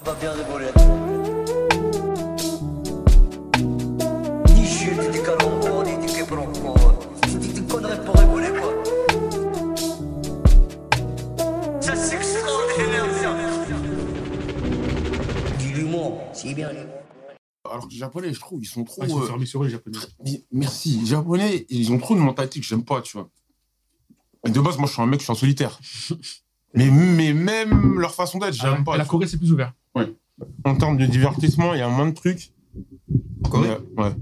On va bien rigoler. Ni chute, ni calembour, ni ni quiproquo. C'est des- des conneries pour rigoler, quoi. Ça, c'est extraordinaire, ça. Du l'humour, c'est bien l'humour. Alors que les Japonais, je trouve, ils sont trop. Ah, ils sont euh, fermés sur eux, les Japonais. Ils- Merci. Les Japonais, ils ont trop une mentalité que j'aime pas, tu vois. Et de base, moi, je suis un mec, je suis un solitaire. mais, mais même leur façon d'être, j'aime Ah, pas. La tu vois. Corée, c'est plus ouvert. En termes de divertissement, il y a moins de trucs. En Corée Mais, ouais.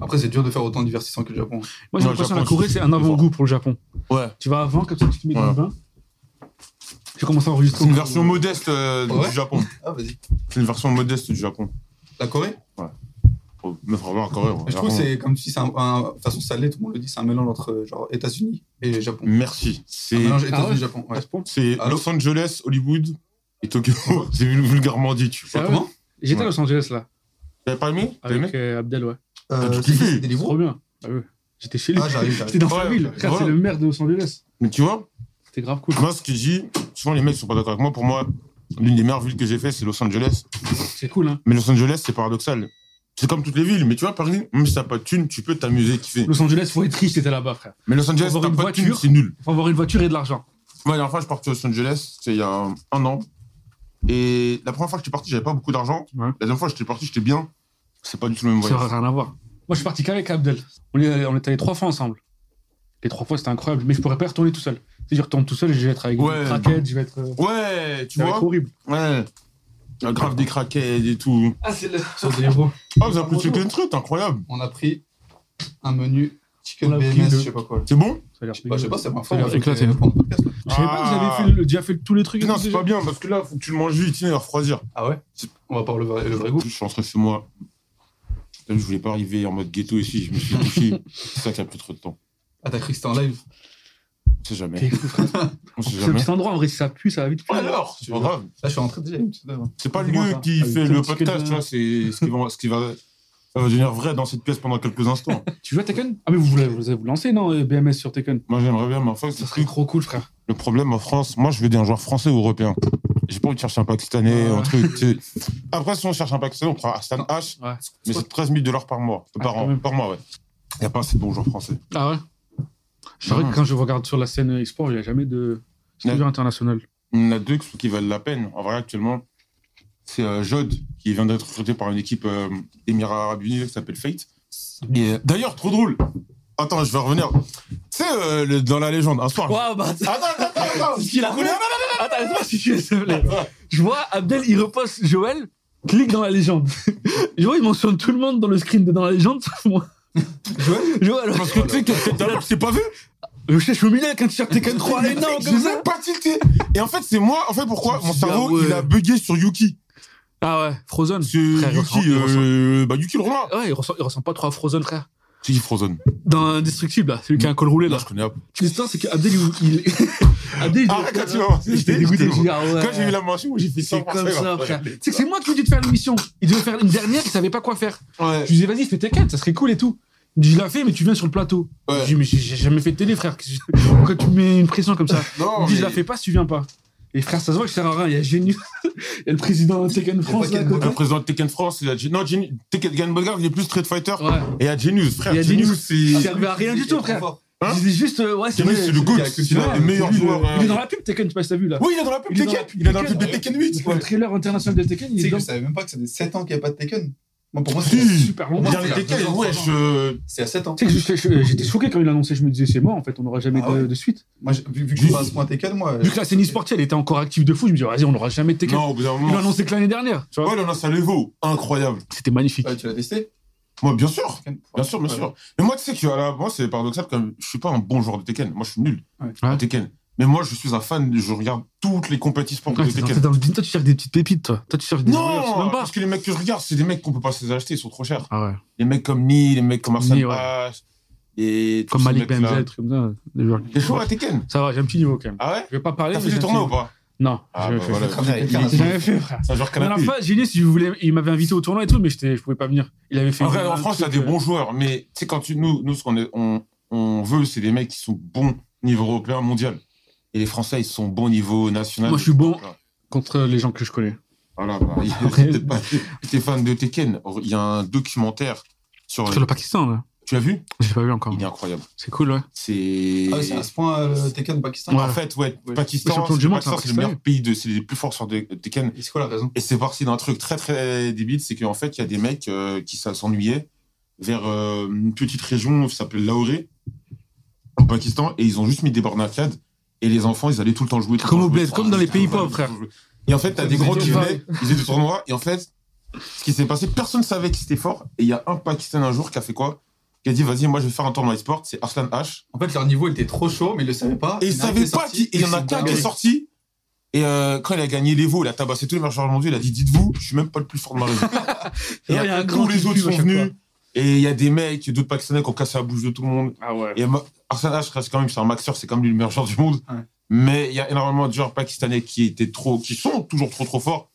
Après, c'est dur de faire autant de divertissement que le Japon. Moi, j'ai Non, le l'impression que Japon, la Corée, c'est- c'est un avant-goût pour le Japon. Ouais. Tu vas avant, comme ça, tu te mets dans Ouais. le bain. J'ai commencé à C'est enregistrer. une version modeste euh, Ouais. du Japon. Ah, vas-y. C'est une version modeste du Japon. La Corée Oh, Mais vraiment, encore heure, Je trouve que vraiment. c'est comme si c'est un, un- De toute façon, ça l'est, tout le monde le dit, c'est un mélange entre euh, genre États-Unis et Japon. Merci. Un C'est mélange Ah États-Unis-Japon. À ce point. c'est ben, Allô Los Angeles, Hollywood et Tokyo. c'est vul- vulgairement dit, tu C'est vois. vrai Comment J'étais à Ouais. Los Angeles, là, T'avais pas aimé T'as aimé avec euh, Abdel, ouais. Ah, tu Euh, c'est- kiffes. c'est des Trop livres bien. Ah oui. J'étais chez lui. Ah, j'arrive, j'arrive. J'étais dans sa Ouais, ville. ouais. Frère, c'est le maire de Los Angeles. euh, Mais tu vois, C'était grave cool. moi, ce que je dis, souvent les mecs sont pas d'accord avec moi. Pour moi, l'une des meilleures villes que j'ai fait, c'est Los Angeles. C'est cool, hein. Mais Los Angeles, c'est paradoxal. C'est comme toutes les villes, mais tu vois, Paris, même si t'as pas de thunes, tu peux t'amuser, kiffer. Los Angeles, faut être riche, t'étais là-bas, frère. Mais Los Angeles, Avoir t'as une pas de thunes, voiture. c'est nul. Faut avoir une voiture et de l'argent. Moi, la dernière fois, je suis parti à Los Angeles, c'était il y a un, un an. Et la première fois que j'étais parti, j'avais pas beaucoup d'argent. Ouais. La deuxième fois, j'étais parti, j'étais bien. C'est pas du tout le même Ça n'a voyage. rien à voir. Moi, je suis parti qu'avec Abdel. On est, on est allé trois fois ensemble. Les trois fois, c'était incroyable. Mais je pourrais pas y retourner tout seul. Si je retourne tout seul, je vais être avec Ouais. des craquettes, je vais être. euh, Ouais, tu ça va être vois horrible. Ouais. La grave des craquettes et tout. Ah, c'est le. sur des livres. Ah, vous avez pris le truc, incroyable. On a pris un menu On chicken a pris BMS, le- je sais pas quoi. C'est bon Ça a l'air Bah, je sais pas, c'est ma Ça a l'air forme. éclaté. Je savais pas que vous Ah. avez fait le- déjà fait tous les trucs. et Non, tout c'est déjà. pas bien parce que là, faut que tu le manges vite, il va refroidir. Ah ouais On va pas voir le vrai, le vrai En goût. plus, je suis rentré chez moi. Putain, Je voulais pas arriver en mode ghetto ici, je me suis couché. c'est ça qui a pris trop de temps. Ah, t'as cru que c'était en live On sait jamais. T'es fou, frère. On sait C'est un jamais. petit endroit, en vrai, si ça pue, ça va vite. Ouais, alors, c'est pas grave. Là, je suis rentré déjà avec une petite œuvre. C'est pas le Dis-moi lieu ça. qui Ah oui. fait C'est un le petit podcast, que- tu vois, c'est ce qui va, ce qui va, ça va devenir vrai dans cette pièce pendant quelques instants. Tu joues à Tekken Ah, mais vous voulez vous, vous lancer, non, euh, BMS sur Tekken moi, j'aimerais bien, mais en fait, Ça c'est serait trop cool, frère. le problème en France. Moi, je veux des joueurs français ou européens. J'ai pas envie de chercher un Pakistanais, Ouais. un truc. tu sais. Après, si on cherche un Pakistanais, on prend Astan H, Ouais. mais c'est 13 000 dollars par mois, euh, Ah, par quand an, même. par mois, ouais. Y a pas assez de bons joueurs français. Ah ouais C'est vrai Non. que quand je regarde sur la scène e-sport, il n'y a jamais de. C'est Non. toujours international. Il y en a deux qui qui valent la peine. En vrai, actuellement, c'est euh, Jod qui vient d'être recruté par une équipe euh, Émirats Arabes Unis qui s'appelle Fate. Et, euh, D'ailleurs, trop drôle. Attends, je vais revenir. Tu sais, euh, le- dans la légende, un soir. Waouh, bah, Attends, attends, attends, attends. ce qu'il a fait. Attends, laisse-moi si tu s'il te plaît. Je vois Abdel, il reposte Joël, clique dans la légende. Je vois, il mentionne tout le monde dans le screen de dans la légende, sauf moi. Joël Joël, Parce que tu sais que tout à l'heure, tu t'es pas vu. je sais, je suis au milieu quand tu cherches Tekken 3 Mais énorme tu sais que comme j'ai ça. même pas tilté. Et en fait, c'est moi. En fait, pourquoi Je me mon suis dit, ah cerveau, ouais. il a bugué sur Yuki. Ah ouais, Frozen. C'est Frère, il ressemble- Yuki, il ressemble- euh, bah, Yuki le roi. Ouais, il ressemble, il ressemble pas trop à Frozen, frère. C'est qui Frozen Dans Indestructible, là, celui qui a un col roulé, Là, là. je connais. pas. L'histoire, c'est que Abdel, il. il- Abdel, il. Ah, quand tu m'as menti, J'étais j'étais dégoûté. dégoûté. j'ai dit, ah ouais. Quand j'ai vu la mention, j'ai fait C'est 100%, comme là. ça, frère. Tu sais que c'est moi qui lui ai dit de faire l'émission. Il devait faire une dernière, il savait pas quoi faire. Ouais. Je lui disais, vas-y, fais Tekken, ça serait cool et tout. Il me dit, je la fais, mais tu viens sur le plateau. Ouais. Je lui dis, mais j'ai- j'ai jamais fait de télé, frère. Qu'est-ce que- Pourquoi tu me mets une pression comme ça Il Non, me dit, je la Oh, mais- fais pas si tu viens pas. Et frère, ça se voit que je sers à rien. Il y a Génius, il y a le président de Tekken France. pas là, à Ken côté. Le président de Tekken France, il a dit- non, Gen- Tekken Gan Bogard, il est plus Street Fighter. Ouais. Et il y a Genius, frère. Il y a Genius, Genius. Il c'est. servait à rien du tout, frère. Hein Je disais juste, euh, ouais, c'est Genius, vrai. c'est le qui GOAT. a C'est l'un cultivé, des meilleurs Lui, joueurs. Il est euh, dans la pub Tekken, tu sais pas si t'as vu là. Oui, il est dans la pub Il est dans Tekken. la pub Il est dans la pub Tekken. de Tekken 8. Le trailer international de Tekken, Tu il sais est que dans je savais même pas que ça faisait 7 ans qu'il n'y a pas de Tekken. Moi, pour moi, Si. c'est super long. Il Tu est Bien. dans Il y les a Tekken, deux ans, wesh. ça. euh, c'est à 7 ans. sais que je- je- j'étais choqué quand il l'annonçait, je me disais, c'est mort en fait, on n'aura jamais Ah de, ouais. de suite. Moi, j'ai- vu, vu que je suis pas à ce point Tekken, moi. Vu que la scène e-sportive, elle était encore active de fou, je me disais, vas-y, on n'aura jamais de Tekken. Euh, Non, au bout d'un Il l'a moment. annoncé que l'année dernière, tu vois. Ouais, Bah, là, on a ça Levo. Incroyable. C'était magnifique. Ouais, Ah tu l'as testé Moi, bien sûr. Tekken Ah Bien sûr, bien Ouais. sûr. Mais moi, tu sais que à la- moi, c'est paradoxal quand même. Je suis pas un bon joueur de Tekken. Moi, je suis nul Ouais. à Tekken. Mais moi, je suis un fan. Je regarde toutes les compétitions Ouais, de t'es dans- Tekken. t'es dans le- Toi, tu cherches des petites pépites, toi. Toi, tu cherches des. Non, c'est même pas. parce que les mecs que je regarde, c'est des mecs qu'on peut pas se les acheter, ils sont trop chers. Ah ouais. Les mecs comme Ni, les mecs comme Ni, Arsène ouais. H, et tous Comme ces Malik mecs-là. BMZ, des trucs comme ça. des joueurs- T'es chaud à Tekken Ça va, j'ai un petit niveau quand même. Ah ouais Je vais pas parler. T'as fait mais des j'ai un tournois ou petit- pas Non. Ah je- bah je- voilà. Comme avec J'ai Karate. jamais fait, frère. C'est un joueur La dernière canapé. fois, Genius, il, voulait... il m'avait invité au tournoi et tout, mais j'étais- je pouvais pas venir. Il avait fait. En vrai, une- en un France, il y a truc, des euh, bons joueurs, mais tu sais, quand tu, nous, nous, ce qu'on est- on, on veut, c'est des mecs qui sont bons niveau européen, mondial. Et les Français, ils sont bons niveau national. Moi, je suis bon. Ah Contre euh, les gens que je connais. Voilà, bah, il- Après- peut-être pas- t'es fan de Tekken. Or, Il y a un documentaire sur. Sur le Pakistan, là. Tu l'as vu J'ai pas vu encore. Il est incroyable. C'est cool, ouais. C'est. Ah, c'est à ce point euh, Tekken Pakistan. Ouais. En fait, ouais, Ouais. Pakistan, Champion du c'est- monde, c'est un Pakistan, c'est le Pakistanais. meilleur pays, de, c'est les plus forts sur de- Tekken. Et c'est quoi la raison Et c'est parti d'un truc très très débile, c'est qu'en fait, il y a des mecs euh, qui ça s'ennuyaient vers euh, une petite région qui s'appelle Lahoré, au Pakistan, et ils ont juste mis des bornes arcade, et les enfants, ils allaient tout le temps jouer. tout le Comme temps au jouer, bled, tout le comme temps dans les jouer, tout le pays temps pauvres, jouer, tout le temps jouer. Et en fait, t'as des Vous grands étiez qui au venaient, ils faisaient des tournois, et en fait, ce qui s'est passé, personne savait qui c'était fort, et il y a un Pakistanais un jour qui a fait quoi Qui a dit, vas-y, moi je vais faire un tournoi e-sport, c'est Arslan H. En fait, leur niveau était trop chaud, mais ils le savaient pas. Et il y en a un savait est pas sorti, qui. et Il y en a c'est qu'un qui dingue. est sorti. Et euh, quand il a gagné l'Evo, il a tabassé tous les marcheurs mondiaux, il a dit Dites-vous, je suis même pas le plus fort de ma région. et vrai, il y a un tous grand les autres tissu à sont chaque venus. fois. Et il y a des mecs, d'autres Pakistanais qui ont cassé la bouche de tout le monde. Ah ouais. Et Ma- Arsène H reste quand même, c'est un maxeur, c'est quand même lui le meilleur joueur du monde. Ouais. Mais il y a énormément de joueurs pakistanais qui étaient trop, qui sont toujours trop trop forts.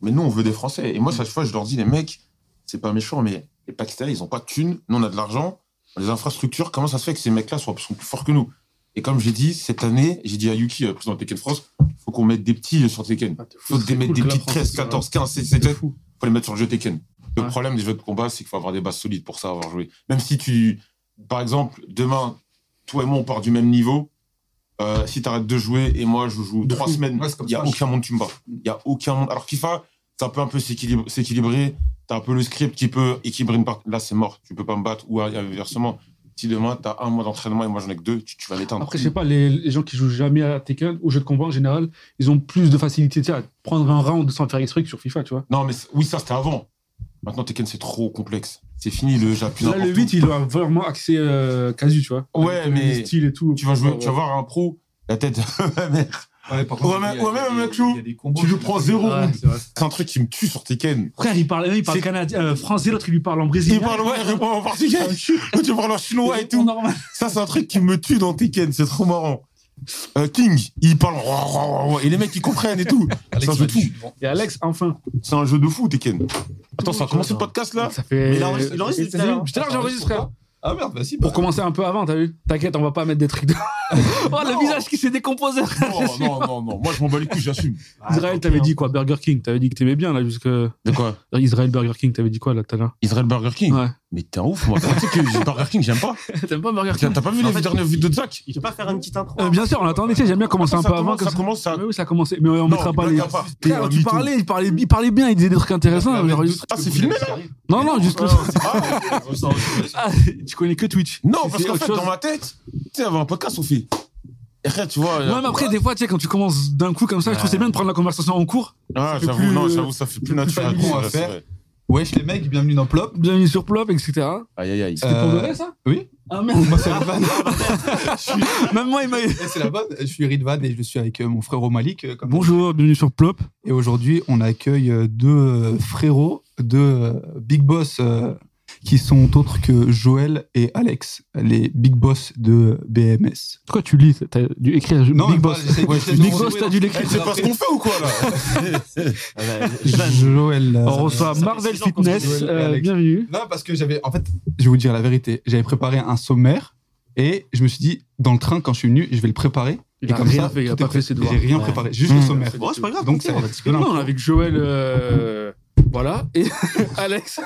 Mais nous, on veut des Français. Et moi, chaque fois, je leur dis, les mecs, c'est pas méchant, mais les Pakistanais, ils ont pas de thunes. Nous, on a de l'argent, on a des infrastructures. Comment ça se fait que ces mecs-là soient, sont plus forts que nous Et comme j'ai dit, cette année, j'ai dit à Yuki, euh, président de Tekken France, faut qu'on mette des petits sur Tekken. Faut Ah, C'est mettre cool des que la petites France 13, soit là. 14, 15, 16, 17 C'est fou. faut les mettre sur le jeu Tekken. Le Ouais. problème des jeux de combat, c'est qu'il faut avoir des bases solides pour ça, avoir joué. Même si tu, par exemple, demain, toi et moi, on part du même niveau. euh, si t'arrêtes de jouer et moi, je joue De trois fou. semaines, Ouais, c'est comme il y a Smash. Mm. aucun monde qui me bat. Il y a aucun monde. Alors FIFA, ça peut un peu s'équilib- s'équilibrer. T'as un peu le script qui peut équilibrer une partie. Là, c'est mort. Tu peux pas me battre. Ou euh, inversement, si demain, t'as un mois d'entraînement et moi, j'en ai que deux, tu, tu vas l'éteindre. Après, je sais pas, les, les gens qui jouent jamais à Tekken, aux jeux de combat en général, ils ont plus de facilité tu sais, à prendre un round sans faire exprès que sur FIFA, tu vois. Non, mais c- oui, ça, c'était avant. Maintenant, Tekken, c'est trop complexe. C'est fini le j'appuie Là, le n'importe où. 8, il doit vraiment axer euh, casu, tu vois. Ouais, Avec, euh, mais- les styles et tout. Tu vas, jouer, Ouais, tu vas voir un pro, la tête de ma mère. Ouais, par Ouais, mais- il y a- ouais, mais il y a- Maxou, il y a des combos tu lui qui- prends zéro. Ouais, round. c'est vrai. C'est un truc qui me tue sur Tekken. Frère, il parle, il parle C'est- canadien, euh, français, l'autre il lui parle en brésilien. Il parle, ouais, il répond en portugais. Toi, tu parles en chinois et C'est tout. normal. Ça, c'est un truc qui me tue dans Tekken. C'est trop marrant. Euh, King, il parle. Et les mecs, ils comprennent et tout. Alex C'est un jeu de Mathieu, fou. bon. Et Alex, enfin. C'est un jeu de fou, Tekken. Attends, ça a commencé le podcast là Ça fait. Mais il enregistre- il enregistre, Ça tout fait- à l'heure. Tout à l'heure, j'enregistre, frère. Ah merde, vas-y. Pour commencer un peu avant, t'as vu T'inquiète, on va pas mettre des trucs de. Oh, le visage qui s'est décomposé. Non, non, non, non. Moi, je m'en bats les couilles, j'assume. Israël, t'avais dit quoi Burger King T'avais dit que t'aimais bien, là, jusque. De quoi Israël Burger King, t'avais dit quoi, là, tout à l'heure Israel Burger King Ouais. Mais t'es un ouf, moi. Tu sais que Burger King, j'aime pas. T'aimes pas Burger T'as pas vu En les fait, dernières vidéos de Zach Il peut pas faire une petite intro. Euh, Bien sûr, on l'attendait, tu sais, j'aime bien commencer un peu avant. Ça comme ça. commence à. Mais oui, ça a commencé. Mais on mettra pas les. Frère, tu parlais, il parlait, il parlait bien, il disait des trucs bah, intéressants. genre, juste- Ah, c'est filmé Non, non, juste. Ah, tu connais que Twitch. Non, C'est- parce c'est qu'en autre fait, chose. dans ma tête, tu sais, il y avait un podcast, Sophie. Et après, tu vois. Euh, Ouais, mais après, des fois, tu sais, quand tu commences d'un coup comme ça, je trouve que c'est bien de prendre la conversation en cours. Ah, fait j'avoue, plus, non, euh, j'avoue, ça fait plus plus naturel. familier, c'est on vrai, va c'est faire. vrai. Wesh, les mecs, bienvenue dans Plop. Bienvenue sur Plop, etc. Aïe, aïe, aïe. C'était pour Euh, de vrai, ça oui. Ah merde. Moi, c'est la vanne. Même moi, il m'a. Et C'est la bonne. Je suis Ridvan et je suis avec euh, mon frère Omalik. euh, Comme... Bonjour, bienvenue sur Plop. Et aujourd'hui, on accueille euh, deux euh, frérots, deux euh, big boss euh, qui sont autres que Joël et Alex, les big boss de BMS. Pourquoi tu lis T'as dû écrire Big Boss. Big Boss, hein. t'as dû l'écrire. Eh, C'est pas ce qu'on fait ou quoi, là Ah bah, Jeanne. Joël. euh, On reçoit ça fait Marvel six ans qu'on se Fitness. dit, ouais, euh, Alex. bienvenue. Non, parce que j'avais. En fait, je vais vous dire la vérité. J'avais préparé un sommaire et je me suis dit, dans le train, quand je suis venu, je vais le préparer. Il a et comme Ah, rien ça, fait, il a tout pas est fait prêt. ses devoirs. J'ai rien Ouais. préparé, juste le Mmh. sommaire. Bon, c'est pas grave, Donc, ça on va va être discuter. violent. Non, on est avec Joël. euh, Voilà. Et Alex.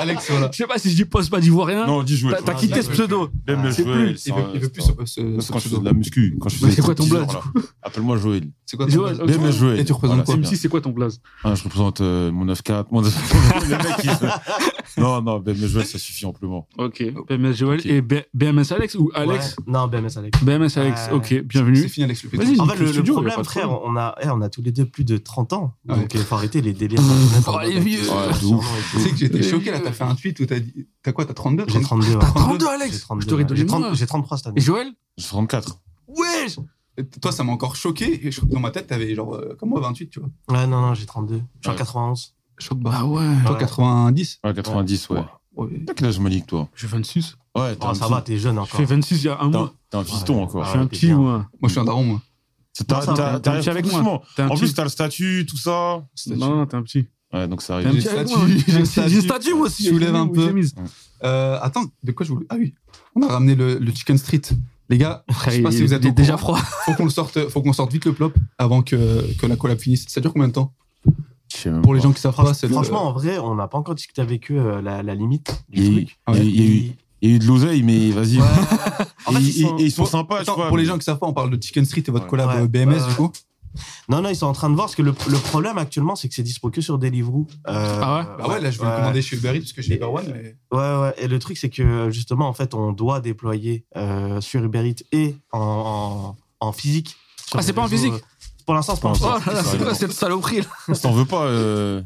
Alex, voilà. Je sais pas si je dis poste pas d'ivoirien. Non, dis jouer. T'as t'as quitté ce pseudo. Même le C'est Joël. plus- Il veut, il veut plus ce. ce- Parce ce que quand je pseudo. faisais de la muscu, quand je Mais faisais c'est quoi ton 10 heures, blaze, là, Appelle-moi Joël. C'est quoi Joël, ton- ok. Bien, bien Joël. Et tu représentes Voilà. quoi CM6, c'est quoi ton blaze Ah, je représente euh, mon 9-4. Mon... le mec, il- Non, non, ben, mais Joël, ça suffit amplement. Ok. BMS Joël Ok. et B- BMS Alex ou Alex Ouais. Non, BMS Alex. BMS Alex, Ouais. ok, C'est bienvenue. fini, Alex, le Vas-y, En il fait, fait le, le le studio, y a pas problème, de frère, problème. on a, eh, on a tous les deux plus de 30 ans. Ouais. Donc, il faut arrêter les délires. Oh, les vieux. Ouais, de Surnom ouf. et Tu tout. sais que j'étais choqué là, t'as fait un tweet où t'as dit. T'as quoi T'as 32 Ah. J'ai 32. ouais. T'as 32, J'ai Alex 32, Je t'aurais ouais. donné J'ai 30 moins. J'ai 33 cette année. Et Joël J'ai 34. Ouais Et Toi, ça m'a encore choqué. Et je- Dans ma tête, t'avais genre, euh, comme moi, 28, tu vois. Ouais, non, non, j'ai 32. Je suis en Ouais. 91. Choc Bah ouais. Toi, Ouais. 90. Ouais, 90, ouais. Ouais. Ouais. T'as quel âge, Monique, toi Ah, J'ai 26. Ouais, t'es Oh, un ça petit- va, t'es jeune Je encore. fais 26 il y a un t'es un- mois. T'es un fiston encore. Je Ouais. suis un t'es petit, bien. moi. Moi, je suis un daron, moi. C'est- Non, ça t'as- va, t'as- t'es un T'arrives petit avec tout moi. doucement. T'es un En petit. plus, t'as le statut, tout ça. Non, non, t'es un petit. Ouais, donc ça T'es un arrive. petit J'ai le avec statut, moi. j'ai le J'ai le statut. statut, moi aussi. Soulève un Oui, peu. chemise. Euh, attends, de quoi je voulais. Ah oui, on a ramené le, le Chicken Street. Les gars, Frère, je sais pas il- si vous êtes il est au déjà courant. froid. faut qu'on le sorte, faut qu'on sorte vite le plop avant que, que la collab finisse. Ça dure combien de temps sais même Pour les pas. gens qui savent pas, c'est le- Franchement, en vrai, on n'a pas encore discuté avec eux euh, la, la limite du Il y a eu- truc. Ah ouais. il y a eu- il y a eu de l'oseille, mais vas-y. Ouais. Et- En fait, et- ils sont- et ils sont Pour- sympas, Attends, tu vois. pour les mais- gens qui savent pas, on parle de Chicken Street et votre Ouais. collab Ouais. euh, BMS, Ouais, du coup. Non, non, ils sont en train de voir parce que le, le problème actuellement, c'est que c'est dispo que sur Deliveroo. Euh, Ah ouais euh, Bah ouais, là, je vais le commander chez Uber Eats parce que j'ai Uber One, mais. Ouais, ouais. Et le truc, c'est que justement, en fait, on doit déployer euh, sur Uber Eats et en, en, en physique. sur Ah, c'est les pas en réseaux, physique euh, Pour l'instant, c'est pas en Oh physique. Oh là là, c'est quoi cette saloperie là Si t'en veux pas, euh,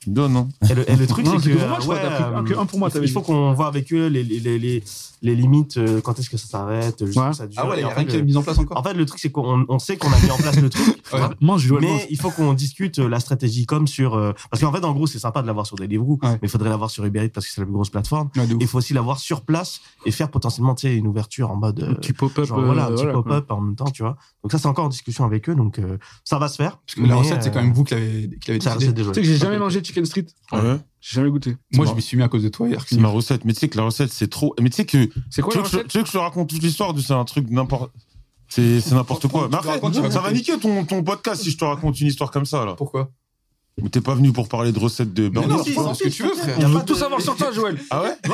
tu me donnes, hein. Et le, et le truc, Non, c'est c'est que. euh, que pour moi, je crois, t'as pris un- que un pour moi, il faut- t'avais Il faut qu'on voit avec eux les, les, les, les, les limites, euh, quand est-ce que ça s'arrête, jusqu'où Ouais. ça dure. Ah ouais, Et il y en a fait, rien qui est le- mis en place encore. En fait, le truc, c'est qu'on on sait qu'on a mis en place le truc, tu Ouais. vois, Mange, Joël. mais il faut qu'on discute euh, la stratégie comme sur. euh, parce qu'en fait, en gros, c'est sympa de l'avoir sur Deliveroo, Ouais. mais il faudrait l'avoir sur Uber Eats parce que c'est la plus grosse plateforme. Ouais, de ouf. Il faut aussi l'avoir sur place et faire potentiellement tu sais, une ouverture en mode. euh, Un petit pop-up. genre, euh, voilà, un petit voilà, quoi. pop-up en même temps, tu vois. Donc, ça, c'est encore en discussion avec eux, donc euh, ça va se faire. Parce que la Mais, recette, c'est euh, quand même vous qui l'avez qui l'avez C'est décidé. la recette des Tu jouets. sais que j'ai jamais Ok. mangé de Chicken Street. Ah Ouais. J'ai jamais goûté. Moi, je bon. m'y suis mis à cause de toi hier. C'est ma recette. Mais tu sais que la recette, c'est trop. Mais tu sais que. C'est quoi tu, la veux que je, recette tu veux que je te raconte toute l'histoire de c'est un truc n'importe. C'est c'est n'importe quoi. Mais Tu après, racontes, tu vas ça va raconter. niquer ton, ton podcast si je te raconte une histoire comme ça, là. Pourquoi Mais T'es pas venu pour parler de recettes de Mais burgers. non, si, je pense si, que tu veux, frère. Y a On pas veut de- tout savoir sur toi, Joël. Ah ouais Eh,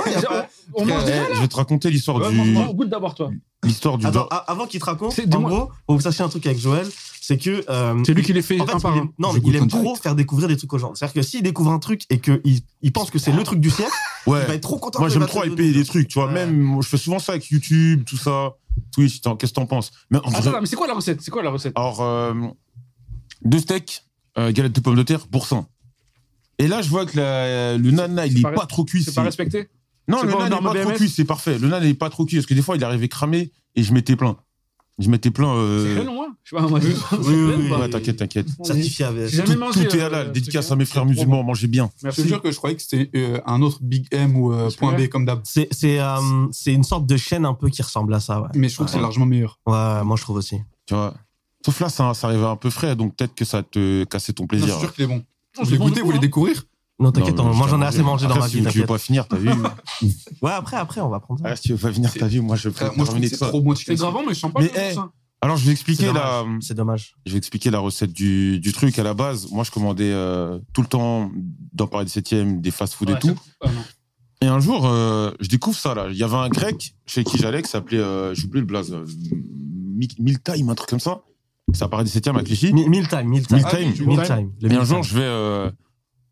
On mange déjà. Je vais te raconter l'histoire Ouais, du. On goûte d'abord toi. L'histoire du Attends, bur- a- avant qu'il te raconte, C'est- en dis-moi. gros, faut que vous sachiez un truc avec Joël, c'est que. euh, C'est lui qui les fait En fait, un par il un. aime- non, Je mais goûte il en aime direct. trop faire découvrir des trucs aux gens. C'est-à-dire que s'il découvre un truc et qu'il il pense que c'est le truc du siècle, il va Ouais. être trop content. Moi, quand il j'aime va trop te le épayer donner. des trucs, tu vois. Ouais. Même, moi, je fais souvent ça avec YouTube, tout ça. Twitch, t'en- qu'est-ce que t'en penses Mais en vrai- Attends, mais c'est quoi la recette C'est quoi la recette Alors, euh, deux steaks, euh, galette de pommes de terre, pour 100. Et là, je vois que la- le nana, il C'est est pas pas trop cuit. C'est pas c'est- respecté Non, c'est le pas aux nan n'est normes pas trop BMS? cuit, c'est parfait. Le nan n'est pas trop cuit, parce que des fois, il arrivait cramé et je mettais plein. Je mettais plein. euh, C'est réel ou moins Je sais pas, moi. je- Oui, oui, oui. Ouais, t'inquiète, t'inquiète. Certifié avec. J'ai Tout, jamais mangé. tout est euh, halal. ce Dédicace truc-là. à mes frères musulmans, mangez bien. Je te Merci. jure que je croyais que c'était euh, un autre Big M ou euh, C'est point vrai B comme d'hab. C'est c'est, euh, c'est une sorte de chaîne un peu qui ressemble à ça. Ouais, Mais je trouve que c'est Ouais. largement meilleur. Ouais, moi je trouve aussi. Tu vois. Sauf là, ça, ça arrivait un peu frais, donc peut-être que ça te cassait ton Non, je plaisir. suis sûr qu'il est bon. Non, Vous c'est les bon, goûtez, c'est vous bon, les hein. découvrir Non, Non, t'inquiète, mais on- moi je j'en ai t'en assez veux. mangé dans Après, ma si vie. Tu veux t'inquiète. pas finir, t'as vu Ouais, après, après, on va prendre. ça. Ah, Si tu veux pas finir, t'as vu Moi, je vais Frère, Euh, Moi, je trouve terminer que de c'est ça. trop bon. C'est chicken grave, soup. mais je sens pas. Mais, le goût de eh, ça. Alors, je vais C'est expliquer la. dommage. C'est dommage. Je vais expliquer la recette du, du truc. À la base, moi, je commandais euh, tout le temps dans Paris 7e des fast-food Ouais, et tout. c'est- ah, non. Et un jour, euh, je découvre ça, là. Il y avait un grec chez qui j'allais qui s'appelait, euh, j'ai oublié le blaze, euh, Mi- Miltime, un truc comme ça. C'est à Paris 7e à Clichy. Mi- Meal time, meal time. Meal time. Ah, oui, meal time. Le Et un meal jour, time. je vais euh,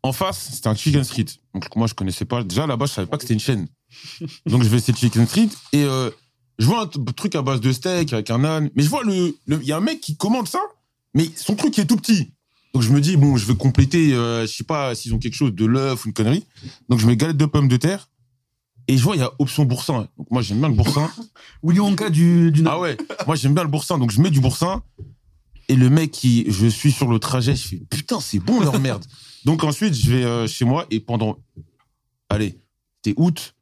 en face, c'était un Chicken Street. Donc moi, je connaissais pas. Déjà, là-bas, je savais pas que c'était une chaîne. Donc je vais essayer Chicken Street et euh, je vois un t- truc à base de steak avec un âne. Mais je vois le, le- il y a un mec qui commande ça, mais son truc est tout petit. Donc je me dis bon, je vais compléter. euh, je sais pas s'ils ont quelque chose de l'œuf ou une connerie. Donc je mets galette de pommes de terre. Et je vois, il y a option boursin. Donc, moi, j'aime bien le boursin. Willy Wonka du du Nord. Ah ouais, moi j'aime bien le boursin, donc je mets du boursin. Et le mec, qui, je suis sur le trajet, je fais putain, c'est bon leur merde. Donc ensuite, je vais euh, chez moi et pendant, allez, c'était août,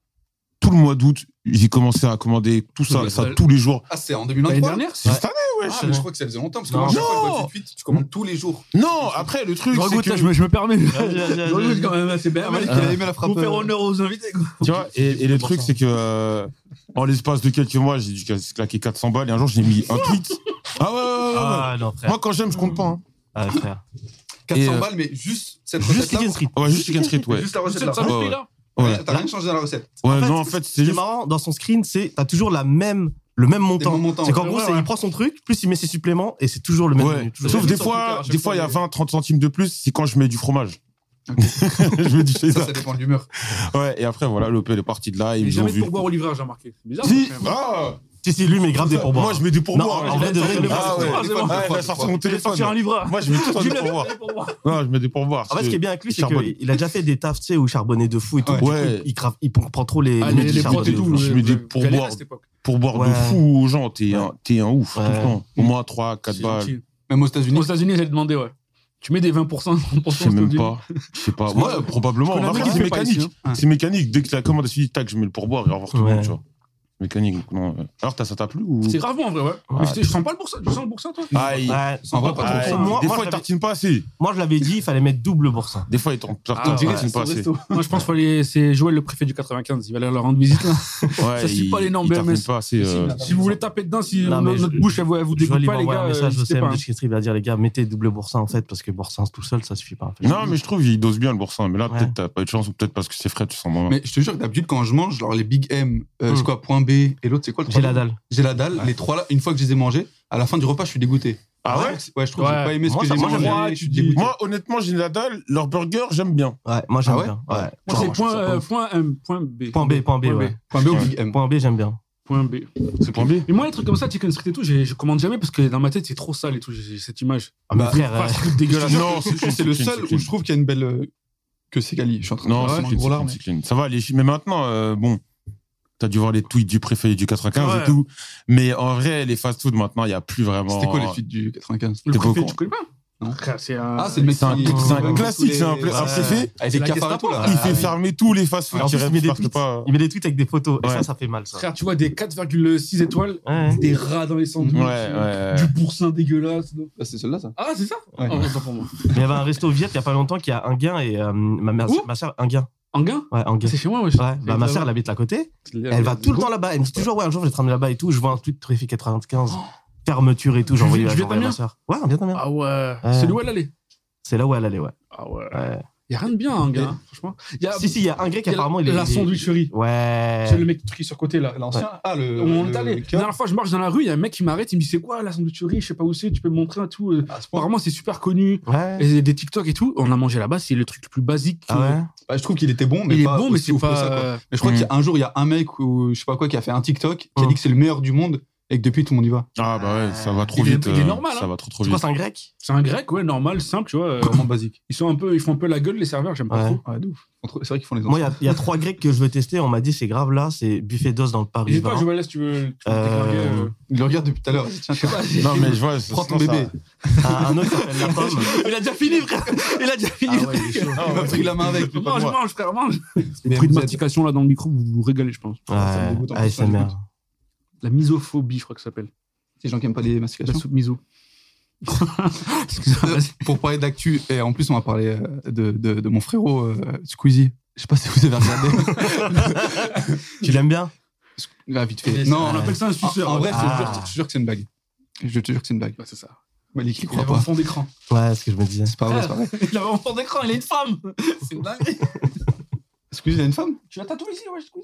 tout le mois d'août, j'ai commencé à commander tout ça, Mais ça ça- tous les jours. Ah, c'est en L'année 2023 dernière C'est Ouais. cette année, Ah, ouais. mais je- je crois que ça faisait longtemps. Parce que Non. moi, chaque fois que je Non. vois 18, tu commandes tous les jours. Non, après, le truc, Je c'est regoute, que, là, je me- je me permets. Vas-y, vas-y, vas-y, Je regoute vas-y. quand même, c'est bien. Ah, Malik, mais- il a aimé la frappe. Pour faire euh, honneur aux invités, quoi. tu vois, et, et le truc, c'est que, euh, en l'espace de quelques mois, j'ai dû claquer 400 balles et un jour, j'ai mis un tweet. Ah ouais, ouais, ouais, ouais, ouais. Ah, non, frère. Moi, quand j'aime, je compte pas. hein. Ah, frère. 400 Et, euh, balles, mais juste cette Juste recette-là. Chicken Street. Ouais, juste Chicken Street, ouais. Juste la Cette recette-là. saloperie, ouais. là. Ouais, T'as rien changé dans la recette. Ouais, En fait, non, en fait, Ce c'est qui est juste. marrant, dans son screen, c'est t'as toujours la même, le même montant. mêmes montants, C'est qu'en ouais. gros, Ouais, c'est- ouais. il prend son truc, plus il met ses suppléments, et c'est toujours le même. Ouais. menu, toujours Sauf le même. des sur Twitter, à fois, chaque des fois, fois, il y a mais- 20, 30 centimes de plus, c'est quand je mets du fromage. Ok. je mets du Ça, cheddar. ça dépend de l'humeur. Ouais, et après, voilà, l'OP est parti de là, Et ils ont jamais de vu. pourboire au livreur, j'ai remarqué. C'est bizarre. Si, quand même. ah, Si, si, lui, mais grave des pourboires. Moi, je mets du pourboire. Non, en vrai, de vrai, Ah, ah, ouais. ouais. Ah, c'est bon. Ouais, il a sorti mon Je vais téléphone. sortir un livreur. Moi, je mets tout le temps Tu du l'as- pourboire. pour moi. Non, je mets du pourboire. En fait, ce qui est bien avec lui, c'est Charbonne. qu'il a déjà fait des tafs, tu sais, où il charbonnait de fou et tout. Ouais. Du coup, Ouais. il, crave- il prend trop les, Ah, les mecs les- qui les charbonnent boîtes et de tout. fou. Je mets des euh, pourboires. galérer à cette époque. pour boire de Ouais. fou aux gens, t'es un, t'es un ouf, tout le Ouais. temps. Au moins 3, 4 C'est balles. gentil. Même aux Aux États-Unis. États-Unis, j'ai demandé, ouais. Tu mets des 20%, 30%. Je sais aux même États-Unis. pas. Je sais pas. Ouais, probablement. Je connais un Après, mec qui c'est fait pas ici, mécanique. hein. C'est mécanique. Dès que la commande est finie, tac, je mets le pourboire et au revoir tout le Ouais. monde, tu vois. Mécanique, donc non. euh. Alors, t'as- ça t'a plu ou C'est gravement en vrai, ouais. Ah, Mais je, je sens pas le pourcent, tu sens le pourcent, toi Aïe. Ouais. En vrai, pas Ah, Aïe. trop. ouais. Moi- hein. Des moi, fois, ils j'avais- tartinent pas assez. Moi, je l'avais dit, il fallait mettre double boursin. Des fois, ils t'en- Ah, tartinent ouais, tartinent pas assez. Moi, je pense qu'il faut aller. C'est Joël, le préfet du 95. Il va aller leur rendre visite. là. Ouais, Ça suit ils- pas les normes ils tartinent BMS. pas assez. euh, Si vous voulez taper dedans, si Non, no- mais notre je- bouche, elle vous, elle vous Je vais dégoûte lui pas, les envoyer gars, un euh, message au n'hésitez CM pas. hein. de Chistry, il va dire, les gars, mettez double boursin, en fait, parce que boursin tout seul, ça suffit pas. en fait. Non, mais je trouve il dose bien le boursin. Mais là, Ouais. peut-être t'as pas eu de chance ou peut-être parce que c'est frais, tu sens moins. Mais je te jure que d'habitude, quand je mange, genre les Big M, Hmm. euh, c'est Mm. quoi, point B, et l'autre, c'est quoi le J'ai la troisième dalle. J'ai la dalle. Les trois là, une fois que je les ai mangés, à la fin du repas, je suis dégoûté. Ah ouais Ouais, je trouve que Ouais. j'ai pas aimé ce Moi, que ça j'ai mange mangé. moi, je tu suis dis- dégoûté. Moi, honnêtement, j'ai la dalle. Leur burger, j'aime bien. Ouais, moi, j'aime Ah ouais bien. Ouais. Moi, c'est point, euh, point M, point B. Point B, point B, ouais. Point B ou Ouais. Big M Point B, j'aime bien. Point B. C'est point B. Mais moi, les trucs comme ça, chicken street et tout, j'ai- je commande jamais parce que dans ma tête, c'est trop sale et tout. J'ai j'ai cette image. Ah, mais Bah, frère, euh, Fast food dégueulasse. Non, C'est c'est le clean, seul c'est où clean. je trouve qu'il y a une belle. euh, que c'est Cali. Je suis en train de Non, faire c'est un clean, gros c'est lard, clean, mais- c'est clean. Ça va, les chi- Mais maintenant, euh, bon, t'as dû voir les tweets du préfet du 95 Ouais. et tout. Mais en vrai, les fast-food, maintenant, il n'y a plus vraiment. euh, C'était quoi les suites du 95 Le T'es pas au préfet, courant. tu connais pas Non. Frère, C'est un. Ah, c'est le mec C'est un, qui- c'est un Ouais. classique, c'est un, euh, pla- un Ouais. préfet. Avec les la cafards et Gestapo, tout, là. Il Ah, fait ouais. fermer tous les fast-food En qui plus, il restent, met des parce que tweets. pas. Il met des tweets avec des photos, et Ouais. ça, ça fait mal, ça. Frère, tu vois des 4,6 étoiles, Ouais. des rats dans les sandwichs, Ouais, ouais. du pourcin dégueulasse. Ah, C'est celle-là, ça. Ah, c'est ça Ouais. Oh, autant pour moi. Mais Il y avait un resto viette il y a pas longtemps qui a un gain et euh, ma mère, Où ma soeur, un gain. Anguin Ouais, un gain. C'est Euh, chez moi, wesh. Ouais, bah, ma soeur, elle habite à côté. Elle va tout le temps là-bas. Elle me dit toujours, ouais, un jour, je vais te ramener là-bas et tout. Je vois un tweet de Préfet 95, fermeture et tout. J'ai Du- envoyé du j'ai envoyé à Vietnamien ma soeur. Ouais, un Vietnamien. Ah ouais. Ouais. C'est où elle allait C'est là où elle allait, ouais. Ah ouais. Ouais. Y a rien de bien, à Anguin, Et- hein, franchement. Y a, Si, si, il y a un grec, y a apparemment, il est. la il est- sandwicherie. Ouais. C'est le mec qui est sur côté là. L'ancien. Ah, le. On le- est allé. le La cœur. dernière fois, je marche dans la rue, il y a un mec qui m'arrête, il me dit C'est quoi la sandwicherie Je sais pas où c'est, tu peux me montrer un tout. euh, À ce point. Apparemment, c'est super connu. Ouais. Et des TikTok et tout. On a mangé là-bas, c'est le truc le plus basique. Ah ouais. Bah, je trouve qu'il était bon, mais il est pas bon, mais aussi c'est ouf que pas. euh, ça, quoi. Mais je crois Mm. qu'il y a un jour, il y a un mec ou je sais pas quoi qui a fait un TikTok qui a Mm. dit que c'est le meilleur du monde et que depuis tout le monde y va. Ah, bah ouais, ça va trop Il est- vite. il est euh, normal, hein. Ça va trop, trop Tu crois vite. c'est un grec C'est un grec, ouais, normal, simple, tu vois. euh, Comment basique. Ils sont un peu, ils font un peu la gueule les serveurs, j'aime pas Ouais. trop. Ah, Ouais, de ouf. Entre- C'est vrai qu'ils font les Moi, anciens. il y a- il y, a trois grecs que je veux tester. On m'a dit, c'est grave là, c'est buffet d'os dans le Paris. N'hésite Bah, pas, Vin. je vais si tu veux. tu veux Euh, déclarguer, euh. Il le regarde depuis tout à l'heure. Ah Tiens, tiens. Non, mais je vois. Prends ton sinon, ça- bébé. Ah, un autre s'appelle la pomme. Il a déjà fini, frère. Il a déjà fini. Ah ouais, il est chaud. Ah, Il m'a ouais. pris la main avec. Mange, mange, frère, mange. Mais Fruit de vous êtes- mastication là dans le micro, vous vous régalez, je pense. me Ouais, dégoûte en plus, ça, ASMR. La misophobie, je crois que ça s'appelle. C'est les gens qui aiment pas les La mastications. soupe miso. Excuse-moi, Euh, vas-y. Pour parler d'actu, et en plus, on va parler euh, de, de, de mon frérot euh, Squeezie. Je sais pas si vous avez regardé. Tu l'aimes bien Ah, vite fait. Non, Non, on appelle ça un suceur. en, en vrai, je te Ah. jure- je te jure que c'est une blague. Je te jure que c'est une blague. Bah, c'est ça. Malik, il Il croit avait un pas. fond d'écran. Ouais, c'est ce que je me disais. C'est pas vrai, c'est pas vrai. Il avait un fond d'écran, il est une femme. C'est une dinguerie. Squeezie, il a une femme Tu l'as tatoué ici, ouais, je trouve.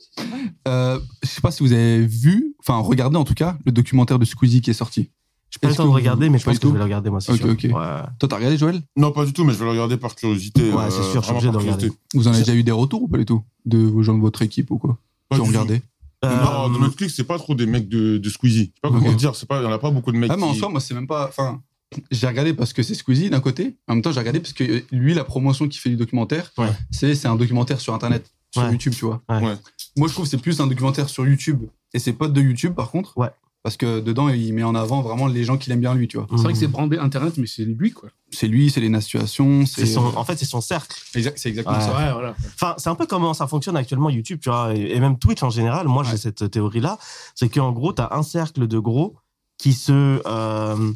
Euh, je sais pas si vous avez vu, enfin regardé en tout cas, le documentaire de Squeezie qui est sorti. J'ai pas le Est-ce temps que de vous- regarder, mais je pas pense du que je tout vais le regarder, moi, c'est Ok, sûr. ok. Ouais. Toi, t'as regardé Joël Non, pas du tout, mais je vais le regarder par curiosité. Ouais, euh, c'est sûr, je suis vraiment obligé de par regarder. curiosité. Vous en avez déjà eu des retours ou pas du tout De vos gens de votre équipe ou quoi Pas Qui ont du tout. regardé Non, de Euh, notre clique, c'est pas trop des mecs de, de Squeezie. Je sais pas comment Ok. dire, c'est pas, il y en a pas beaucoup de mecs. Ah, mais en qui- soi, moi, c'est même pas. Enfin, j'ai regardé parce que c'est Squeezie d'un côté, en même temps, j'ai regardé parce que euh, lui, la promotion qui fait du documentaire, Ouais. c'est c'est un documentaire sur Internet, sur Ouais. YouTube, tu vois. Ouais. Ouais. Moi, je trouve que c'est plus un documentaire sur YouTube et ses potes de YouTube, par contre. Ouais. Parce que dedans, il met en avant vraiment les gens qu'il aime bien, lui, tu vois. C'est vrai Mmh. que c'est brandé internet, mais c'est lui, quoi. C'est lui, c'est les nations, c'est. c'est son, en fait, c'est son cercle. Exact- C'est exactement Ouais. ça. Ouais, voilà. Enfin, c'est un peu comment ça fonctionne actuellement YouTube, tu vois, et et même Twitch en général. Moi, j'ai Ouais. cette théorie-là, c'est qu'en gros, t'as un cercle de gros qui se, euh,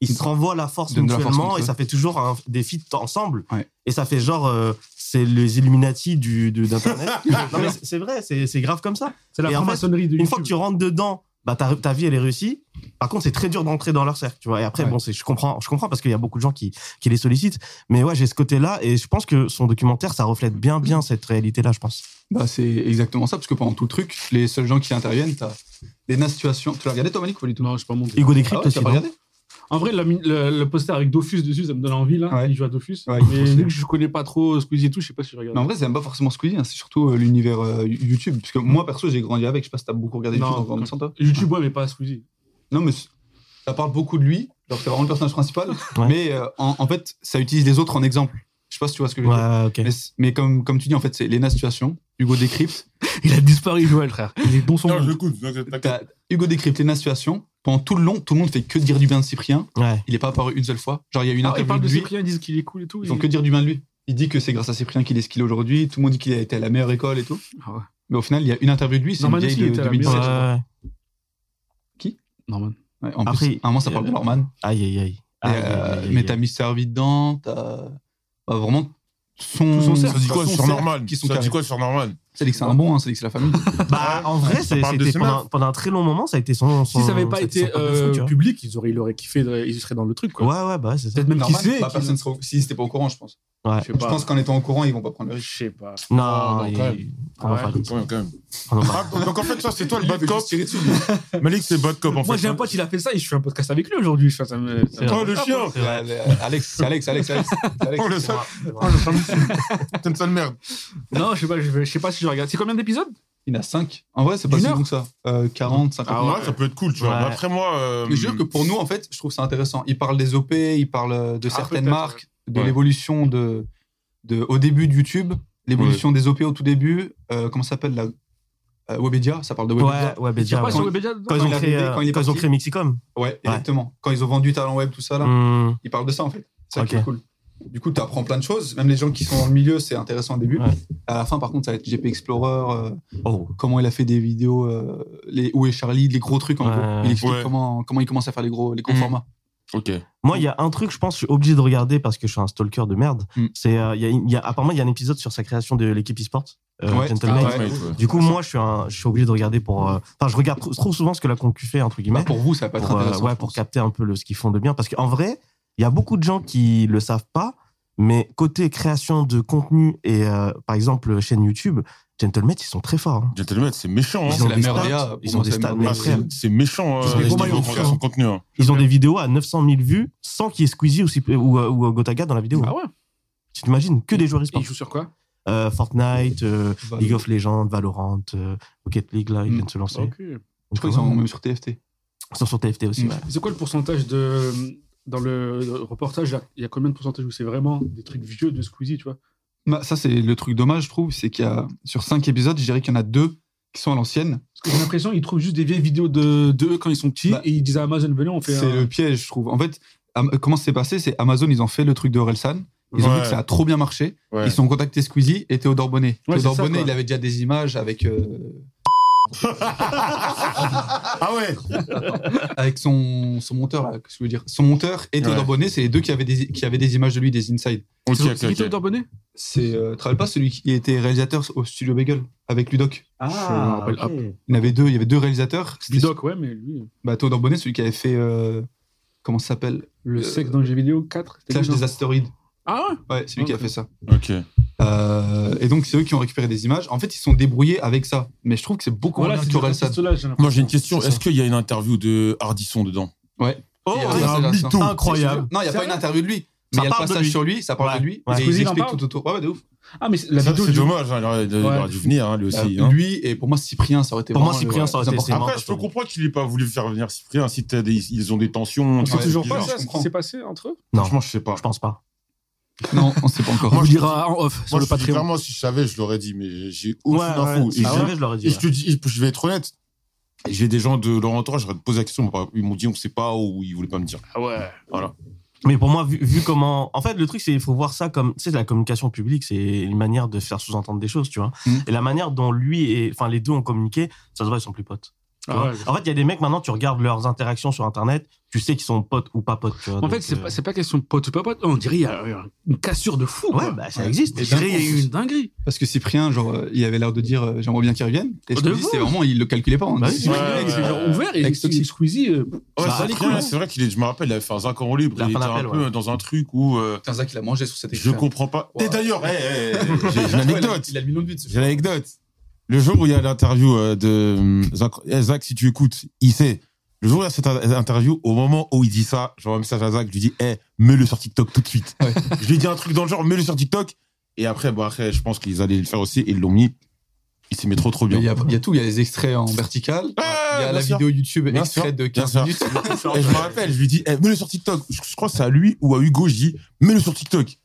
ils se renvoient la force Donne de la force mutuellement entre et eux. ça fait toujours un- des feats ensemble. Ouais. Et ça fait genre, euh, c'est les Illuminati du de- d'internet. non mais c'est- c'est vrai, c'est c'est grave comme ça. C'est la Et en fait, franc-maçonnerie de Une fois que YouTube. tu rentres dedans, bah ta, ta vie elle est réussie. Par contre, c'est très dur d'entrer dans leur cercle, tu vois. Et après, Ouais. bon, c'est je comprends, je comprends parce qu'il y a beaucoup de gens qui qui les sollicitent. Mais ouais, j'ai ce côté-là et je pense que son documentaire, ça reflète bien bien cette réalité-là, je pense. Bah, c'est exactement ça, parce que pendant tout le truc, les seuls gens qui interviennent, t'as des nations. Tu l'as regardé, toi, Malik, ou pas du tout Non, je pas monté. Hugo Ah Décrypte ouais, tu aussi. l'as pas non regardé En vrai, la mi- le, le poster avec Dofus dessus, ça me donne envie, là. Ouais. Il joue à Dofus. Ouais, mais il faut vu aussi. que je connais pas trop Squeezie et tout, je sais pas si je regarde. Mais en vrai, c'est même pas forcément Squeezie, hein, c'est surtout euh, l'univers euh, YouTube. Parce que moi, perso, j'ai grandi avec. Je sais pas si t'as beaucoup regardé Non, YouTube dans quand- le toi. YouTube, ouais, mais pas Squeezie. Non, mais c'est- ça parle beaucoup de lui. Genre, c'est vraiment le personnage principal. Ouais. Mais euh, en, en fait, ça utilise les autres en exemple. Je sais pas si tu vois ce que je veux dire. Ouais, ok. Mais, c'est- mais comme, comme tu dis, en fait, c'est Lena Situation, Hugo Décrypte. Il a disparu, Joël, frère. Il est dans son Non, je monde. l'écoute, t'inquiète, t'inquiète. T'as Hugo Décrypte, Lena Situation. Pendant tout le long, tout le monde fait que dire du bien de Cyprien. Ouais. Il est pas apparu une seule fois. Genre, il y a Ah, une ils interview parlent de de lui. Cyprien, ils disent qu'il est cool et tout. Ils font il- que dire du bien de lui. Il dit que c'est grâce à Cyprien qu'il est ce qu'il est aujourd'hui. Tout le monde dit qu'il a été à la meilleure école et tout. Ah ouais. Mais au final, il y a une interview de lui, c'est une Norman vieille aussi, il de était à la 2017. maison. Ouais, Ouais, ouais. Norman. en plus, Après, à un moment, ça parle de euh, Norman. Aïe, aïe, aïe. Et, Aïe, aïe, euh, aïe, aïe, mais aïe. t'as mis Servi dedans, t'as bah, vraiment son. Tout son cercle. Ça dit quoi son sur cercle Norman Qui sont Ça dit carrés. quoi sur Norman C'est que c'est un bon, hein, c'est que c'est la famille. Ah, Bah, en vrai, c'est- parle de c'était ses pendant, meufs. pendant un très long moment, Oh, ça a été son. Si son- ça avait pas été été son truc de fou, euh, tu vois. public, ils auraient, il aurait kiffé, de- ils seraient dans le truc, quoi. Ouais, ouais, bah, ouais, c'est ça. Peut-être même qui Norman, sait. bah, qui- personne sera... Si c'était pas au courant, je pense. Ouais. Je sais Je pas. pense qu'en étant au courant, ils vont pas prendre le Je risque. sais pas. Non, Ah, Non, il- quand même. on va Ouais. faire vite. Ouais, quand même. On en parle. Ah, donc en fait, toi, c'est toi le Lui, il bad veut cop. juste tirer dessus. Malik, c'est bad cop en Moi, fait. hein. j'ai un pote, il a fait ça et je fais un podcast avec lui aujourd'hui. Enfin, ça me- ça me- Oh le chien C'est vrai. Ouais, euh, Alex, c'est Alex, Alex, Alex. c'est Alex. Oh le C'est sale vrai, c'est vrai. Oh le sale T'es une sale merde. Non, je sais pas, je vais- je sais pas si je regarde. C'est combien d'épisodes Il y en a 5. En vrai, c'est pas Une si heure long que ça. Euh, 40, 50 Ah minutes. ouais, ça peut être cool, tu vois. Ouais. Mais Après moi. euh, Mais je veux que pour nous, en fait, je trouve ça intéressant. Il parle des OP, il parle euh, de Ah, certaines peut-être, marques, de Ouais. l'évolution de, de, au début de YouTube, l'évolution des OP au tout début. Euh, comment ça s'appelle la euh, Webedia, ça parle de Webedia. Ouais, ouais, Tu Bedia, pas Ah ouais. sur Webedia Quand ils quand ont il est créé, arrivé, euh, quand il est quand ils ont parti. Ah. créé Mixicom. Ouais, exactement. Quand ils ont vendu Talent Web, tout ça, là, Hmm. ils parlent de ça, en fait. C'est ça qui Ok. est cool. Du coup, tu apprends plein de choses. Même les gens qui sont dans le milieu, c'est intéressant au début. Ouais. À la fin, par contre, ça va être GP Explorer, euh, Oh. comment il a fait des vidéos, euh, les, où est Charlie, les gros trucs en Ouais. gros. Il explique Ouais. comment, comment il commence à faire les gros, les gros Mm. formats. Ok. Moi, il y a un truc, je pense, je suis obligé de regarder parce que je suis un stalker de merde. Mm. C'est, euh, il y a, une- il y a- apparemment, il y a un épisode sur sa création de l'équipe e-sport, euh, Ouais. Gentleman. Ah ouais. Du coup, moi, je suis, un, je suis obligé de regarder pour. euh, Enfin, je regarde tr- trop souvent ce que la concu fait, entre Bah, guillemets, pour vous, ça va pas être pour, euh, intéressant. ouais, je pour pense. capter un peu le, ce qu'ils font de bien. Parce qu'en vrai, il y a beaucoup de gens qui le savent pas, mais côté création de contenu et, euh, par exemple, chaîne YouTube, Gentleman, ils sont très forts. hein. Gentleman, c'est méchant. Ils hein. C'est ont la des merde, stats, Léa, pour ils ont moi, des c'est la stats merde. Ah, de frère. c'est- C'est méchant. Ils sont des euh, gros maillots, niveau frère. son contenu. hein. Ils ont des vidéos à 900 000 vues sans qu'il y ait Squeezie ou, Sip- ou, euh, ou Gotaga dans la vidéo. Ah ouais Tu t'imagines que des joueurs Mm. Et e-sport. ils jouent sur quoi Euh, Fortnite, euh, Voilà. League of Legends, Valorant, euh, Rocket League, là, ils Mm. viennent de se lancer. Ok. Je crois qu'ils sont même sur TFT. Ils sont sur TFT aussi. Mm. ouais. C'est quoi le pourcentage de. Dans le reportage, là, il y a combien de pourcentage où c'est vraiment des trucs vieux de Squeezie, tu vois Bah, ça, c'est le truc dommage, je trouve. C'est qu'il y a, sur 5 épisodes, je dirais qu'il y en a 2 qui sont à l'ancienne. Parce que j'ai l'impression qu'ils trouvent juste des vieilles vidéos de, de eux quand ils sont petits Bah, et ils disent à Amazon, venez, on fait. C'est un- le piège, je trouve. En fait, Am- comment c'est passé C'est Amazon, ils ont fait le truc de Orelsan. Ils ont Ouais. vu que ça a trop bien marché. Ouais. Ils ont contacté Squeezie et Théodore Bonnet. Ouais, c'est Théodore ça, Bonnet, quoi. il avait déjà des images avec, euh, Ah ouais avec son, son monteur, là, qu'est-ce que je veux dire Son monteur et Théodore Ouais. Bonnet, c'est les deux qui avaient, des, qui avaient des images de lui, des inside. Ok, C'est ok, c'est qui ok. Théodore Bonnet C'est, euh, travaille pas celui qui était réalisateur au studio Bagel avec Ludoc. Ah, Je me rappelle, ok. Il y en avait deux, il y avait deux réalisateurs. C'était- Bidoc, ouais, mais lui. Bah, Théodore Bonnet, celui qui avait fait, euh, comment ça s'appelle Le Euh, sexe dans les jeux vidéo 4 c'était Clash lui, non des astéroïdes. Ah ouais Ouais, c'est lui qui a Ok. fait ça. Ok. Euh, et donc, c'est eux qui ont récupéré des images. En fait, ils sont débrouillés avec ça. Mais je trouve que c'est beaucoup Voilà, moins c'est bien du qu'Orelsan. cela, j'ai l'impression. Moi j'ai une question, C'est est-ce ça. qu'il y a une interview de Hardisson dedans Ouais. Oh, Et, euh, c'est un Orelsan. mytho Incroyable. Non, il n'y a pas une interview de lui. Mais il Ça y a le parle de passage lui. sur lui, ça parle Ouais. de lui. Ouais. Et il Squeezie en explique parle tout autour. Ouais, ouais, de ouf. Ah, mais la Ça, vidéo. C'est du- dommage, hein, il aurait- il Ouais. aurait dû venir hein, lui aussi. Euh, hein. lui, et pour moi, Cyprien, ça aurait été Pour moi, vraiment Cyprien, le- ça aurait été- important. c'est marrant. Après, je peux Attends. comprendre qu'il n'ait pas voulu faire venir Cyprien si t'as des- ils ont des tensions. On tu sait vois, toujours c'est pas bizarre. ça, ce qui comprends. s'est passé entre eux Non. Franchement, je sais pas. Je pense pas. Non, on ne sait pas encore. Moi, On je- dira en off sur Moi, le je te dis Patreon. Clairement, si je savais, je l'aurais dit, mais j'ai Ou aucune info. Et si je- je l'avais, je l'aurais dit. hein. Et ouais. je te dis, je vais être honnête. J'ai des gens de leur entourage, j'aurais posé la question. Ils m'ont dit, on sait pas, ou ils voulaient pas me dire. Ah ouais. Mais pour moi, vu, vu comment. En fait, le truc, c'est il faut voir ça comme. Tu sais, la communication publique, c'est une manière de faire sous-entendre des choses, tu vois. Mm. Et la manière dont lui et. Enfin, les deux ont communiqué, ça se voit, ils sont plus potes. tu vois. Ah ouais. en fait, il y a des mecs maintenant, tu regardes leurs interactions sur Internet, tu sais qu'ils sont potes ou pas potes, tu vois. En donc, fait, c'est euh, pas, c'est pas question de pote ou pas pote. On dirait il y a euh, une cassure de fou. Ouais, quoi. bah, ça existe. On dirait il y a eu une dinguerie. Parce que Cyprien, genre, euh, il avait l'air de dire euh, j'aimerais bien qu'il revienne. Et je De me dis, ouf. c'est vraiment, il le calculait pas. hein. On Oh, Bah dit, oui, C'est Ouais, vrai, ouais, c'est genre ouais. ouvert et Avec Squeezie, Squeezie. Squeezie, euh, Oh, Ouais, Bah, c'est allez, vrai, cool, hein. c'est vrai qu'il est, je me rappelle, il avait fait un 5 ans libre. Il a Il fait était un un appel, peu ouais. dans un truc où euh, C'est ça qu'il a mangé sur cet je écran. comprends pas. Ouais. Et d'ailleurs, hey, hey, hey, j'ai j'ai une anecdote. Il a le million de vues dessus. J'ai l'anecdote. Le jour où il y a l'interview euh, de hum, Zach, eh, Zach, si tu écoutes, il sait. Le jour où il y a cette in- interview, au moment où il dit ça, j'envoie un message à Zach, je lui dis, eh, mets-le sur TikTok tout de suite. Ouais. Je lui ai dit un truc dans le genre, mets-le sur TikTok. Et après, bon, après, je pense qu'ils allaient le faire aussi et ils l'ont mis. Il s'y met trop, trop bien. Mais Ah, Il y, a, il y a tout, il y a les extraits en vertical, il y a bien la sûr. vidéo YouTube Bien extrait sûr, de bien 15 sûr. minutes. Et je me rappelle, je lui dis, eh, mets-le sur TikTok. Je, je crois que c'est à lui ou à Hugo, je dis, mets-le sur TikTok.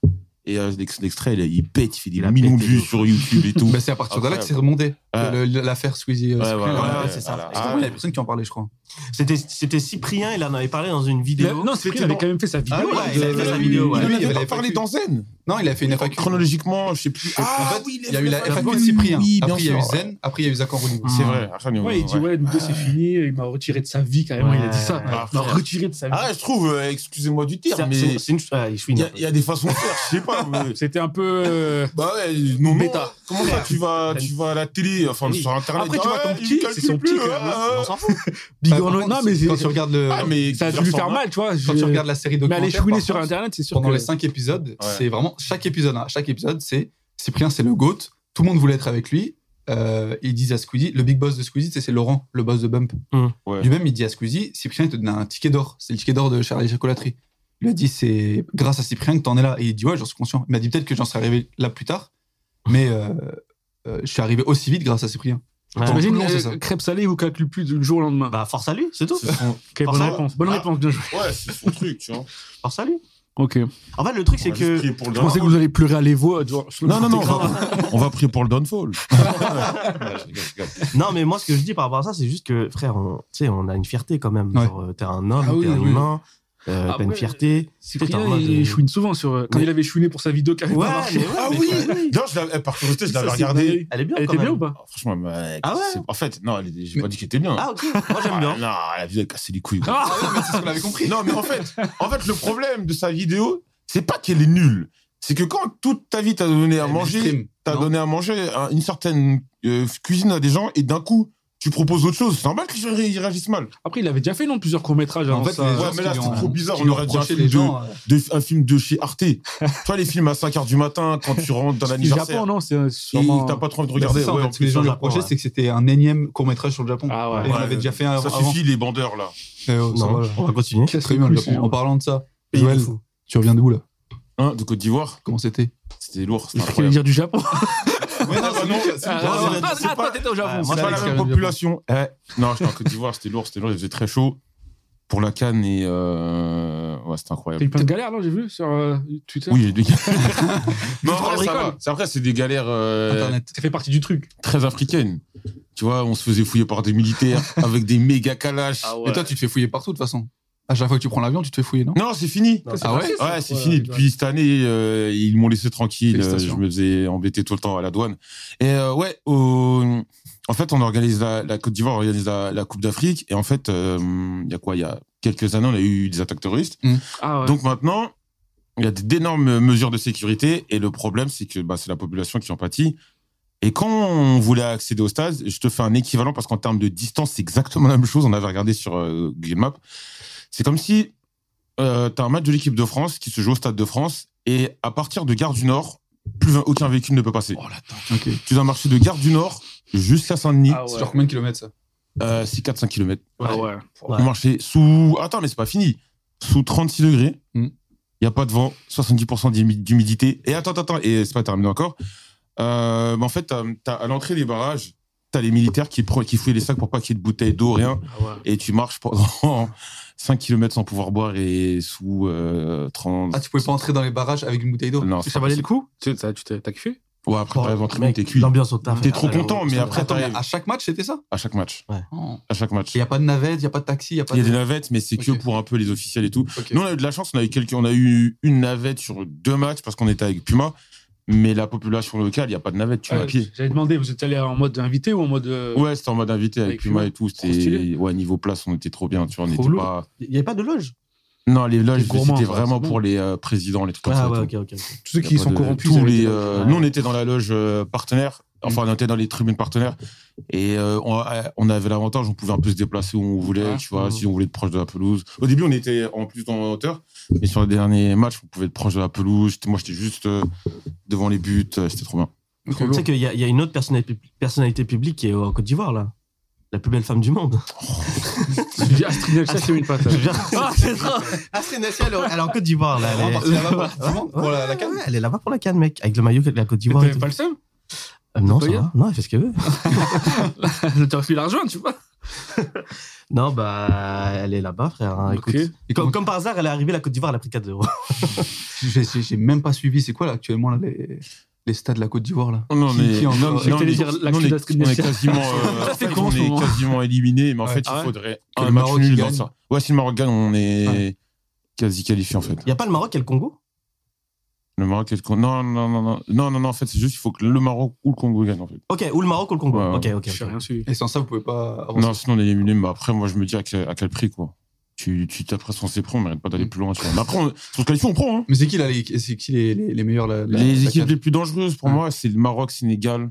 Et euh, l'ex- l'extrait, il, il pète, il fait des Il a millions de pété, vues gros. sur YouTube et tout. Bah, c'est à partir de là que c'est remonté, que le- l'affaire Squeezie. euh, Ouais, Cyprien, ouais, là. ouais, Ah ouais, ouais, c'est ça. voilà. Parce que moi, il y a personne qui en parlait, je crois. C'était, c'était Cyprien, il en avait parlé dans une il a- vidéo. Non, Cyprien avait dans- quand même fait sa vidéo. hein. ouais, là, il de- avait fait Il sa en vidéo, ouais. avait Il en avait pas pas parlé cru. dans Zen. Non, il a fait une FAQ. Chronologiquement, je sais plus. En Ah fait, oui, il y a eu la FAQ. FAQ de Cyprien. Oui, bien après, il y a eu sûr, ouais. Zen. Après, il y a eu Zach Enrouni. C'est vrai. Archan, Ouais, il dit, ouais, Ludo, c'est fini, il m'a retiré de sa vie, carrément, il a dit ça. Ouais. Il m'a frère. retiré de sa vie. Ah, je trouve, euh, excusez-moi du C'est- terme, mais c'est- c'est une ch- ah, il chouine il y, un a- peu. il y a des façons de faire, je sais pas. mais- C'était un peu. euh, Bah ouais, non, non. Bêta. Comment ça, tu vas, tu vas à la télé, enfin Oui. sur internet. Après, ah tu vois ouais, ton il petit, calcule c'est son plus, petit, ouais, frère, ouais. On s'en fout. Bah, Bigorneau- par contre, non, mais quand c'est- tu regardes le, Ah, mais ça a dû ça lui ressemble faire mal, tu vois. je- quand tu regardes la série Mais documentaire, aller chouiner par sur contre, Internet, c'est sûr. pendant que- les cinq épisodes, Ouais. c'est vraiment chaque épisode. hein, chaque épisode, c'est Cyprien, c'est le goat. Tout le monde voulait être avec lui. Euh, il dit à Squeezie, le big boss de Squeezie, c'est c'est Laurent, le boss de Bump. Mm. Hum, ouais. Lui-même, il dit à Squeezie, Cyprien, il te donne un ticket d'or. C'est le ticket d'or de Charlie Chocolaterie. Il lui a dit, c'est grâce à Cyprien que t'en es là. Et il dit, ouais, j'en suis conscient. Il m'a dit, peut-être que j'en serais arrivé là plus tard, Mm. mais euh, euh, je suis arrivé aussi vite grâce à Cyprien. Ouais. Tout T'imagines, le long, c'est ça. euh, crêpe salée, il vous calcule plus du jour au lendemain. Bah, force à lui, c'est tout. C'est son- Ok, bonne ça va. réponse. Bonne Ah. réponse, bien joué. Ouais, c'est son truc, tu vois. Force à lui. Ok. En fait, le truc, c'est On va juste que. prier pour le Je pensais que vous alliez pleurer à l'Evo. genre, sur le Non, non, non, on côté grave. va, on va prier pour le downfall. Non, mais moi, ce que je dis par rapport à ça, c'est juste que, frère, on, tu sais, on a une fierté quand même. Ouais. Genre, euh, t'es un homme, Ah oui, t'es un oui. humain, euh, t'as Après, une fierté. Putain, en Cyprien, mode, euh, il chouine souvent sur. euh, Quand mais- il avait chouiné pour sa vidéo qui avait pas marché. mais ouais, mais frère, Non, je l'avais- eh, par curiosité, je Ça, l'avais c'est regardé. dingue. Elle est bien Elle quand était bien même. ou pas Franchement, mec, Ah ouais c'est- en fait, non, elle est- j'ai pas dit qu'elle était bien. Ah, ok. Moi, j'aime bien. non, elle a vidéo cassé les couilles. gros. Ah C'est ce qu'on avait compris. Non, mais en fait, en fait, le problème de sa vidéo, c'est pas qu'elle est nulle. C'est que quand toute ta vie, t'as donné à manger, t'as non. donné à manger à une certaine euh, cuisine à des gens et d'un coup, tu proposes autre chose. C'est normal qu'ils ré- ils réagissent mal. Après, il avait déjà fait non plusieurs courts métrages. En fait, les gens Ouais, mais là, qui c'est lui ont- trop bizarre, qui on lui ont aurait dit un reproché film les de- gens. euh, De- un film de chez Arte. tu vois, les films à 5h du matin quand tu rentres dans du l'anniversaire. Japon, non C'est euh, et sûrement. hein. T'as pas trop envie de Regardez, regarder. ouais, en ce que les plus, gens lui ça, reprochaient, ouais. c'est que c'était un énième court métrage sur le Japon. Ah ouais. Et on Ouais, l'avait déjà fait un- ça avant. suffit, les bandeurs, là. Euh, ça Non, va, on va continuer. Casse Très les bien, le couilles, Japon. En ces parlant de ça, Et Joël, il faut- tu reviens d'où là Hein, de Côte d'Ivoire, Comment c'était c'était lourd, c'était gens. Je voulais incroyable. dire du Japon. Ouais, non, c'est non, lui qui a- c'est c'est lui qui a- pas- Ah, c'est toi- ah, pas- toi, t'étais au Ah, Japon. C'est moi, pas la Alex même Carrel population. Eh, non, j'étais en Côte d'Ivoire, c'était lourd, c'était lourd, il faisait très chaud pour la canne et euh, ouais, c'était T'as eu incroyable. plein de galères, non J'ai vu sur euh, Twitter. Oui, il y a eu des galères. non, Trois après, ça bricoles. va. C'est- après, c'est des galères euh, Internet. Ça fait partie du truc. très africaines. Tu vois, on se faisait fouiller par des militaires avec des méga calaches. Ah Mais toi, tu te fais fouiller partout de toute façon. À chaque fois que tu prends l'avion, tu te fais fouiller, non Non, c'est fini. Non, Ah ouais Ouais, c'est fini. Depuis cette année, euh, ils m'ont laissé tranquille. Euh, Je Félicitations. me faisais embêter tout le temps à la douane. Et euh, ouais, au- en fait, on organise la, la Côte d'Ivoire organise la, la Coupe d'Afrique. Et en fait, euh, il y a quoi Il y a quelques années, on a eu des attaques terroristes. Ah ouais. Donc maintenant, il y a d'énormes mesures de sécurité. Et le problème, c'est que bah, c'est la population qui en pâtit. Et quand on voulait accéder au stade, je te fais un équivalent parce qu'en termes de distance, c'est exactement la même chose. On avait regardé sur euh, Google Maps. C'est comme si euh, tu as un match de l'équipe de France qui se joue au Stade de France et à partir de Gare du Nord, plus aucun véhicule ne peut Oh, passer. Ok. Tu dois marcher de Gare du Nord jusqu'à Saint-Denis. Ah C'est ouais. genre combien de kilomètres ça Euh, c'est 4-5 km. Ah ouais. Ouais. On marchait sous. Attends, mais c'est pas fini. Sous 36 degrés, il Mm. n'y a pas de vent, 70% d'humi- d'humidité. Et attends, attends, attends, et c'est pas terminé encore. Euh, mais en fait, t'as- t'as- à l'entrée des barrages, t'as les militaires qui, pre- qui fouillent les sacs pour pas qu'il y ait de bouteilles d'eau, rien. Ah ouais. Et tu marches pendant 5 km sans pouvoir boire et sous euh, 30. Ah, tu pouvais pas entrer dans les barrages avec une bouteille d'eau Non, c'est Ça pas valait possible. le coup Tu ça- tu t'es- t'as kiffé Ouais, après, t'arrives en tribune, Mec, t'es cuit. L'ambiance au taf. T'es trop Ah, ouais, content, ouais, mais ça, après, ouais. Attends, mais t'arrives à chaque match, c'était ça à chaque match. Il À chaque match. n'y a pas de navette, il n'y a pas de taxi, il n'y a pas Il y a des de. navettes, mais c'est que Ok. pour un peu les officiels et tout. Ok. Nous, on a eu de la chance, on a eu, quelques, on a eu une navette sur deux matchs parce qu'on était avec Puma, mais la population locale, il n'y a pas de navette, tu vas Ouais, à pied. J'avais demandé, vous êtes allé en mode invité ou en mode. euh, Ouais, c'était en mode invité avec, Avec Puma, Puma. et tout. Trop C'était stylé. ouais, niveau place, on était trop bien, tu vois, on Trop n'était lourd. pas. Il n'y avait pas de loge. Non, les loges, T'es gourmand, c'était toi, vraiment c'est bon. pour les euh, présidents, les trucs comme ça. Ah et ouais, tout. ok, ok. ok. Tous ceux Y qui a sont pas de- corrompus. tous ils avaient les, été- euh, Ouais. Nous, on était dans la loge euh, partenaire. Enfin, on était dans les tribunes partenaires. Et euh, on, a- on avait l'avantage, on pouvait un peu se déplacer où on voulait, Ouais. tu vois, Mhm. si on voulait être proche de la pelouse. Au début, on était en plus dans la hauteur. Mais sur les derniers matchs, on pouvait être proche de la pelouse. J'étais- Moi, j'étais juste euh, devant les buts. euh, C'était trop bien. Tu sais qu'il y, a- il y a une autre personnalité, personnalité publique qui est en Côte d'Ivoire, là. La plus belle femme du monde. Je ah, dis, Astrid Nelson, c'est une patte. Je veux dire, c'est trop. Astrid Nassia, elle est en- elle est en Côte d'Ivoire, là. Elle est partie là-bas pour- Ouais, vraiment, pour la- la ouais, CAN. ouais, Elle est là-bas pour la canne, mec. Avec le maillot de la Côte Mais d'Ivoire. et T'avais tout. pas le seum Euh, Non, t'as ça pas va. Non, elle fait ce qu'elle veut. T'aurais pu la rejoindre, tu vois. Non, bah, elle est là-bas, frère. hein, Ok. Écoute. Et Comme, comment- comme par hasard, elle est arrivée, la Côte d'Ivoire, elle a pris 4 euros. J'ai- J'ai j'ai même pas suivi. C'est quoi là actuellement là, les, les stades de la Côte d'Ivoire là Non, Qui- qui mais- en- non, euh, mais- J'ai non, failli mais- dire la non, on est- Kidaskin on est Nessia. quasiment, euh, Ça fait en fait, con, on en ce moment. est quasiment éliminé, mais en Ouais. fait, Ah il ouais. faudrait Que un le match Maroc nul gagne. dans ça. Ouais, si le Maroc gagne, on est quasi qualifié en fait. Il n'y a pas le Maroc et le Congo Le Maroc et le Congo. Non, non, non, non, non, non, non, en fait, c'est juste qu'il faut que le Maroc ou le Congo gagne, en fait. Ok, ou le Maroc ou le Congo. Ouais, ok, ok. J'ai ok. rien suivi. Et sans ça, vous pouvez pas avancer. Non, sinon on est éliminé. Mais après, moi, je me dis à quel, à quel prix, quoi. Tu, tu t'après sans ses on mérite pas Mm. d'aller plus loin. Tu vois. Mais après, on, sur le qualifié, on prend. Hein. Mais c'est qui, là, les, c'est qui les, les, les meilleurs là, là, les la équipes CAF les plus dangereuses pour Ouais. moi, c'est le Maroc, Sénégal.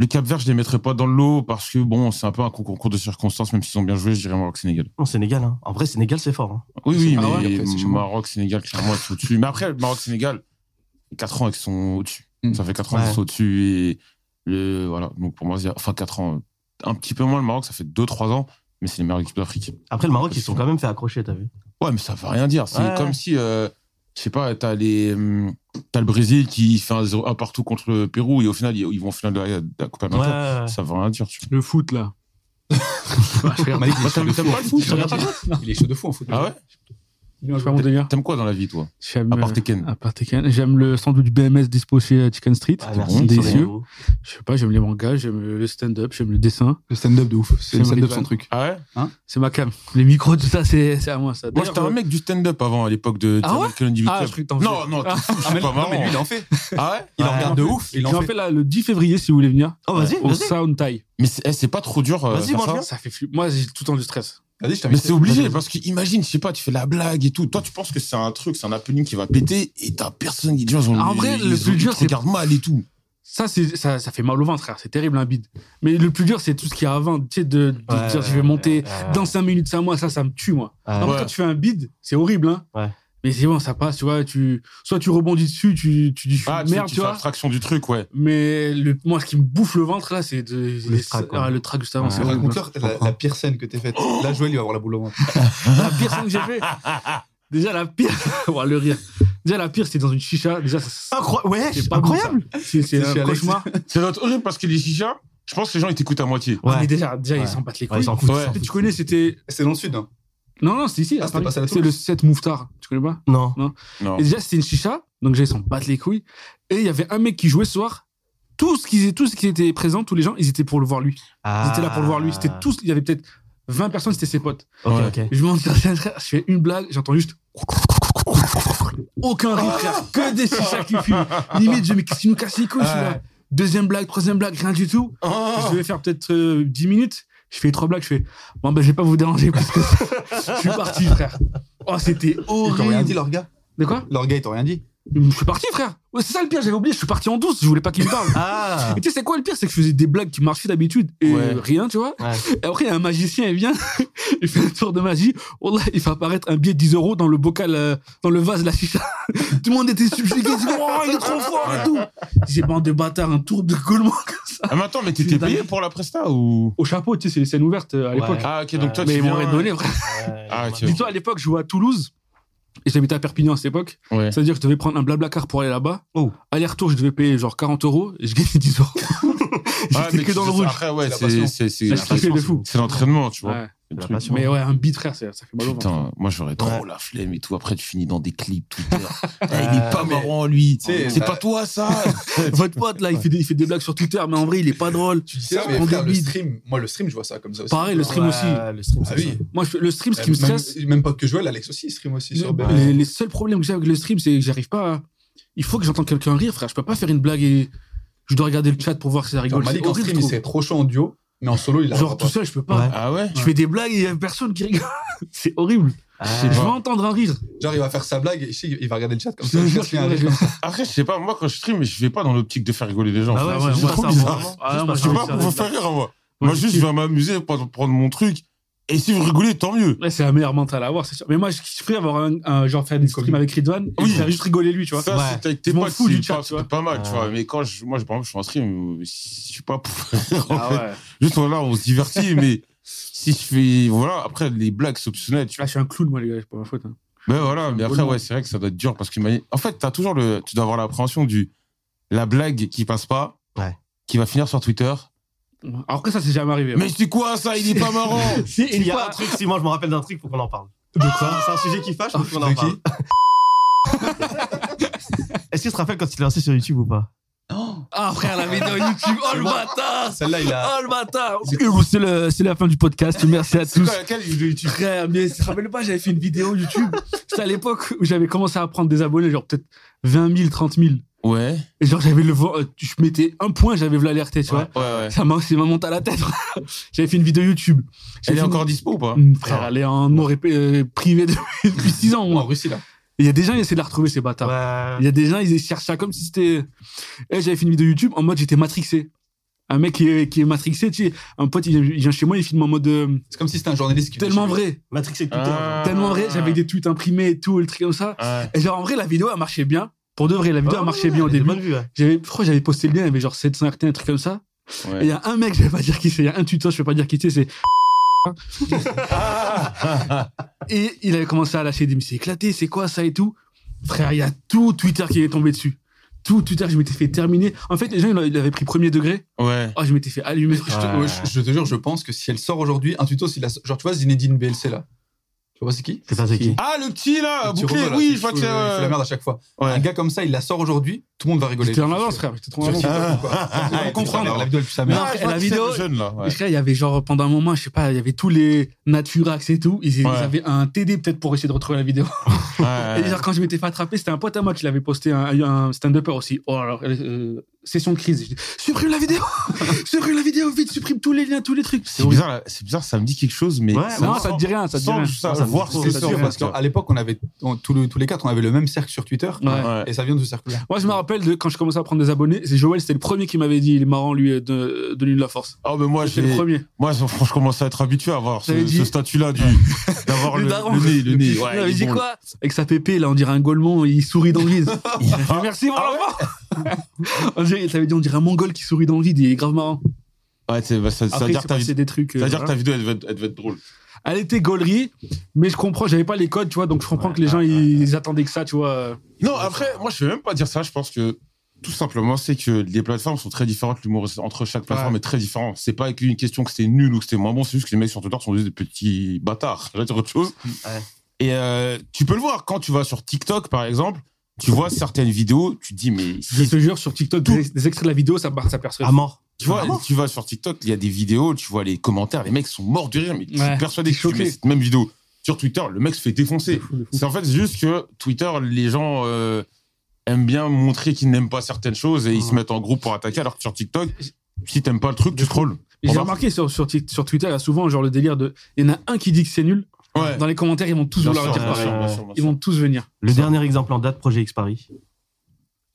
Le Cap Vert, je les mettrais pas dans le lot parce que bon, c'est un peu un con- concours de circonstances, même s'ils ont bien joué, je dirais Maroc-Sénégal. Non, Sénégal. hein. En vrai, Sénégal, c'est fort. hein. Oui, C'est oui, pas vrai, mais après, c'est chez moi. Maroc-Sénégal, clairement, ils sont au-dessus. Mais après, le Maroc-Sénégal, 4 ans, ils sont au-dessus. Mm. Ça fait 4 ans Ouais. qu'ils sont au-dessus. Et le, voilà, donc pour moi, c'est- enfin 4 ans, un petit peu moins le Maroc, ça fait 2-3 ans, mais c'est les meilleures équipes d'Afrique. Après, le Maroc, ils se sont quand même fait accrocher, t'as vu. Ouais, mais ça veut rien dire. C'est Ouais. comme si, euh, je sais pas, t'as les, hum, t'as le Brésil qui fait un 0-1 partout contre le Pérou et au final, ils ils vont en finale de la, de la Coupe Ouais. Américaine. Ça veut rien dire. Tu vois. Le foot, là. Bah, Malik, il Moi, est chaud de t'aimes t'aimes fou, pas le foot toi Il est chaud de fou en foot. Ah ouais Je pas mon délire. T'aimes quoi dans la vie, toi J'aime, À part euh, Tekken. à part Tekken. J'aime le sandwich BMS dispo chez euh, Chicken Street. Ah, bon, merci. des Sonia. yeux. Je sais pas, j'aime les mangas, j'aime euh, le stand-up, j'aime le dessin. Le stand-up de ouf. C'est le C'est stand-up Malik son truc. Ah ouais C'est ma cam. Les micros, tout ça, c'est c'est à moi, ça. Moi, D'ailleurs, j'étais un mec du stand-up avant, à l'époque de Ah ouais Diamond Colony Ah, Weekend. je croyais que t'en Non, non, Ah. je suis pas marrant. mais lui, il en fait. Ah ouais Il en Ouais. regarde de ouf. Il J'en en fais fait. là le 10 février si vous voulez venir euh, Oh, vas-y, au vas-y. Sound Thai. Mais c'est eh, c'est pas trop dur. euh, Vas-y, faire moi, ça. je viens. Ça fait flipper. Moi j'ai tout le temps du stress. Vas-y, je Mais t'invite. c'est obligé Vas-y. parce que imagine, je sais pas, tu fais la blague et tout. Toi, tu penses que c'est un truc, c'est un happening qui va péter et t'as personne qui dit genre, Ah, En vrai, le plus dur, c'est- regarde mal et tout. Ça, c'est- ça, ça fait mal au ventre, frère. C'est terrible, un bide. Mais le plus dur, c'est tout ce qu'il y a avant. Tu sais, de, de Ouais, dire, je vais ouais, monter ouais, Ah, ouais. dans 5 minutes, ça, moi, ça, ça me tue, moi. Ouais. En même temps, tu fais un bide, c'est horrible, hein. Ouais. Mais c'est bon, ça passe, tu vois. Tu... Soit tu rebondis dessus, tu, tu dis, je suis Ah, une merde, tu, tu, fais vois. abstraction du truc, ouais. Mais le, moi, ce qui me bouffe le ventre, là, c'est de- Le les- trac, quoi. ah, le trac juste avant. Ouais. c'est Je te horrible. raconte la, la pire scène que t'es faite. Là, Joël, il va avoir la boule au ventre. la pire scène que j'ai fait. Déjà, la pire. Ouah, le rire. Déjà, la pire, c'était dans une chicha. Déjà, ça. Incro- ouais, c'est pas bon, incroyable. ça. C'est c'est C'est chez un Alex. cauchemar. C'est notre horrible parce que les chichas, je pense que les gens ils t'écoutent à moitié. Ah, Ouais. mais déjà, déjà Ouais. ils s'en battent les Ouais, ils couilles. s'en foutent, Ouais. ils s'en foutent. tu connais, c'était. C'est dans le sud. hein. Non, non, c'était ici. Ah, à c'était Paris. passé à la c'est Toulouse. le 7 Mouffetard. Tu connais pas Non. Non. Et déjà, c'était une chicha. Donc, déjà, ils s'en battent les couilles. Et il y avait un mec qui jouait ce soir. Tous qui, tous qui étaient présents, tous les gens, ils étaient pour le voir lui. Ils étaient là pour le voir lui. C'était tous. Il y avait peut-être 20 personnes, c'était ses potes. Ah. Ok, Ah. Ouais. ok. Je monte sur scène, frère, je fais une blague, j'entends juste. Aucun rire, frère. Que des chichas qui fument. Limite, je me qu'est-ce qu'il nous casse les couilles, celui-là Deuxième blague, troisième blague, rien du tout. Oh. Je devais faire peut-être euh, 10 minutes. Je fais trois blagues, je fais Bon, ben, je vais pas vous déranger parce que je suis parti, frère. Oh, c'était Ils t'ont rien horrible. dit, leur gars. De quoi Leur gars, ils t'ont rien dit. Je suis parti, frère. Ouais, c'est ça le pire, j'avais oublié, je suis parti en douce, je voulais pas qu'il me parle. Ah. Et tu sais, c'est quoi le pire C'est que je faisais des blagues qui marchaient d'habitude et euh, Ouais. rien, tu vois. Ah, Ouais. Et après, il y a un magicien, il vient, il fait un tour de magie. Oh là, il fait apparaître un billet de 10 euros dans le bocal, euh, dans le vase de la chicha. tout le monde était subjugué. Il dit, oh, il est trop fort et tout. J'ai bande de bâtards, un tour de gaulement comme ça. Ah, mais attends, mais t'étais payé pour la presta ou. Au chapeau, tu sais, c'est les scènes ouvertes euh, à Ouais. l'époque. Ah, ok, donc toi Mais tu ils m'auraient viens... donné, frère. Ah, ok. Dis-toi, à l'époque, je jouais à Toulouse. Et j'habitais à Perpignan à cette époque. Ouais. C'est-à-dire que je devais prendre un blabla car pour aller là-bas. Oh. Aller-retour, je devais payer genre 40 euros et je gagnais 10 euros. Ouais, Ah, J'étais mais que tu- dans le rouge. Après, ouais, C'est la c'est- passion. c'est c'est- J'ai c'est- kiffé de fou. c'est l'entraînement, tu vois. Ouais. le La truc. passion. Mais ouais, un beat, frère, c'est- ça fait mal au ventre. Putain, moi j'aurais trop Ouais. la flemme et tout. Après, tu finis dans des clips Twitter. Ah, il est pas marrant, lui. sais, C'est bah- pas toi, ça. Votre pote, là, il fait, des, il fait des blagues sur Twitter, mais en vrai, il est pas drôle. Tu dis ça, mais prends frère, des le bides. stream, moi, le stream, je vois ça comme ça aussi. Pareil, le stream Ouais, aussi. Le stream, Ah c'est oui. Moi, je- le stream, ce qui me Même- stresse, Même pas que Joël, Alex aussi, il stream aussi sur BFM. les, les seuls problèmes que j'ai avec le stream, c'est que j'arrive pas à... Il faut que j'entende quelqu'un rire, frère. Je peux pas faire une blague et je dois regarder le chat pour voir si ça Genre, rigole. C'est Malik en horrible, stream, je il trouve. serait trop chaud en duo, mais en solo, il a Genre, tout seul, je peux pas. Ouais. Ah ouais Je fais des blagues et y a personne qui rigole. c'est horrible. ça. Je Ouais. veux entendre un rire. Genre, il va faire sa blague et je sais, il va regarder le chat comme Je ça. te il jure, se fait un je rire suis comme ça. Après, je sais pas, moi quand je stream, je vais pas dans l'optique de faire rigoler les gens. Ah frère. ouais, ouais, c'est ouais, juste ouais, ça, ça, moi, ouais. vraiment. Ah, Juste non, parce Je sais moi, pas que- ça, pour vous c'est faire rire, moi. Ouais, Moi, juste, je vais m'amuser, prendre prendre mon truc. Et si vous rigolez, tant mieux. Ouais, c'est la meilleure mentale à avoir, c'est sûr. Mais moi, je kifferais avoir un, un- genre faire des streams avec Ridwan et Oui. faire juste rigoler lui, tu vois. Ça, Ouais. c'est avec tes Je m'en potes, fous du c'est chat, pas, tu vois. c'est pas mal, tu Ouais. vois. Mais quand je, moi, je- par exemple, je suis en stream, euh, je suis pas pour faire rire, en Ah fait. ouais. Juste, voilà, on se divertit, mais si je fais, voilà, après, les blagues, c'est optionnel, tu Là, Ah, je suis un clown, moi, les gars, c'est pas ma faute. hein. Ben voilà, mais après, bonhomme. ouais, c'est vrai que ça doit être dur parce que, imagine- en fait, t'as toujours le, tu dois avoir l'appréhension du, la blague qui passe pas, Ouais. qui va finir sur Twitter. Alors que ça, c'est jamais arrivé. hein. Mais c'est quoi ça? Il est pas marrant! si, Il y a pas- un truc, si moi je me rappelle d'un truc, faut qu'on en parle. C'est un sujet qui fâche, mais faut qu'on en De parle. qui Est-ce qu'il se rappelle quand il est lancé sur YouTube ou pas Oh, Ah bâtard, frère, la vidéo YouTube. Oh le bâtard Celle-là, il a. Oh le bâtard C'est le- c'est la fin du podcast. Merci à tous. Laquelle il est utile Frère, mais tu te rappelles pas, j'avais fait une vidéo YouTube. C'était à l'époque où j'avais commencé à prendre des abonnés, genre peut-être 20 000, 30 000. Ouais. Et genre, j'avais le vent, euh, je mettais un point, j'avais voulu alerter, tu vois. Ouais, ouais. Ça m'a aussi monté à la tête. j'avais fait une vidéo YouTube. J'avais Elle est fait une- encore dispo ou pas Mm, Frère, elle est en mort euh, privée depuis 6 ans, au En moins. Russie, là. Il y a des gens, ils essaient de la retrouver, ces bâtards. Ouais. Il y a des gens, ils cherchent ça comme si c'était. Eh, j'avais fait une vidéo YouTube en mode j'étais matrixé. Un mec qui est, qui est matrixé, tu sais, un pote, il vient, il vient chez moi, il filme en mode euh, C'est comme si c'était un journaliste qui. tellement vrai, Matrix et tout. Ah. tellement vrai. J'avais des tweets imprimés et tout, le truc comme ça. Ouais. Et genre, en vrai, la vidéo, elle marchait bien. Pour de vrai, la vidéo, Ah Ouais, elle marchait bien au elle était début. bonne vue, ouais. J'avais, je crois, que j'avais posté le lien, il y avait genre 700 RT, un truc comme ça. Ouais. Et il y a un mec, je vais pas dire qui c'est, il y a un tuto, je vais pas dire qui c'est, c'est. et il avait commencé à lâcher des mais c'est éclaté, c'est quoi ça et tout. Frère, il y a tout Twitter qui est tombé dessus. Tout Twitter, je m'étais fait terminer. En fait, les gens, ils l'avaient pris premier degré. Ouais. Oh, je m'étais fait allumer. Je te, Ouais. je- je te jure, je pense que si elle sort aujourd'hui, un tuto, s'il a. Genre, tu vois, Zinedine BLC, là. Tu vois, c'est qui C'est ça, c'est qui Ah, le petit là, Le petit bouclé, robot, là, oui, qui je vois que fout- c'est. euh, il fout la merde à chaque fois. Ouais. Ah, Un gars comme ça, il la sort aujourd'hui, tout le monde va rigoler. J'étais en avance, frère. J'étais trop en Sur avance. TikTok Ah. ou quoi Ah, On comprend, putain, la vidéo, elle pue sa mère. Non, je la vois que vidéo- c'est le jeune là. ouais. Et frère, il y avait genre pendant un moment, je sais pas, il y avait tous les Naturax et tout. Ils, ils Ouais. avaient un TD peut-être pour essayer de retrouver la vidéo. Ouais, Et genre, quand je m'étais fait attraper, c'était un pote à moi qui l'avait posté, un, un stand-upper aussi. Oh, alors, euh, session de crise. Je dis, supprime la vidéo Supprime la vidéo, vite, supprime tous les liens, tous les trucs. C'est bizarre, là, c'est bizarre, ça me dit quelque chose, mais. Ouais, Non, sans- ça te dit rien, ça te dit Sans rien. ça, Non, ça me voir dit ce trop, que C'est c'est. sûr, en parce fait, qu'à l'époque, on avait, on- tous les- tous les quatre, on avait le même cercle sur Twitter. Ouais. Ouais. Et ça vient de ce cercle-là. Moi, je me rappelle de quand je commençais à prendre des abonnés, c'est Joël, c'était le premier qui m'avait dit, il est marrant, lui, euh, de, de l'île de la force. Ah, mais moi, C'est le j'ai- premier. moi, franchement, je commence à être habitué à avoir J'avais ce, dit- ce statut-là du, d'avoir Oh, Le le, daron. le nez, le nez. il Ouais, m'avait il est dit bon, quoi Avec sa pépé, là, on dirait un Golemon, il sourit dans le vide. Il a Ah. fait, Merci, mon enfant. On dirait, il t'avait dit, on dirait un Mongol qui sourit dans le vide, il est grave marrant. là. Ouais, c'est- bah, ça, ça veut Après, dire c'est ta passé vidéo. des trucs. euh, Ça veut dire que voilà. ta vidéo, elle va être, elle va être drôle. Elle était gaulerie, mais je comprends, j'avais pas les codes, tu vois, donc je comprends que les gens, ils attendaient que ça, tu vois. euh. Non, après, moi, je vais même pas dire ça. Je pense que tout simplement, c'est que les plateformes sont très différentes. L'humour entre chaque plateforme est très différent. C'est pas qu'une question que c'était nul ou que c'était moins bon. C'est juste que les mecs sur Twitter sont juste des petits bâtards. Je vais dire autre chose. Ouais. Et euh, tu peux le voir quand tu vas sur TikTok, par exemple. Tu vois certaines vidéos, tu te dis mais Je te jure, sur TikTok, Tout. Ah, des, des extraits de la vidéo, ça, bar- ça perce. À mort. tu vois, Vraiment tu vas sur TikTok, il y a des vidéos, tu vois les commentaires, les mecs sont morts de rire, mais je Ouais, suis persuadé t'es que tu choqué. mets cette même vidéo sur Twitter, le mec se fait défoncer. C'est en fait juste que Twitter, les gens euh, aiment bien montrer qu'ils n'aiment pas certaines choses et ils se mettent en groupe pour attaquer, alors que sur TikTok, si t'aimes pas le truc, tu scrolls. Et J'ai Remarque. remarqué sur, sur, Tik- sur Twitter, il y a souvent genre le délire de. Il y en a un qui dit que c'est nul. Ouais. Dans les commentaires, ils vont tous Bien vouloir sûr, dire bien pareil. sûr, bien sûr, bien Ils sûr. vont tous venir. Le dernier exemple en date, Projet X Paris.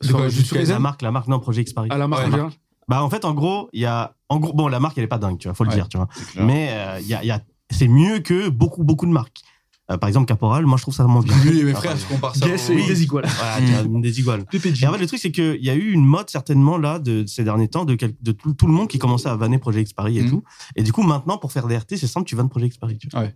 De Sur, quoi, juste sur jusqu'à les La ailes, marque, la marque, non, Projet X Paris. à la marque Ouais, en général. Bah en fait, en gros, il y a, en gros, bon, la marque, elle est pas dingue, tu vois, faut le Ouais. dire, tu vois. C'est clair. Mais euh, il y a, il y a- c'est mieux que beaucoup, beaucoup de marques. Euh, par exemple, Caporal, moi, je trouve ça moins bien. Oui, mes frères, Mm. je compare ça. Guess au- et oui. Desigual. Voilà, tu vois, des iguales. PPJ. Et en fait, le truc, c'est qu'il y a eu une mode, certainement, là, de ces derniers temps, de, quel- de tout, tout le monde qui commençait à vanner Projet X Paris et Mhm. tout. Et du coup, maintenant, pour faire des RT, c'est simple, tu vannes Projet X Paris. Tu vois. Ouais.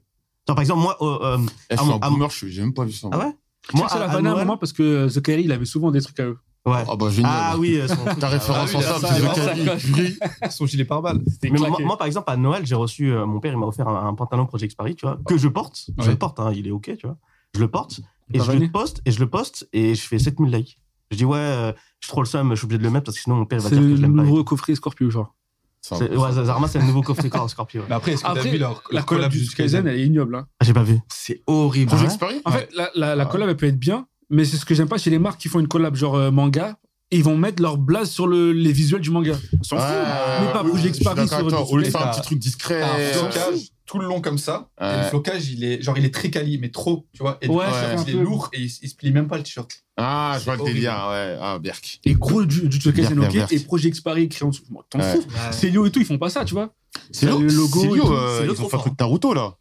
Genre, par exemple, moi, euh, euh, Eh, je à ah, suis mon- un à mon- boomer, je suis- j'ai même pas vu ça. Ah ouais Moi, moi, ça à- l'a à vanné à un Noël- moment parce que euh, The Carry, il avait souvent des trucs à eux. Ouais. Oh, Ah bah génial. Ah oui, euh, son- Ta référence Ah oui, en là, ça, ça, c'est là, le ça Cali. Son gilet pare-balles. C'était Mais moi, claqué. moi, par exemple, à Noël, j'ai reçu. euh, mon père, il m'a offert un, un pantalon Project Paris, tu vois, que je porte. Je Ouais. le porte, hein, il est OK, tu vois. Je le porte et Pas je vanné. le poste et je le poste et je fais 7000 likes. Je dis, ouais, euh, je suis trop le seum, je suis obligé de le mettre parce que sinon mon Bah, père il va c'est dire le que je l'aime pas. et tout. nouveau coffret Scorpio, genre. Ça, C'est- Ouais, Zarma, c'est le nouveau coffret corps Scorpio. ouais. Mais après, est-ce que t'as Après, vu leur La leur collab du Skyzen Skyzen, elle est ignoble. hein. Ah Ah, J'ai pas vu. C'est horrible. Projet Ah ouais Exparis En fait, la, la, la collab, elle peut être bien, mais c'est ce que j'aime pas chez les marques qui font une collab genre euh, manga. Et ils vont mettre leur blase sur le, les visuels du manga. On s'en Ouais, fout. Mais pas ouais, Projet ouais, je suis Exparis d'accord sur avec toi. le Ah, Au lieu de display, faire un t'as- petit truc discret. T'as un euh, flocage tout le long comme ça. et Ouais. le flocage, il est genre il est très quali, mais trop, tu vois. Et Ouais, le ça fait t-shirt, un il peu- est lourd et il, s- il se plie même pas le t-shirt. Ah, je vois le C'est délire, ouais. Ah, Berk. Et gros du, du Chuck Berk, ok. Berk. Et Projet Exparis écrit en dessous. Moi, T'en Ouais. fous. Célio et tout, ils font pas ça, tu vois. C'est le logo et tout, Célio, euh, c'est le ils ont trop fait un fort. truc Naruto, là.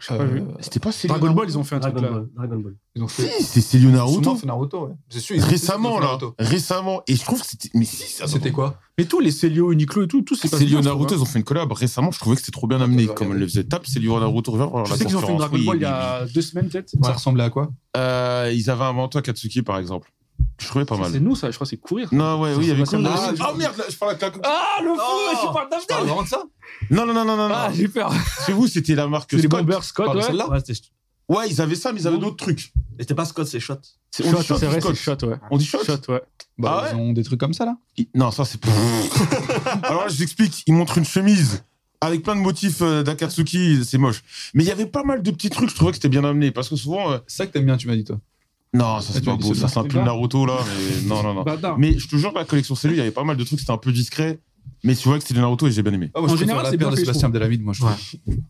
Je sais pas, j'ai vu. C'était pas Célio Euh, Dragon Naruto Ball, ils ont fait un truc Dragon là. Ball. Dragon Ball. Ils ont fait Si, c'est Célio Ils Naruto. ont fait Naruto, ouais. C'est sûr, ils ont fait Récemment, là. Naruto. Récemment. Et je trouve que c'était. Mais si, ça C'était quoi Mais tous les Célio, Uniqlo et tout, tout c'est pas hein. Célio Naruto, ils ont fait une collab récemment. Je trouvais que c'était trop bien amené. je vais Comme elle regarder. le faisait tape, Célio Naruto. Reviens voir hein. Je la sais qu'ils ont fait une conférence. Dragon Oui, Ball il y oui, a deux semaines, peut-être. Ça ressemblait à quoi oui. Euh, Ils avaient inventé Akatsuki, par exemple. Je trouvais pas Ça, C'est mal. nous, ça, je crois, c'est courir. Non, ouais, oui, il y avait Sébastien quoi Dorian. Ah merde, là, je parle avec la coupe. Ah, le Non. fou, je parle Tu parles d'Afghan vraiment de ça Non, non, non, non, non. Ah, non. j'ai peur. Chez vous, c'était la marque C'est les Scott. Bombers Scott, Parle de ouais. Oh. celle-là Ouais, c'était- Ouais, ils avaient ça, mais ils avaient d'autres trucs. C'était pas Scott, c'est Shot. C'est- on dit Shot, shot c'est ou vrai, c'est scotch shot, ouais. On dit shot Shot, ouais. Bah, Ah ouais ils ont des trucs comme ça là. Il- Non, ça c'est. Alors là, je t'explique. Il montre une chemise avec plein de motifs euh, d'Akatsuki, c'est moche. Mais il y avait pas mal de petits trucs, je trouvais que c'était bien amené. Parce que souvent. euh, C'est ça que t'aimes bien, tu m'as dit toi. Non, ça Ah, c'est tu pas as dit beau, celui-là. ça c'est un C'est peu pas- Naruto là, mais non, Bah, non, non. Bâtard. Mais je te jure que la collection cellule, il y avait pas mal de trucs, c'était un peu discret. Mais tu vois que c'était du Naruto et j'ai bien aimé. Ah, moi, je préfère la paire de de Sébastien Sébastien Abdelhamid, moi je trouve.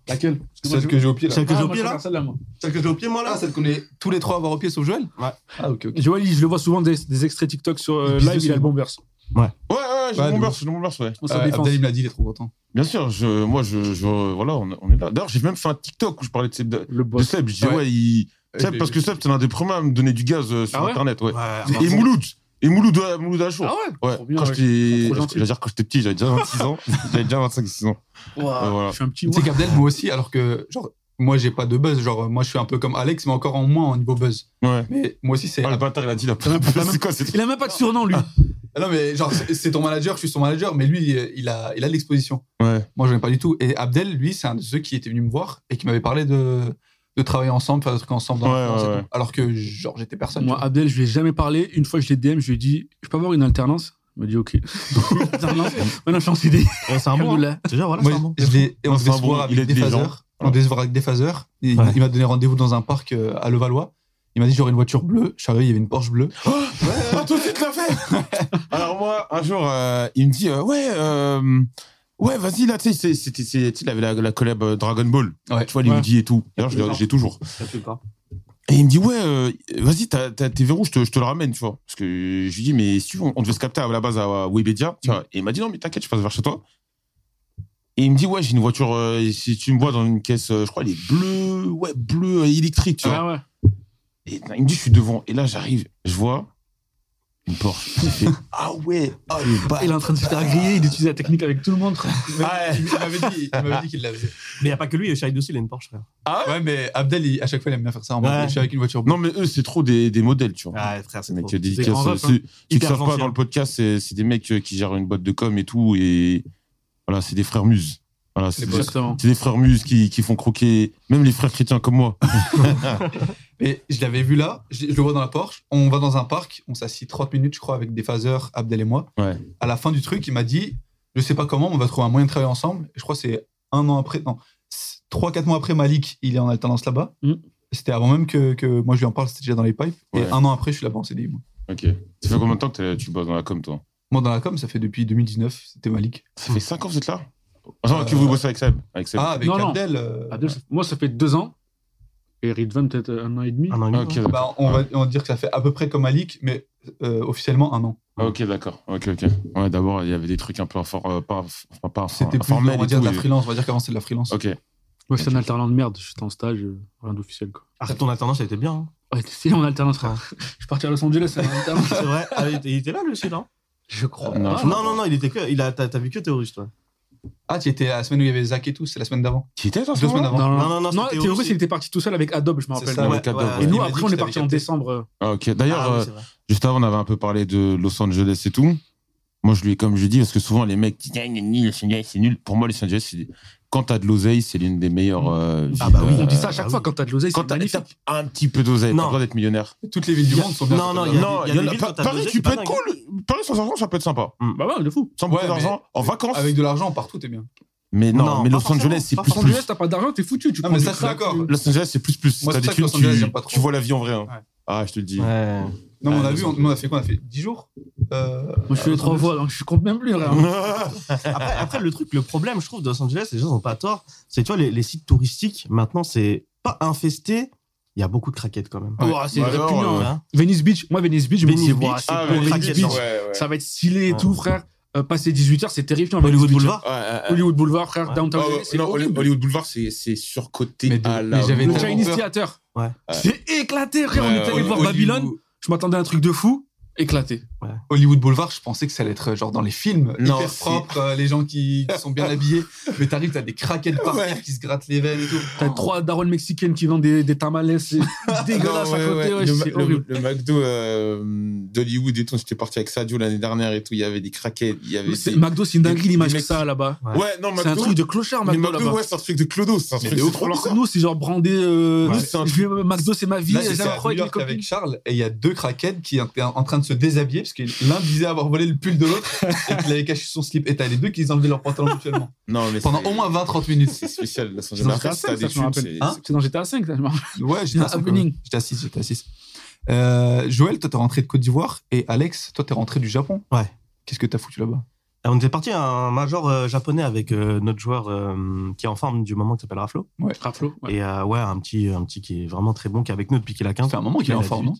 Laquelle Celle que j'ai au pied là. Celle que Ah, j'ai au moi, pied je là préfère celle-là, moi. Celle que j'ai au pied moi là Ah, celle qu'on est tous les trois à avoir au pied sauf Joël Ouais. Ah, ok, ok. Joël, je le vois souvent des, des extraits TikTok sur euh, live, il a le bon burst. Ouais, ouais, ouais, j'ai Ouais, mon de burst, j'ai mon burst, ouais. On Ah, s'en défend. Abdel, il me l'a dit, il est trop content. Bien sûr, je, moi, je, je- voilà, on, on est là. D'ailleurs, j'ai même fait un TikTok où je parlais de, Seb- de, Le de boss. Seb. Je disais, Ouais. ouais, il- Euh, Seb, parce que Seb, c'est l'un des premiers à me donner du gaz euh, sur Ah ouais Internet, ouais. Ouais, Et Mouloud, et Mouloud, euh, Mouloud Achour. Ah ouais Ouais, Trop bien, quand ouais. Ils j'étais, sont trop j'allais gentils. dire quand j'étais petit, j'avais déjà 26 ans, j'avais déjà 25, 6 ans. Ouais, voilà. Je suis un petit Tu sais ouf. qu'Abdel, moi aussi, alors que, genre, moi j'ai pas de buzz. Genre, moi je suis un peu comme Alex, mais encore en moins au niveau buzz. Ouais. Mais moi aussi, c'est. Ah, le bâtard, il a dit la C'est quoi, c'est Il a même pas de surnom, lui. Ah Non, mais genre, c'est c'est ton manager, je suis son manager, mais lui, euh, il a, il a de l'exposition. Ouais. Moi, j'en ai pas du tout. Et Abdel, lui, c'est un de ceux qui était venu me voir et qui m'avait parlé de, de travailler ensemble, faire des trucs ensemble. dans Ouais, l'influence et ouais, tout. ouais. Alors que, genre, j'étais personne. Moi, tu vois. Abdel, je lui ai jamais parlé. Une fois, je l'ai DM, je lui ai dit Je peux avoir une alternance Il m'a dit Ok. Alternance. Maintenant, je suis en CD. Ouais, c'est un bon. hein. Alhamdoulilah. C'est déjà, voilà, Moi, c'est un bon. je l'ai- et on Non, devait c'est se un bon, voir il avec aide des les gens. phaseurs. On devait se voir avec des phaseurs. Il, Ouais. il m'a donné rendez-vous dans un parc euh, à Levallois. Il m'a dit j'aurais une voiture bleue. Je suis arrivé, il y avait une Porsche bleue. Ah, tout de suite, l'a fait Alors, moi, un jour, euh, il me dit, euh, ouais, euh, ouais, vas-y, là, tu sais, c'est- c'était, c'est- tu sais, il avait la, la collab euh, Dragon Ball. Ouais. Tu vois, il me dit et tout. D'ailleurs, je l'ai- j'ai toujours. Et il me dit, ouais, euh, vas-y, t'as, t'as tes verrous, je te, je te le ramène, tu vois. Parce que je lui dis, mais si tu veux, on devait se capter à la base à Webedia. Tu vois. Et il m'a dit, non, mais t'inquiète, je passe vers chez toi. Et il me dit, ouais, j'ai une voiture, euh, si tu me vois dans une caisse, euh, je crois, elle est bleue, ouais, bleue euh, électrique, tu vois. Ah ouais. Et il me dit, je suis devant. Et là, j'arrive, je vois une Porsche. J'ai fait, ah ouais, oh le Il est bâtard. en train de se faire griller, il utilise la technique avec tout le monde. Ah, Ouais. Il m'avait dit, il m'avait dit qu'il l'avait. Mais y a pas que lui, Shai dessus, il a une Porsche frère. Ouais, mais Abdel, il- à chaque fois, il aime bien faire ça en mode Ouais. je suis avec une voiture bleue. Non, mais eux, c'est trop des, des modèles, tu vois. Ah frère, Ces c'est mecs trop. qui dédicacent, des grands euh, refs, hein. ceux, ceux qui Hyper savent pas gentils, dans hein. le podcast, c'est c'est des mecs euh, qui gèrent une boîte de com et tout. Et voilà, c'est des frères muses. Voilà, c'est des, Exactement. c'est des frères muses qui, qui font croquer même les frères chrétiens comme moi. Et je l'avais vu là, je, je le vois dans la Porsche. On va dans un parc, on s'assit 30 minutes, je crois, avec des phaseurs, Abdel et moi. Ouais. À la fin du truc, il m'a dit Je sais pas comment, mais on va trouver un moyen de travailler ensemble. Et je crois que c'est un an après, non, 3-4 mois après Malik, il est en alternance là-bas. Mm. C'était avant même que, que moi je lui en parle, c'était déjà dans les pipes. Et Ouais. un an après, je suis là-bas en CDI. Moi. Ok. Ça fait combien de temps que t'es- tu bosses dans la com, toi moi, dans la com, ça fait depuis 2019, c'était Malik. Ça fait 5 ans que vous êtes là Attends, Euh, que vous bossez avec Seb. Avec Seb. Ah, avec Non, non. Abdel. euh, Abdel, ça- Moi, ça fait deux ans. Et Ridvan, peut-être un an et demi. Un an et Ah, demi, hein. ok, ouais. d'accord. bah, on, va, on va dire que ça fait à peu près comme Malik, mais euh, officiellement un an. Ah, ok, d'accord. Ok, ok. Ouais, d'abord, il y avait des trucs un peu infor- euh, pas, enfin, pas infor- C'était plus, on informels va et dire, tout, de la et- freelance. On va dire qu'avant, c'était de la freelance. Ok. Moi, j'étais un alternant de merde. J'étais en stage, euh, rien d'officiel, quoi. Après Ah, ton alternance, elle était bien. hein. Ouais, c'est en alternance, frère. Je suis parti à Los Angeles, c'est en alternance. C'est vrai. Ah, il était- il était là lui aussi, non Je crois. Non, pas. Non, non, non, il était que. il a- T'as t'as vu que Théorus, toi Ah, tu étais à la semaine où il y avait Zach et tout, c'est la semaine d'avant. Qui était dans ce Deux semaines moment-là avant. Non, non, non, Non, c'était Théorus, aussi. il était parti tout seul avec Adobe, je me C'est rappelle. ça, Ouais, ouais, quatre ouais, dames, ouais. Et ouais. nous, Il m'a dit après, que on est t'avais parti en capté. décembre. euh, Ah, ok. D'ailleurs, Ah, oui, euh, c'est vrai. juste avant, on avait un peu parlé de Los Angeles et tout. Moi, je lui, comme je dis, parce que souvent, les mecs qui disent, Ah, il est nul, Los Angeles, c'est nul. Pour moi, Los Angeles, c'est- quand t'as de l'oseille, c'est l'une des meilleures. euh, Ah, villes, bah oui, euh, On dit ça à chaque oui. fois quand t'as de l'oseille, Quand c'est t'as magnifique. t'as un petit peu d'oseille, t'as Non. le droit d'être millionnaire. Toutes les villes du Y a- monde sont bien. non, sur non, ta il y a- table. non, il y a il y en des a- villes Pa- quand t'as de Paris, l'oseille, tu c'est peux pas être cool. Paris sans argent, ça peut être sympa. Bah ouais, de fou. Sans Ouais, beaucoup d'argent, en vacances. Avec de l'argent, partout, t'es bien. Mais non, Non, mais pas Los Angeles, c'est forcément, plus Los Angeles, plus. t'as pas d'argent, t'es foutu. Tu Non, prends mais des ça, je suis claques, d'accord. euh, Los Angeles, c'est plus plus. Moi, T'as c'est des ça que thunes, Los Angeles, j'aime tu, pas trop. tu vois la vie en vrai. hein. Ouais. Ah, je te le dis. Ouais. Non, mais on Ah, a ils vu, ont- on, on a fait quoi On a fait 10 jours euh, Moi, je fais les trois fois, donc je compte même plus. Ah, rien. Après, après, le truc, le problème, je trouve, de Los Angeles, les gens n'ont pas tort. C'est, tu vois, les, les sites touristiques, maintenant, c'est pas infesté. Il y a beaucoup de craquettes quand même. Ah, Ouais. Ouah, c'est Bah alors, répugnant. euh, hein. Venice Beach, moi, Venice Beach, je me Venice dis, Beach, ouah, c'est Ah, beau, mais Venice les Beach, Beach, ouais, ouais. ça va être stylé et Ouais. tout, frère. Euh, passer 18h, c'est terrifiant. Venice Hollywood Beach, Boulevard. Ouais, ouais, ouais. Hollywood Boulevard, frère, Euh, Ouais. Downtown. Ah ouais, Venice, c'est non, horrible. Hollywood Boulevard, c'est c'est surcoté Mais de- à la mais j'avais Le mort. tellement- Chinese Theater. Ouais. C'est éclaté, frère. Ouais, Ah on est allé ouais, voir Hollywood. Babylone. Je m'attendais à un truc de fou. Éclaté. Hollywood Boulevard, je pensais que ça allait être euh, genre dans les films, Non, hyper c'est- propre, euh, les gens qui, qui sont bien habillés. Mais t'arrives, t'as des craquettes par terre qui se grattent les veines et tout. T'as trois darons mexicaines qui vendent des, des tamales, c'est dégueulasse Oh. Non, à ouais, côté, ouais. ouais, le, c'est le- horrible. le McDo euh, d'Hollywood et tout, j'étais parti avec Sadio l'année dernière et tout, il y avait des craquettes, il y avait C'est- des... McDo, c'est une dinguerie les l'image que mecs- ça a là-bas. Ouais, non, C'est un McDo, truc de clochard, mais McDo McDo, là-bas. ouais, c'est un truc de clodo, c'est un Mais truc de c'est ouf, trop Alors que bizarre. nous, c'est genre brandé. euh, Nous, c'est un je vais- McDo, c'est ma vie, Là, j'ai j'étais un à New croix avec mes York copines. avec Charles et il y a deux craquettes qui étaient en train de se déshabiller parce que l'un disait avoir volé le pull de l'autre et qu'il avait caché sous son slip. Et t'as les deux qui enlevaient leurs pantalons mutuellement. Non, mais Pendant c'est- au moins 20-30 minutes. C'est spécial, la Los Ils Angeles. ont Après, fait si un t'as des sac, ça, je me films, c'est... Hein Ah, C'est dans GTA 5, là, je m'en rappelle. Ouais, j'étais Un à cinq, happening. ouais. J'étais à 6, j'étais à 6. Euh, Joël, toi, t'es rentré de Côte d'Ivoire et Alex, toi, t'es rentré du Japon. Ouais. Qu'est-ce que t'as foutu là-bas Euh, On était parti à un major euh, japonais avec euh, notre joueur euh, qui est en forme du moment qui s'appelle Raflo. Raflo, ouais. Et euh, ouais, un petit, un petit qui est vraiment très bon, qui est avec nous depuis qu'il a Ça 15 fait un moment qu'il est Il en a forme, 18.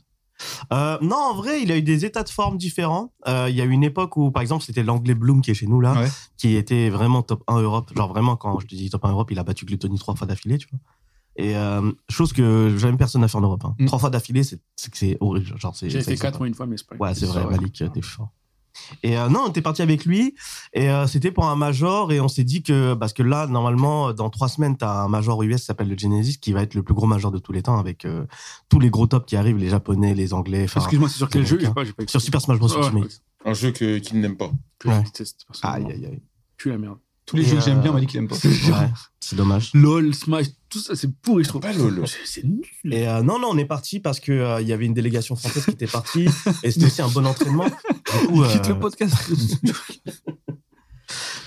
non Euh, non, en vrai, il a eu des états de forme différents. Euh, il y a eu une époque où, par exemple, c'était l'anglais Bloom qui est chez nous là, Ouais. qui était vraiment top 1 Europe. Genre vraiment, quand je te dis top 1 Europe, il a battu Gluttony trois fois d'affilée, tu vois. Et euh, chose que jamais personne n'a fait en Europe. hein. Mm. Trois fois d'affilée, c'est c'est que c'est horrible. Genre, c'est- J'ai ça fait existe 4 pas. moi une fois, mais c'est pas Ouais, c'est vrai, Ouais. Malik, euh, t'es fort. Et euh, non, on était parti avec lui, et euh, c'était pour un major, et on s'est dit que, parce que là, normalement, dans trois semaines, t'as un major US qui s'appelle le Genesis, qui va être le plus gros major de tous les temps, avec euh, tous les gros tops qui arrivent, les japonais, les anglais, enfin, Excuse-moi, c'est sur quel c'est jeu quelqu'un. J'ai pas, j'ai pas sur Super Smash Bros. Ouais, Ultimate. ouais. Un jeu que, qu'il n'aime pas. Que je Ouais. déteste, personnellement. Aïe, aïe, aïe. Tue la merde. Tous les Et jeux que j'aime euh, bien, Malik, il aime pas. Ouais, c'est dommage. LOL, Smash, tout ça, c'est pourri, je trouve. Pas lolo. C'est- C'est nul. Et euh, non, non, on est parti parce que euh, il y avait une délégation française qui était partie, et c'était aussi un bon entraînement. Du coup, Quitte euh, le podcast.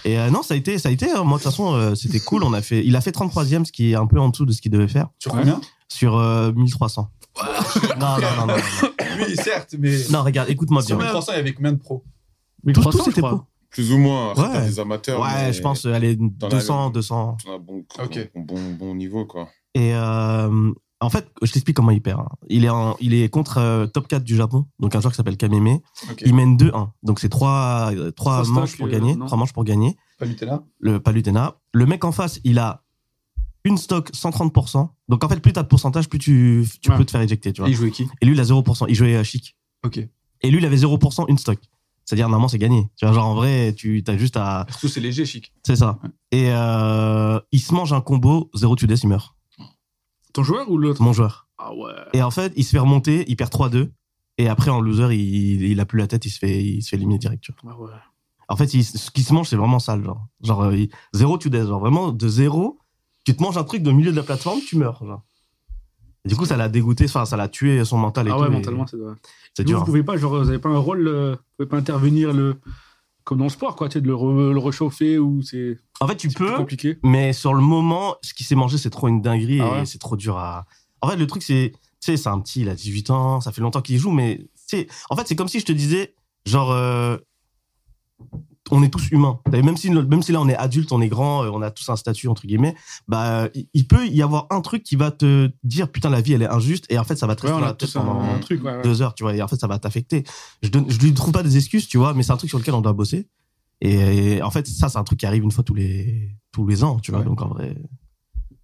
Et euh, non, ça a été, ça a été. hein. Moi, de toute façon, euh, c'était cool. On a fait, il a fait 33e, ce qui est un peu en dessous de ce qu'il devait faire, Sur combien sur euh, 1300. non, non, non, non, non, non. Oui, certes, mais. Non, regarde, écoute-moi bien. Sur 1300, il y avait combien de pros Mais Tous- 300, tous, je c'était crois. Plus ou moins, après, Ouais. t'as des amateurs. Ouais, mais je pense, euh, allez, la 200, langue. 200. t'as un bon, Ok. bon, bon, bon niveau, quoi. Et euh, en fait, je t'explique comment il perd. hein. Il est, en- il est contre euh, top 4 du Japon, donc un joueur qui s'appelle Kameme. Ok. Il mène 2-1. Donc c'est 3, Trois stacks, manches pour euh, gagner. non. 3 manches pour gagner. Pas Nutella le Palutena. Le mec en face, il a une stock 130%. Donc en fait, plus t'as de pourcentage, plus tu, tu Ouais. peux te faire éjecter, tu vois. Et il jouait qui Et lui, il a 0%. Il jouait euh, chic. Ok. Et lui, il avait 0% une stock. C'est-à-dire, normalement, c'est gagné. Tu vois, genre en vrai, tu as juste à. Surtout, c'est léger, chic. C'est ça. Ouais. Et euh, il se mange un combo 0 to death, il meurt. Ton joueur ou l'autre Mon joueur. Ah ouais. Et en fait, il se fait remonter, il perd 3-2. Et après, en loser, il, il a plus la tête, il se fait, il se fait éliminer direct, tu vois. Ah ouais. En fait, il- ce qui se mange, c'est vraiment sale, genre. Genre, euh, il- zéro, tu death. Genre, vraiment, de zéro, tu te manges un truc de milieu de la plateforme, tu meurs, genre. Et du coup, ça l'a dégoûté, enfin, ça l'a tué son mental et Ah tout. ouais, et mentalement, c'est doit. C'est Vous, dur. hein. vous pouvez pas, genre, vous avez pas un rôle, euh, vous pouvez pas intervenir le, comme dans le sport, quoi, tu sais, de le, re- le réchauffer ou c'est hein. En fait, tu c'est plus peux, compliqué. mais sur le moment, ce qui s'est mangé, c'est trop une dinguerie Ah ouais et c'est trop dur à. En fait, le truc, c'est. Tu sais, c'est un petit, il a 18 ans, ça fait longtemps qu'il joue, mais. tu sais, En fait, c'est comme si je te disais, genre. euh, on est tous humains. T'as vu, Même si, même si là on est adulte, on est grand, euh, on a tous un statut entre guillemets, bah il- il peut y avoir un truc qui va te dire putain la vie elle est injuste et en fait ça va te Ouais, rester on dans a la tête tous un, pendant un truc, ouais, ouais. deux heures, tu vois, et en fait ça va t'affecter. Je, donne- je lui trouve pas des excuses, tu vois, mais c'est un truc sur lequel on doit bosser. Et, en fait ça c'est un truc qui arrive une fois tous les tous les ans, tu vois. Ouais. Donc en vrai,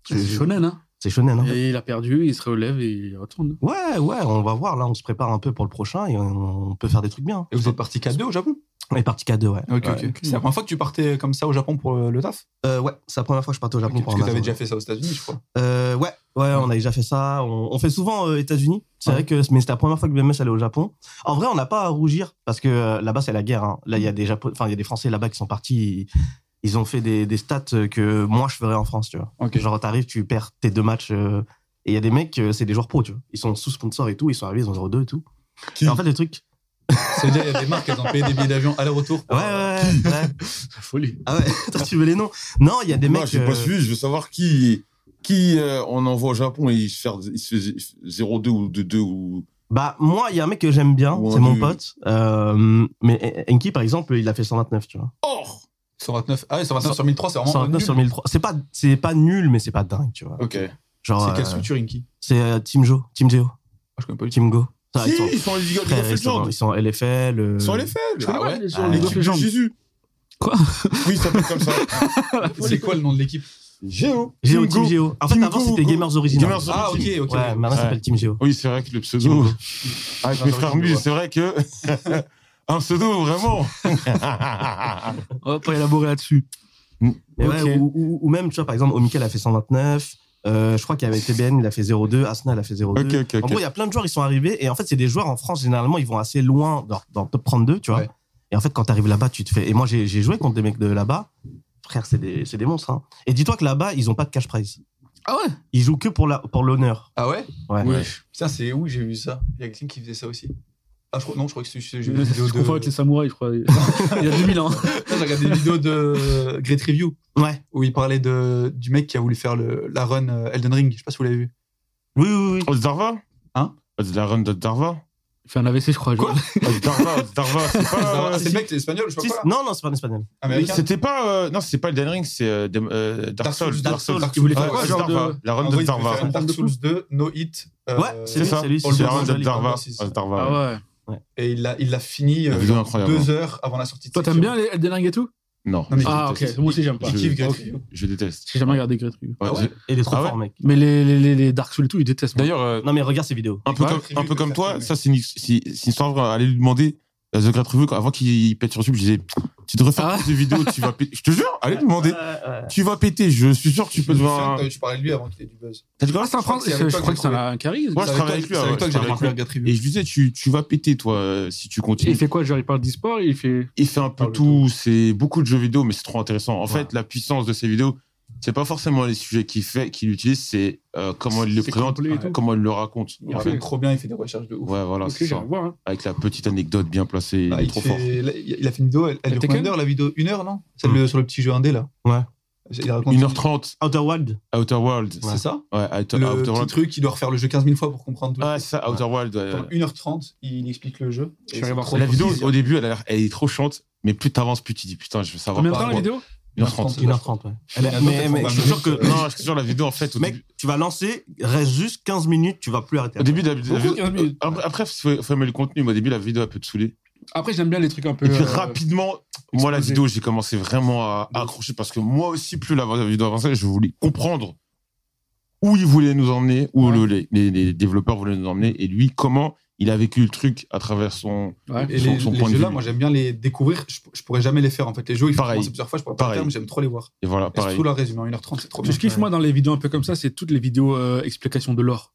C'est shonen, hein. c'est shonen. hein. Et il a perdu, il se relève et il retourne. Ouais ouais, on va voir là, on se prépare un peu pour le prochain et on, on peut faire des trucs bien. Et vous êtes parti 4-2 au Japon On est parti qu'à deux, ouais. Ok, Ouais. ok. C'est la première fois que tu partais comme ça au Japon pour le, le taf Euh, ouais, c'est la première fois que je partais au Japon Ok, pour Parce un que t'avais master. déjà fait ça aux États-Unis, je crois. Euh, ouais, ouais, on a déjà fait ça. On, on fait souvent aux États-Unis. C'est Ouais. vrai que mais c'était la première fois que BMS allait au Japon. En vrai, on n'a pas à rougir parce que euh, là-bas c'est la guerre. hein. Là, il y a des Japo- enfin il y a des Français là-bas qui sont partis. Ils, ils ont fait des, des stats euh, que moi je ferais en France, tu vois. Ok. Genre t'arrives, tu perds tes deux matchs. euh, et il y a des mecs, euh, c'est des joueurs pro, tu vois. Ils sont sous sponsor et tout. Ils sont arrivés, ils ont 0-2 et tout. Qui Et en fait, le truc. Ça veut dire, il y a des marques, elles ont payé des billets d'avion aller-retour. euh, Ouais, ouais, ouais. ouais. C'est folie. Ah ouais, Attends, tu veux les noms Non, il y a des Moi, mecs. j'ai euh, pas suivi, je veux savoir qui, qui euh, on envoie au Japon et il se fait, il se fait 0-2 ou 2-2 ou. Bah, moi, il y a un mec que j'aime bien, Ou un c'est mon du- pote. Euh, mais Enki, par exemple, il a fait 129, tu vois. Or 129. Ah ouais, 129 sur 1003, c'est vraiment. 129 sur 1003. C'est pas, c'est pas nul, mais c'est pas dingue, tu vois. Ok. Genre, C'est quelle euh, structure, Inky c'est euh, Team Jo, Team Geo, Ah, Je connais pas du tout. Team Go. Ça, Si, ils, sont, ils sont en Ligue frère, ils, Ligue sont, Legends. ils sont LFL. euh, Ils sont en LFL. Je connais Ah pas ouais les gens, Ah, les l'équipe autres L'équipe de gens. Jésus. Quoi Oui, ça s'appelle comme ça. C'est quoi le nom de l'équipe Géo. Géo, Team Team Go. Geo. En fait, Team avant, Go, c'était Go. Gamers Original. Gamers Ah, ok, Origin. ok. Ouais, maintenant, ça Ouais. s'appelle Team Geo. Oui, c'est vrai que le Ah, Team pseudo. Go. Avec Gamers mes frères Origin, mus, ouais. c'est vrai que. Un pseudo, vraiment. On va pas élaborer là-dessus. Mais Ok. ouais, ou, ou- ou même, tu vois, par exemple, Omikel a fait 129. euh, je crois qu'avec TBN, il a fait 0,2. Asna, il a fait 0,2. Ok, ok, ok. En gros, il y a plein de joueurs, ils sont arrivés. Et en fait, c'est des joueurs en France, généralement, ils vont assez loin dans, dans le top 32, tu vois. Ouais. Et en fait, quand tu arrives là-bas, tu te fais. Et moi, j'ai j'ai joué contre des mecs de là-bas. Frère, c'est des, c'est des monstres. hein. Et dis-toi que là-bas, ils ont pas de cash prize. Ah ouais Ils jouent que pour la- pour l'honneur. Ah ouais Pour ouais. Putain, c'est où j'ai vu ça Il y a quelqu'un qui faisait ça aussi. Ah, je crois, non, je crois que c'est- j'ai vu des vidéos Je de. confonds avec les samouraïs, je crois. Il y a 2000 ans. Non, j'ai regardé des vidéos de Great Review ouais. où il parlait de, du mec qui a voulu faire le, la run euh, Elden Ring. Je sais pas si vous l'avez vu. Oui, oui, oui. Ozdarva Hein Ozdarva, Ozdarva Il fait un AVC, je crois. Quoi Ozdarva, Ozdarva, c'est pas... Ah, c'est le mec, c'est espagnol, je sais Si, pas quoi. non, non, c'est pas en espagnol. Américain. C'était pas... euh, Non, c'était pas Elden Ring, c'est euh, Dem- euh, Dark Dark Souls, Souls. Dark Souls. Ouais, Qui voulait faire quoi, genre Ozdarva, de- La En run gros, il voulait d'Ozdarva. faire une Dark Souls 2, No Hit. euh, Ouais, C'est lui, ça, c'est lui, c'est c'est la lui. run d'Ozdarva. C'est ça. Ozdarva, ouais. Ah ouais. Et il l'a il l'a fini La euh, vidéo genre incroyable. deux heures avant la sortie de Toi, t'aimes Sekiro. bien les Elden Ring et tout Non, Non, mais- je Ah, ok. déteste. Moi aussi, j'aime pas. Je J'ai kiffe Great Ok. Review. Je déteste. jamais regardé Great Review. Ouais, Ah ouais je- Il est trop Ah ouais fort, mec. Mais les, les, les, les Dark Souls et tout, ils détestent. D'ailleurs, euh, Non, mais regarde ces vidéos. un peu Ouais. comme, un peu Review comme de toi, Great ça, c'est une, c'est c'est une histoire vraie. Allez lui demander euh, The Great Review, avant qu'il pète sur YouTube, je disais, tu devrais faire Ah. plus de vidéos, tu vas péter. Je te jure, allez lui demander. Euh, Tu vas péter, je suis sûr que tu peux devenir un. Ah. Je parlais de lui avant qu'il ait du buzz. T'as dit quoi Ah, c'est un Je Fran- crois que c'est Je avec je toi crois que que c'est j'ai un Caris. Moi, je C'est travaille avec lui, toi- C'est ouais, avec toi que je j'avais travaille découvert Great Review. Et je lui disais, tu, tu vas péter, toi, euh, si tu Il continues. fait quoi Genre, il parle d'e-sport, il fait. Il fait un peu Parle de tout, c'est beaucoup de jeux vidéo, mais c'est trop intéressant. En Ouais. fait, la puissance de ces vidéos, c'est pas forcément les sujets qu'il fait, qu'il utilise, c'est euh, comment il le C'est présente, complet et tout. comment il le raconte. Il En fait fait, trop bien, il fait des recherches de ouf. ouais, voilà, Ok, c'est j'ai à ça. voir. hein. Avec la petite anecdote bien placée, Bah, il est il, trop fait- fort. là, il a fait une vidéo, elle, elle dure Tekken combien d'heures la vidéo Une heure, non Celle Hmm. de- sur le petit jeu indé, là Ouais. Il raconte- 1h30, Outer Wild. Outer World. C'est ça Ouais, Outer, Le Outer petit World. truc, il doit refaire le jeu 15 000 fois pour comprendre tout. Ouais, c'est ça, Outer World. ouais. Pendant 1h30, il explique le jeu. Je vais Et c'est aller voir trop ça. La vidéo, plaisir. au début, elle, a l'air- elle est trop chante, mais plus t'avances, plus tu dis putain, je veux savoir. Combien de temps la pourquoi. vidéo 1h30. 1h30, ouais. Elle est- Mais, mais, mais je suis sûr que. Non, je te jure, la vidéo, en fait, au Mec, début. tu vas lancer, reste juste 15 minutes, tu vas plus arrêter. Au début, la- la Beaucoup, vidéo- 15 minutes. Après, après, faut, faut aimer le contenu. mais Au début, la vidéo, elle peut te saouler. Après, j'aime bien les trucs un peu. Et puis euh, rapidement, moi, la exposé. vidéo, j'ai commencé vraiment à à accrocher parce que moi aussi, plus la vidéo avançait, je voulais comprendre où ils voulaient nous emmener, où le- les, les- les développeurs voulaient nous emmener, et lui, comment il a vécu le truc à travers son. ouais. Et son- les, son les point de jeux-là, vue. moi j'aime bien les découvrir. Je, je pourrais jamais les faire en fait. Les jeux, il faut Pareil. commencer plusieurs fois, je pourrais pas le Pareil. faire, mais j'aime trop les voir. Et voilà, Et pareil. surtout leur résumé en 1h30, c'est trop Ce que bien. je kiffe, moi, dans les vidéos un peu comme ça, c'est toutes les vidéos euh, explications de lore.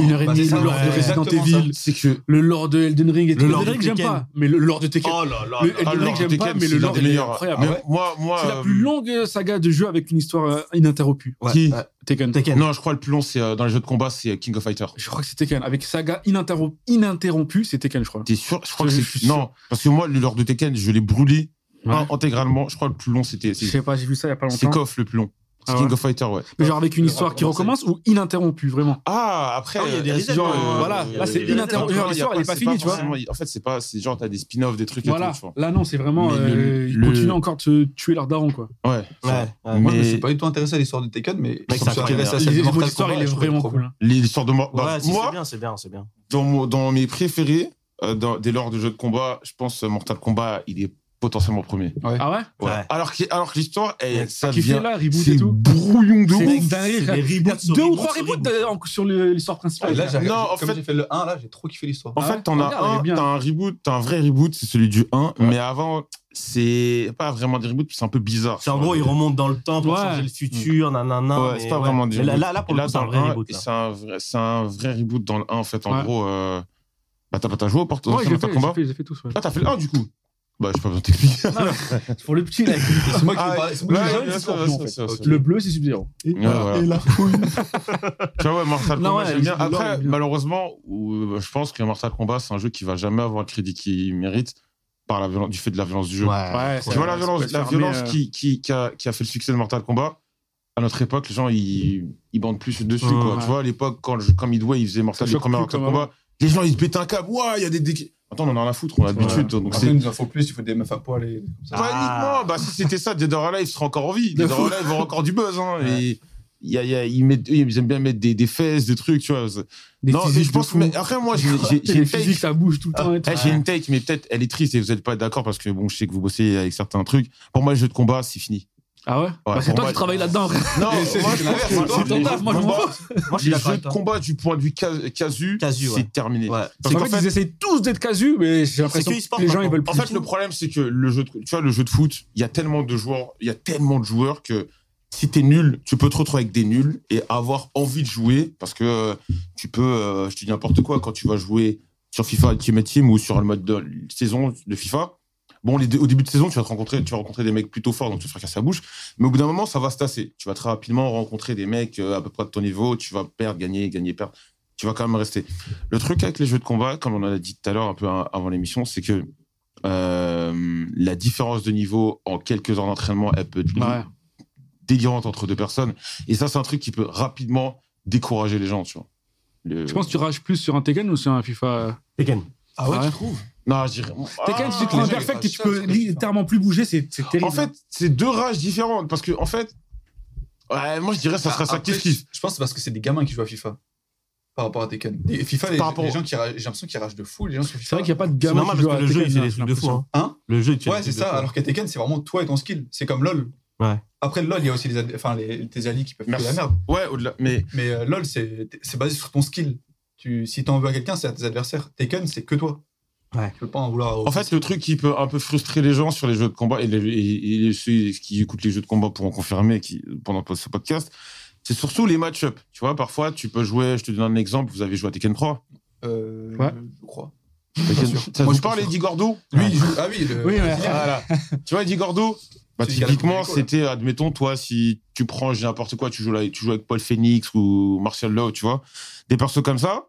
Une heure et bah, demie, c'est ça, le lore ouais, de Resident exactement ça. Evil, C'est que. le lore de Elden Ring et Le tout. lore Elden Ring, de j'aime Tekken. pas, mais le lore de Tekken. Oh là là. Le là. Elden Ah, le Ring, lore j'aime de pas, Tekken, mais c'est le l'un lore des il est meilleurs. incroyable. Mais Moi, moi. C'est la euh, plus longue saga de jeu avec une histoire euh, ininterrompue. Ouais. Qui Ouais. Tekken. Tekken. Non, je crois le plus long, c'est euh, dans les jeux de combat, c'est euh, King of Fighter. Je crois que c'est Tekken. Avec saga ininterrom- ininterrompue, c'est Tekken, je crois. T'es sûr Je crois que Je- je c'est. suis sûr. Non, parce que moi, le lore de Tekken, je l'ai brûlé Ouais. hein, intégralement. Je crois le plus long, c'était. Je C'est sais pas, j'ai vu ça il y a pas c'est longtemps. KOF le plus long. C'est Ah King ouais. of Fighter, ouais. Mais genre avec une Le histoire qui recommencer. recommence ou ininterrompue, vraiment. Ah, après, Ah oui, il y a des euh, resets, genre, non, euh, hein. voilà, euh, là, c'est euh, une euh, interro- tu vois, il genre, y a l'histoire, pas- elle est pas c'est finie, tu vois. forcément- En fait, c'est pas, c'est genre, t'as des spin-offs, des trucs et Voilà. tout, tu vois. Là, non, c'est vraiment. Mais le- euh, Ils le- continuent encore de se tuer leur daron, quoi. Ouais. Ouais, ouais. Moi, je me Mais- suis pas du tout intéressé à l'histoire de Tekken, mais Mec, je ça me suis craint, intéressé à hein. Il- celle de Mortal L'histoire, Kombat, il est je trouvais vraiment trop cool. bien. hein. L'histoire de mort. bah, Ouais, si, c'est moi, bien, c'est bien, c'est bien. dans, mon- dans mes préférés, euh, dans, dès lors de jeux de combat, je pense euh, Mortal Kombat, il est potentiellement premier. Ah ouais Ouais. Ouais. Alors que, alors que l'histoire, elle, ça Qui fait vient. là, reboot C'est et tout brouillon de C'est ouf. dingue, c'est frère. des reboots sur Deux ou reboots trois sur reboots reboots. euh, en- sur le- l'histoire Ah, et principale. là, j'ai- Non, en comme fait- j'ai fait le 1, là, j'ai trop kiffé l'histoire. En Ah ouais fait, t'en as Regarde, elle est un, bien. t'as un reboot, t'as un vrai reboot, c'est celui du 1, mais avant, c'est pas vraiment des reboots, c'est un peu bizarre. C'est en gros, ils remontent dans le temps pour Ouais. changer le futur, nanana. Ouais, mais c'est pas vraiment du Mais là, reboot. là, là, pour Et le là, coup, c'est dans un le vrai un, reboot. et là. C'est un, vrai- c'est un vrai reboot dans le 1, en fait. En Ouais. gros, euh, bah, t'as t'as joué au Porto Ouais, je l'ai Mortal fait, j'ai Kombat fait, j'ai fait tous. ouais. Ah, t'as fait le 1 du coup Bah, j'ai pas besoin de t'expliquer. Pour le petit, là, C'est moi qui Ah, ai parlé- c'est Ouais, moi qui ai ouais, parlé de ouais, Scorpion, ouais, en fait. ouais, ouais, Ok. le bleu, c'est Sub-Zero. Ouais, voilà. Et la couille. Tu vois, ouais, Mortal Non, Kombat, ouais, j'aime bien. le lore, il est Après, bien. malheureusement, ou- euh, je pense que Mortal Kombat, c'est un jeu qui va jamais avoir le crédit qu'il mérite par la violence, du fait de la violence du jeu. Ouais, c'est Tu vois, la ouais, violence, c'est la fermé, violence euh. qui, qui, qui, a, qui a fait le succès de Mortal Kombat, à notre époque, les gens, ils, ils bandent plus dessus. Ouais, quoi. ouais. Tu vois, à l'époque, quand, je- quand Midway, ils faisaient Mortal, Ça les choque premiers plus Mortal comme Kombat, les gens, ils se pétaient un câble. Ouah, il y a des. dé- Attends, on en a rien à foutre, on a l'habitude. Donc, Après, c'est il nous en faut plus, il faut des meufs à poil et comme ça. Pas uniquement, bah, si c'était ça, Dead or Alive serait encore en vie. Dead or Alive aura encore du buzz. Hein, Ouais. et il y a- il y a- ils, mettent- ils aiment bien mettre des, des fesses, des trucs, tu vois. Des non, mais physiques je de pense. fou. Mais après, moi, j'ai j'ai- j'ai Les une take. physiques, ça bouge tout le temps. et tout. Eh, j'ai une take, mais peut-être elle est triste et vous n'êtes pas d'accord parce que bon, je sais que vous bossez avec certains trucs. Pour moi, le jeu de combat, c'est fini. Ah ouais, Bah, C'est pour toi moi, qui travailles là-dedans. frère. Non, Mais moi, c'est- c'est je pense l'inverse, que c'est dans ton les taf, moi, je m'en combats- Moi, je suis les d'accord jeux avec de toi. combat du point de vue ca- casu, Casu, ouais. c'est terminé. Ouais. Parce En qu'en fait, ils fait, essayent tous d'être casus, mais j'ai l'impression que e-sport que les gens, maintenant. ils veulent en plus. fait, le problème, c'est que le jeu, de, tu vois, le jeu de foot, il y a tellement de joueurs, il y a tellement de joueurs que si t'es nul, tu peux te retrouver avec des nuls et avoir envie de jouer parce que euh, tu peux, euh, je te dis n'importe quoi, quand tu vas jouer sur FIFA Ultimate Team ou sur le mode de saison de FIFA, bon, les deux- au début de saison, tu vas te rencontrer, tu vas rencontrer des mecs plutôt forts, donc tu te fracasses la bouche. Mais au bout d'un moment, ça va se tasser. Tu vas très rapidement rencontrer des mecs euh, à peu près de ton niveau. Tu vas perdre, gagner, gagner, perdre. Tu vas quand même rester. Le truc avec les jeux de combat, comme on en a dit tout à l'heure un peu hein, avant l'émission, c'est que euh, la différence de niveau en quelques heures d'entraînement, elle peut être Ouais. délirante entre deux personnes. Et ça, c'est un truc qui peut rapidement décourager les gens, tu vois. Le- Je pense que tu rages plus sur un Tekken ou sur un FIFA euh Tekken. Ah ouais, ouais. tu trouves Non, je dirais... Tekken, Ah, tu te les rends gens, perfect ils et tu ragent. peux littéralement plus bouger, c'est c'est terrible. En fait, c'est deux rages différentes. Parce que, en fait, ouais, moi, je dirais ça serait ça Ah, Après, kiff-kiff. Je pense que c'est parce que c'est des gamins qui jouent à FIFA. Par rapport à Tekken. Et FIFA, les, Par rapport- les gens qui ra- j'ai l'impression qu'ils ragent de fou, les gens sur FIFA. c'est vrai qu'il n'y a pas de C'est gamin normal qui joue à parce que le jeu, il fait Tekken. des j'ai trucs de fou. l'impression. hein. Hein Le jeu, il fait Ouais, des c'est trucs de ça. fou. Alors que Tekken, c'est vraiment toi et ton skill. C'est comme LoL. Ouais. Après LoL, il y a aussi les ad- enfin, les, tes alliés qui peuvent faire Merci. la merde. Ouais, au-delà. Mais Mais euh, LoL, c'est c'est basé sur ton skill. Tu, si t'en veux à quelqu'un, c'est à tes adversaires. Tekken, c'est que toi. Ouais. Tu peux pas en vouloir. au- en fait, le truc qui peut un peu frustrer les gens sur les jeux de combat, et, les, et- et ceux qui écoutent les jeux de combat pourront confirmer qui, pendant ce podcast, c'est surtout les match-up. Tu vois, parfois, tu peux jouer, je te donne un exemple, vous avez joué à Tekken 3. Euh, Ouais. Je crois. Tekken, sûr. ça Moi, vous je parle suis pas Eddie Gordo Lui, il joue- Ah oui, le. Oui, mais- Voilà. tu vois, Eddie Gordo bah, Celui qui a la typiquement, coupe du Nico, c'était, admettons, toi, si tu prends je dis n'importe quoi, tu joues, là, tu joues avec Paul Phoenix ou Martial Law, tu vois, des persos comme ça,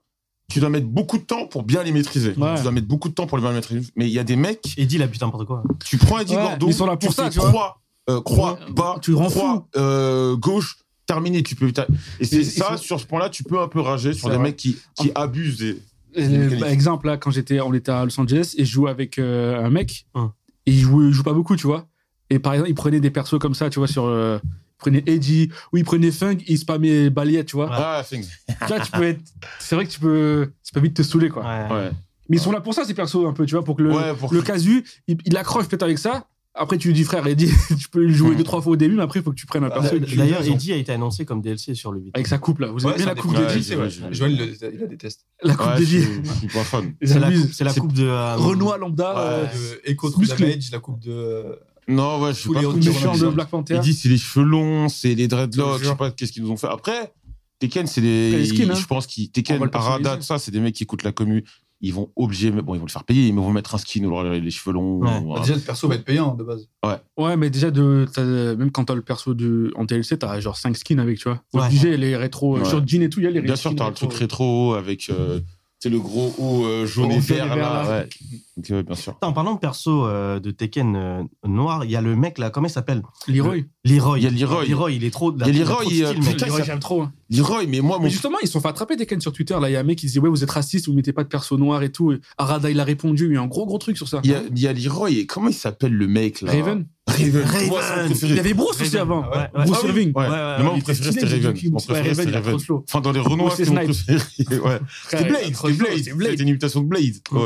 tu dois mettre beaucoup de temps pour bien les maîtriser. Ouais. Tu dois mettre beaucoup de temps pour les bien les maîtriser. Mais il y a des mecs Eddie, il a putain n'importe quoi. Tu prends Eddie Ouais, Gordo, ils sont là pour tu ça, fais tu vois. croix, euh, croix, Ouais, bas, tu le rends croix, fou. euh, gauche, terminé. Tu peux, et c'est Ils- ils ça, sont- sur ce point-là, tu peux un peu rager sur C'est des vrai. mecs qui, qui abusent. Des... Euh, par exemple, là, quand j'étais, on était à Los Angeles et je jouais avec euh, un mec. Hum. Et il jouait, il joue pas beaucoup, tu vois. Et par exemple, il prenait des persos comme ça, tu vois, sur. euh, il prenait Eddie, ou il prenait Funk, il spammait balayette, tu vois. Ouais. Ah, things. Tu vois, tu peux être. C'est vrai que tu peux. Ça peut vite te saouler, quoi. Ouais. Ouais. Mais ils sont là pour ça, ces persos, un peu, tu vois, pour que le, ouais, pour le casu, il, il accroche peut-être avec ça. Après, tu lui dis, frère, Eddie, tu peux le jouer Hum. deux, trois fois au début, mais après, il faut que tu prennes un perso. et que tu- Ah, D'ailleurs, Eddie a été annoncé comme DLC sur le 8. Avec sa coupe, là. Vous avez Ouais, bien ça la coupe dépend. de d'Eddie. Ouais, Dieu. c'est vrai. Ouais, Joël, il le- il la déteste. La coupe Ouais, d'Eddie. je, je suis pas fan. Ils C'est la, abusent. coupe- c'est la coupe de. euh, Renoir lambda. euh, Euh, de Echo True musclé. Damage, la coupe de. euh, Non, ouais, je suis Tous pas les fan. autres Je joueurs suis méchant fan. de Black Panther. Eddie, c'est les cheveux longs, c'est les dreadlocks, Je je sais pas qu'est-ce qu'ils nous ont fait. Après, Tekken, c'est des. Après, les skins, hein. Je pense qu'ils. On va Tekken, le Parada, personnaliser. tout ça, c'est des mecs qui écoutent la commu. Ils vont obliger, mais bon, ils vont le faire payer, mais ils vont mettre un skin ou leur- les cheveux longs. Ouais. ou bah, un- Déjà, le perso va être payant de base. Ouais, mais déjà, de, t'as- même quand t'as le perso du, en TLC, t'as genre 5 skins avec, tu vois. Ouais. Obligé, les rétro. euh, Ouais. Sur Jean et tout, il y a les Bien skins sûr, t'as le rétro. truc rétro avec euh, tu sais, le gros haut euh, jaune Gros et jaune et vert vert, là. là. ouais. Donc, ouais, bien sûr. Putain, En parlant de perso euh, de Tekken euh, noir, il y a le mec là, comment il s'appelle Leroy. Leroy. Il y a Leroy. Leroy, il est trop. Il y a Leroy, trop de style, euh, mec. putain, Leroy, j'aime trop. hein. Leroy, mais moi, mon. Mais justement, ils se sont fait attraper des cannes sur Twitter. Là, il y a un mec qui disait Ouais, vous êtes raciste, vous mettez pas de perso noir et tout. Et Arada, il a répondu. Il y a un gros, gros truc sur ça. Il y, a, il y a Leroy et comment il s'appelle le mec là Raven. Raven. Raven. Moi, c'est mon Il y préféré. avait Bruce Raven. aussi avant. Ouais, ouais. Bruce Ah oui. Irving. Ouais. Ouais, ouais, Mais moi, Il mon était préféré, teenage, c'était il était Raven. cute. Mon Ouais, préféré, Raven, c'était il a Raven. trop slow. Enfin, dans les Renoirs, Ou c'est c'était mon Snipe. préféré. ouais. Frère, C'était Blade. il a trop C'était slow, Blade. c'est Blade. C'était une imitation de Blade. Ouais.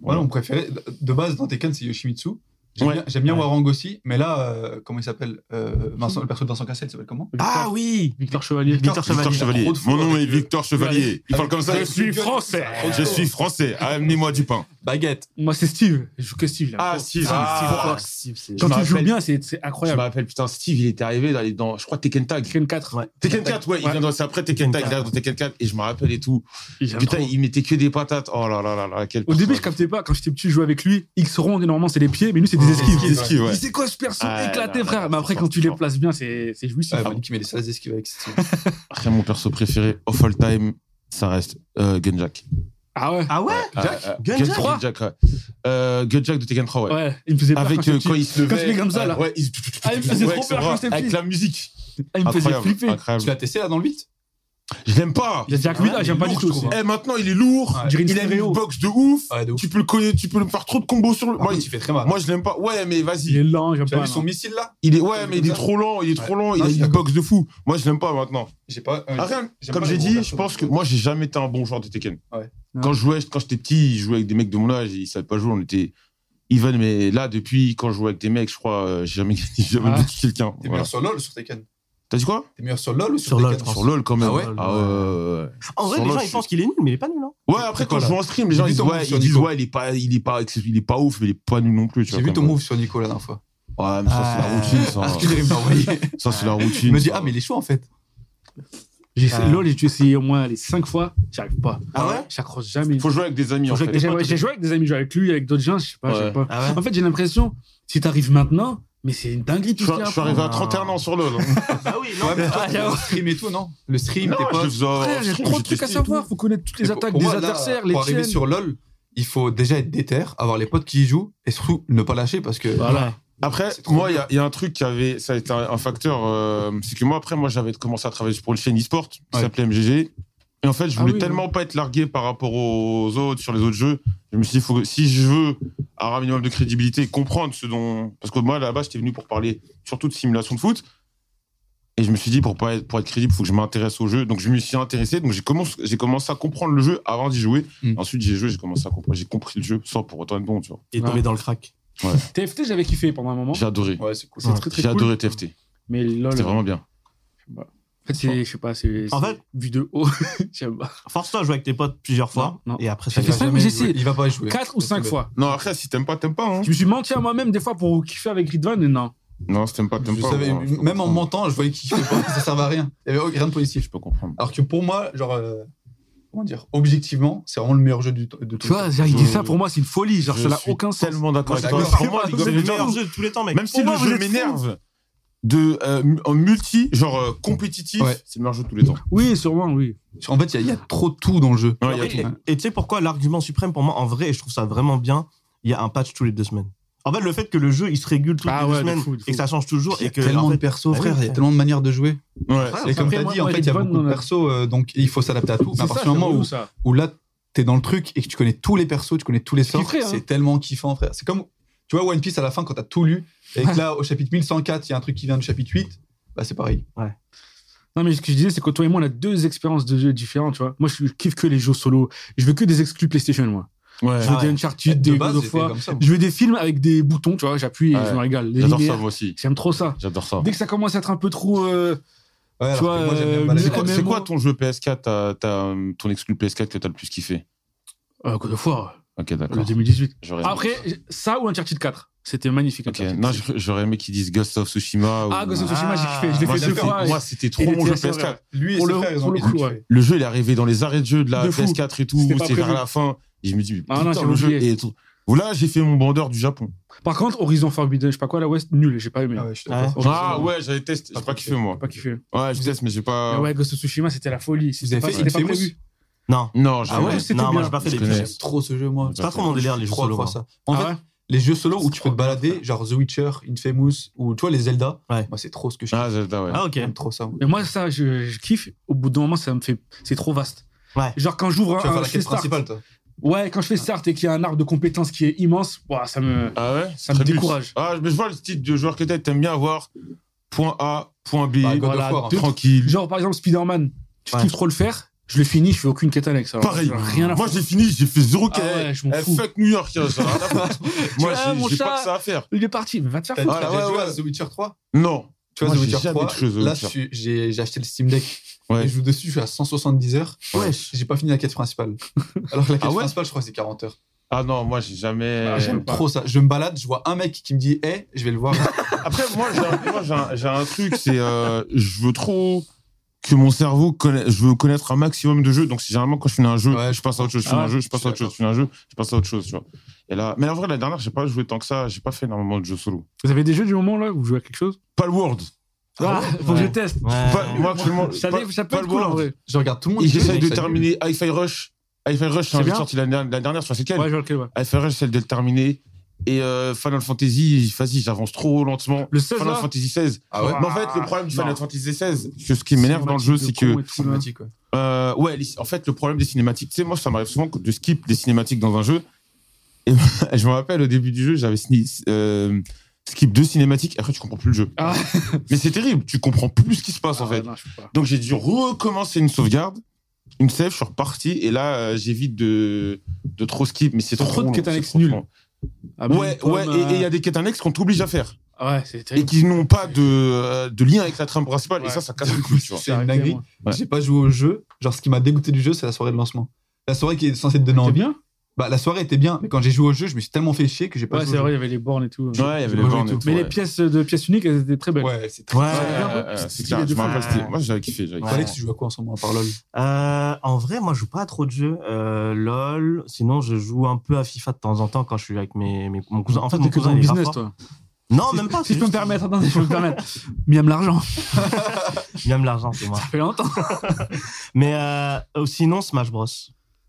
Voilà, mon préféré. De base, dans Tekken, c'est Yoshimitsu. J'aime Ouais. bien, j'aime bien Ouais. Warang aussi, mais là, euh, comment il s'appelle Euh, Vincent- Le perso de Vincent Cassel, il s'appelle comment Ah oui Victor Chevalier. Victor Victor Chevalier. Chevalier. Trop de fois Mon nom est avec le- Victor Chevalier. Il parle comme ça. Je suis français. Je suis français. Amenez-moi du pain. Baguette. Moi, c'est Steve. Je joue que Steve. là. Ah, Steve. Ah, Ah, Steve, c'est- Quand je me tu joues rappelle- bien, c'est c'est Je me incroyable. rappelle, putain, Steve, il était arrivé dans, les- dans je crois, Tekken Tag. Tekken 4. Tekken 4, ouais, il Ouais. vient dans, c'est après Tekken Tag, il Tekken arrive dans Tekken 4, et je me rappelle et tout. J'aime Putain, trop. il mettait que des patates. Oh là là là là, quel Au début, je personnage. captais pas. Quand j'étais petit, je jouais avec lui. X rond, normalement, c'est les pieds, mais lui, c'est des Ouais, esquives. des esquives, ouais. Il sait quoi ce perso Ah, éclaté, là, là, frère là, Mais après, c'est quand fort, tu les fort. places bien, c'est c'est jouissif. hein. Ouais, Monique qui met les sales esquives avec Steve. Après, mon perso préféré, of all time, ça reste euh, Gunjack. Ah ouais Ah ouais Jack Gunjack Gunjack, ouais. Euh, Gunjack de Tekken 3, ouais. Ouais, il me faisait peur Avec quand j'étais euh, petit. quand il se Quand levait. il est comme ça, là. Ouais, il... Ah, il me faisait Ouais, trop avec peur ses quand bras, j'étais Avec petit. la musique. Ah, il me faisait Incroyable, flipper. incroyable. Tu l'as testé là dans le 8 Je l'aime pas. Il y a Jack 8, là, j'aime pas du lourd, tout. je trouve, c'est- Eh, maintenant, il est lourd. Ouais. On dirait une Il a une stéréo. Ah, box de ouf. Ouais, ah, de ouf. Tu peux le cogner, tu peux le faire trop de combos sur le. Par Moi, contre, il- il fait très mal. moi, je l'aime pas. Ouais, mais bah, Il vas-y. est lent, j'aime tu as pas. vu son non. missile là Il est, ouais, vu mais comme il est ça trop lent, il est trop lent, il Non, a je suis une d'accord. box de fou. Moi, je l'aime pas maintenant. J'ai pas. euh, Après, j'aime comme pas j'ai les gros dit, je persos. pense que moi, j'ai jamais été un bon joueur de Tekken. Ouais. Quand je jouais, quand j'étais petit, je jouais avec des mecs de mon âge, ils savaient pas jouer, on était Even, mais là, depuis quand je joue avec des mecs, je crois, euh, j'ai jamais gagné, j'ai jamais Ah. battu quelqu'un. T'es Voilà. meilleur sur LoL ou sur Tekken T'as dit quoi T'es meilleur sur LoL ou sur, Sur LoL, Tekken je pense. Sur LOL quand même. Ah ouais ouais, ouais, ouais. En vrai, Sur les LoL, je gens, ils suis- pensent qu'il est nul, mais il est pas nul. Hein. Ouais, après, quand quoi, je là joue en stream, les gens, J'ai ils vu disent, ton move ouais, sur ils disent, Nico. ouais, il est pas, il est pas, ex- il est pas ouf, il est pas nul non plus, tu J'ai vois, vu quand ton même. move sur Nico la dernière fois. Ouais, mais ça, c'est la routine, Ah, ça. ce qu'il arrive à envoyer. Ça, c'est la Il routine. me dit, ça. ah, mais il est chaud en fait. J'ai essayé- Ah. LOL, j'ai essayé au moins les 5 fois, j'y arrive pas. Ah ouais J'accroche jamais. Faut jouer avec des amis, Faut en jouer fait. Et J'ai j'ai joué avec des amis, j'ai joué avec lui, avec d'autres gens, je sais pas, je sais Ouais. pas. Ah ouais En fait, j'ai l'impression, si t'arrives maintenant, mais c'est une dinguerie Je tout suis ce qu'il y a je à suis apprendre. arrivé à Ah. 31 ans sur LOL. hein. Ah oui, non, Ouais, mais toi, mais- le stream et tout, non Le stream, Non, t'es je pas. le faisais en Frère, il y a stream, trop de j'ai trucs à testé savoir, faut connaître toutes les Mais pour- attaques pour des moi, là, adversaires, pour les arriver tiennes. sur LoL, il faut déjà être déter, avoir les potes qui y jouent et surtout ne pas lâcher parce que. Voilà. Après, C'est trop moi, il y a- il y, a un truc qui avait, ça a été un, un facteur, euh, c'est que moi, après, moi, j'avais commencé à travailler pour le chaîne e-sport, qui Ouais. s'appelait MGG. Et en fait, je voulais Ah oui, tellement pas être largué par rapport aux autres, sur les autres jeux. Je me suis dit, faut, que- si je veux avoir un minimum de crédibilité, et comprendre ce dont. Parce que moi, là-bas, j'étais venu pour parler surtout de simulation de foot. Et je me suis dit, pour, pas être, pour être crédible, il faut que je m'intéresse au jeu. Donc, je me suis intéressé. Donc, j'ai commencé, j'ai commencé à comprendre le jeu avant d'y jouer. Mm. Ensuite, j'ai joué, j'ai commencé à comprendre. J'ai compris le jeu sans pour autant être bon, tu vois. Il est tombé dans le crack. TFT, j'avais kiffé pendant un moment. J'ai adoré. Ouais, c'est cool. C'est Oh. très très J'ai cool. adoré TFT. Mais LOL, C'était en vraiment bien. fait, c'est, je sais pas, c'est. En c'est fait- vu de haut, j'aime pas. Force-toi à jouer avec tes potes plusieurs fois. Non, non. Et après, ça J'ai fait va. ça, mais Jamais j'ai joué. essayé Il va pas jouer. 4 ou 5 fois. Non, après, si t'aimes pas, t'aimes pas. Hein. Je me suis menti à moi-même des fois pour kiffer avec Ridvan, et non. Non, si t'aimes pas, t'aimes Je pas. savais- bon, je peux même en comprendre. mentant, je voyais qu'il fait pas, ça servait à rien. Il y avait rien de positif. Je peux comprendre. Alors que pour moi, genre, euh, comment dire, objectivement, c'est vraiment le meilleur jeu du, de Tu tout. vois, il dit ça pour moi, c'est une folie. Genre, Je ça n'a suis aucun sens. Tellement d'accord Moi, avec toi. d'accord. Pour moi, League C'est of le meilleur Legends, jeu de tous les temps, mec. même si Pour le moi, vous jeu êtes fous. m'énerve, de, euh, m- en multi, genre euh, compétitif, Ouais. c'est le meilleur jeu de tous les temps. Oui, sûrement, oui. En fait, il y a- il y, a trop de tout dans le jeu. Ouais, il y a Ouais. Et tu sais pourquoi l'argument suprême pour moi, en vrai, et je trouve ça vraiment bien, il y a un patch tous les deux semaines. En fait, le fait que le jeu il se régule toutes Ah les ouais, deux de semaines fou, de fou. et que ça change toujours Il y et a que tellement en de fait, Ah persos, frère. Il y a frère. tellement de manières de jouer. Ouais. Ouais. Et comme Bah Après, t'as moi- dit, en moi, fait, j'ai il y a une beaucoup de bonne- persos, euh, donc il faut s'adapter à tout. Mais à C'est partir ça, du moment c'est où, relou, ça. où là, t'es dans le truc et que tu connais tous les persos, tu connais tous les sorts, kifferais, hein. c'est tellement kiffant, frère. C'est comme, tu vois, One Piece à la fin, quand t'as tout lu, et que là, au chapitre 1104, il y a un truc qui vient du chapitre 8, bah c'est pareil. Non, mais ce que je disais, c'est que toi et moi, on a deux expériences de jeux différentes, tu vois. Moi, je kiffe que les jeux solo. Je veux que des exclus PlayStation, moi. Ouais. Je veux Ah des ouais. Uncharted, de des base, God of j'étais War. comme ça. moi. Je veux des films avec des boutons, tu vois. J'appuie et Ouais. je me régale. Les J'adore linéaires, ça, moi aussi. J'aime trop ça. J'adore ça. Dès que ça commence à être un peu trop. euh, Ouais, alors tu que vois, moi, j'aime bien me euh, balader. C'est musique quoi, MMO. c'est quoi ton jeu PS4, t'as- t'as, euh, ton exclu PS4 que t'as le plus kiffé euh, God of War, Ok, le d'accord. 2018. J'aurais aimé. Après, ça ou Uncharted 4. C'était magnifique. Ok, Uncharted non, 4. j'aurais aimé qu'ils disent Ghost of Tsushima. Ah, ou- Ghost of Tsushima, j'ai kiffé. Je Moi, l'ai fait deux c'était- fois. Moi, c'était trop Il mon était jeu assez PS4. horrible. Lui et Pour ses le- frères, ils pour ont le ils coup, ont ouais. kiffé. le jeu il est arrivé dans les arrêts de jeu de la De fou. PS4 et tout, C'était pas c'est vers prévu. la fin. Et je me dis, mais Ah non, putain, j'ai le jeu oublié. est trop- Voilà, j'ai fait mon bandeur du Japon. Par contre, Horizon Forbidden, je sais pas quoi, la West, nul, j'ai pas aimé. Ah ouais, je suis Ouais. d'accord. Horizon, Ah ouais, j'avais testé, j'ai pas kiffé moi. Oh, j'ai pas kiffé. Ouais, je teste, mais j'ai Mais pas. ouais, Ghost of Tsushima, c'était la folie. Ah. Vous C'était avez pas- fait c'était pas Infamous prévu. Non, Non, j'ai Ah ouais, c'était non, moi bien. j'ai pas fait Je les connais. petits. J'aime trop ce jeu, moi. C'est pas trop mon délire, les jeux Trop solo. hein. accro à moi. ça. En Ah fait, ouais les jeux solo où tu Trop peux te balader, genre The Witcher, Infamous, ou tu vois les Zelda, Ouais. moi c'est trop ce que je kiffe. Ah, Zelda, ouais. Ah, ok. J'aime trop ça. moi. Mais moi, ça, je, je kiffe. Au bout d'un moment, ça me fait. C'est trop vaste. Ouais. Genre, quand j'ouvre un. Tu euh, vas faire la je fais quête start. principale, toi. Ouais, quand je fais start et qu'il y a un arbre de compétences qui est immense, ouah, ça me. Ah ouais Ça me Très décourage. bus. Ah, mais je vois le type de joueur que t'es, t'aimes bien avoir point A, point B, Bah, God voilà, of War. hein. deux- tranquille. Genre, par exemple, Spider-Man, je Ouais. kiffe trop le faire, je le finis, je fais aucune quête annexe. alors, Pareil. genre, Rien à Moi, foutre. j'ai fini, j'ai fait zéro Ah ouais, KL. je m'en Eh, fous. Fuck New York, j'en ai rien à foutre. Moi, Ah, mon j'ai- j'ai pas chat. que ça à faire. Il est parti, mais va te faire T'as foutre. Ah, t'as ouais, déjà joué ouais. à The Witcher 3 Non. Tu vois, Moi, The j'ai Witcher jamais 3, touché au The là, Witcher. je suis- j'ai j'ai acheté le Steam Deck et Ouais. je joue dessus, je suis à 170 heures. Ouais. J'ai pas fini la quête principale. Alors que la quête Ah ouais principale, je crois que c'est 40 heures. Ah non, moi, j'ai jamais. Ah, j'aime pas. Trop ça. Je me balade, je vois un mec qui me dit Eh, je vais le voir. Après, moi, j'ai un- moi, j'ai un, j'ai un truc, c'est euh, je veux trop que mon cerveau connaisse, je veux connaître un maximum de jeux. Donc, c'est généralement, quand je finis un jeu, Ouais, je passe à autre chose, je Ah finis un ouais. jeu, je passe à autre chose, je finis un jeu, je passe à autre chose, tu vois. Et là, mais en vrai, la dernière, j'ai pas joué tant que ça, j'ai pas fait énormément de jeux solo. Vous avez des jeux du moment là où vous jouez à quelque chose Palworld. Ah, Faut que Ouais. je teste. Pas- Ouais. moi, actuellement, Ça, Pal- dé- ça peut être cool Palworld. en vrai. je regarde tout le monde. Et qui joue, j'essaye de ça- terminer Hi-Fi Rush. Hi-Fi Rush, c'est un C'est jeu bien sorti la, dernière- la dernière, je sais pas c'est lequel. Ouais, je vois lequel, ouais. Hi-Fi Rush, celle de le terminer. Et euh, Final Fantasy, vas-y, j'avance trop lentement. Le 16 Final là Fantasy XVI. Ah ouais Mais en fait, le problème du Non. Final Fantasy XVI, que ce qui m'énerve dans le jeu, c'est que Cinématique, ouais. Euh, ouais, les- en fait, le problème des cinématiques, tu sais, moi, ça m'arrive souvent de skip des cinématiques dans un jeu. Et je me rappelle, au début du jeu, j'avais sni- euh, skip deux cinématiques, et après, tu comprends plus le jeu. Ah. Mais c'est terrible, tu comprends plus ce qui se passe, en Ah, fait. non, je sais pas. Donc, j'ai dû recommencer une sauvegarde, une save, je suis reparti, et là, euh, j'évite de, de trop skip, mais c'est Trop trop, de long, quêtes c'est annexes trop nulles. Ah, long. Abîme, Ouais, pomme, ouais, et- et il y euh, a des quêtes annexes qu'on t'oblige à faire Ouais, c'est et terrible. qui n'ont pas de, euh, de lien avec la trame principale. Ouais. Et ça, ça casse le cul, tu vois. C'est J'ai une arrêté, dinguerie. moi. Ouais. J'ai pas joué au jeu. Genre, ce qui m'a dégoûté du jeu, c'est la soirée de lancement. La soirée qui est censée te donner C'est envie. bien Bah, la soirée était bien, mais quand j'ai joué au jeu, je me suis tellement fait chier que j'ai pas Ouais, joué. c'est au vrai, jeu. il y avait les bornes et tout. Ouais, il y avait les Ouais, bornes du et tout. tout, Mais ouais. les pièces de pièces uniques, elles étaient très belles. Ouais, c'est Ouais, très Ouais. ouais, ouais, c'est clair, je me rappelle, c'était- moi j'avais kiffé. j'avais Ouais. kiffé. Alex, tu joues à quoi en ce moment, à part LoL Euh, en vrai, moi, je joue pas à trop de jeux. Euh, LOL. Sinon, je joue un peu à FIFA de temps en temps quand je suis avec mes, mes- mon cousin. En fait, Toi, mon t'es que dans cousin, le il est grave business, fort. toi. Non, même pas. Si je peux me permettre. permettre, attendez, je peux me permettre. Miam l'argent. J'aime l'argent, c'est moi. Ça fait longtemps. Mais euh, euh, sinon, Smash Bros.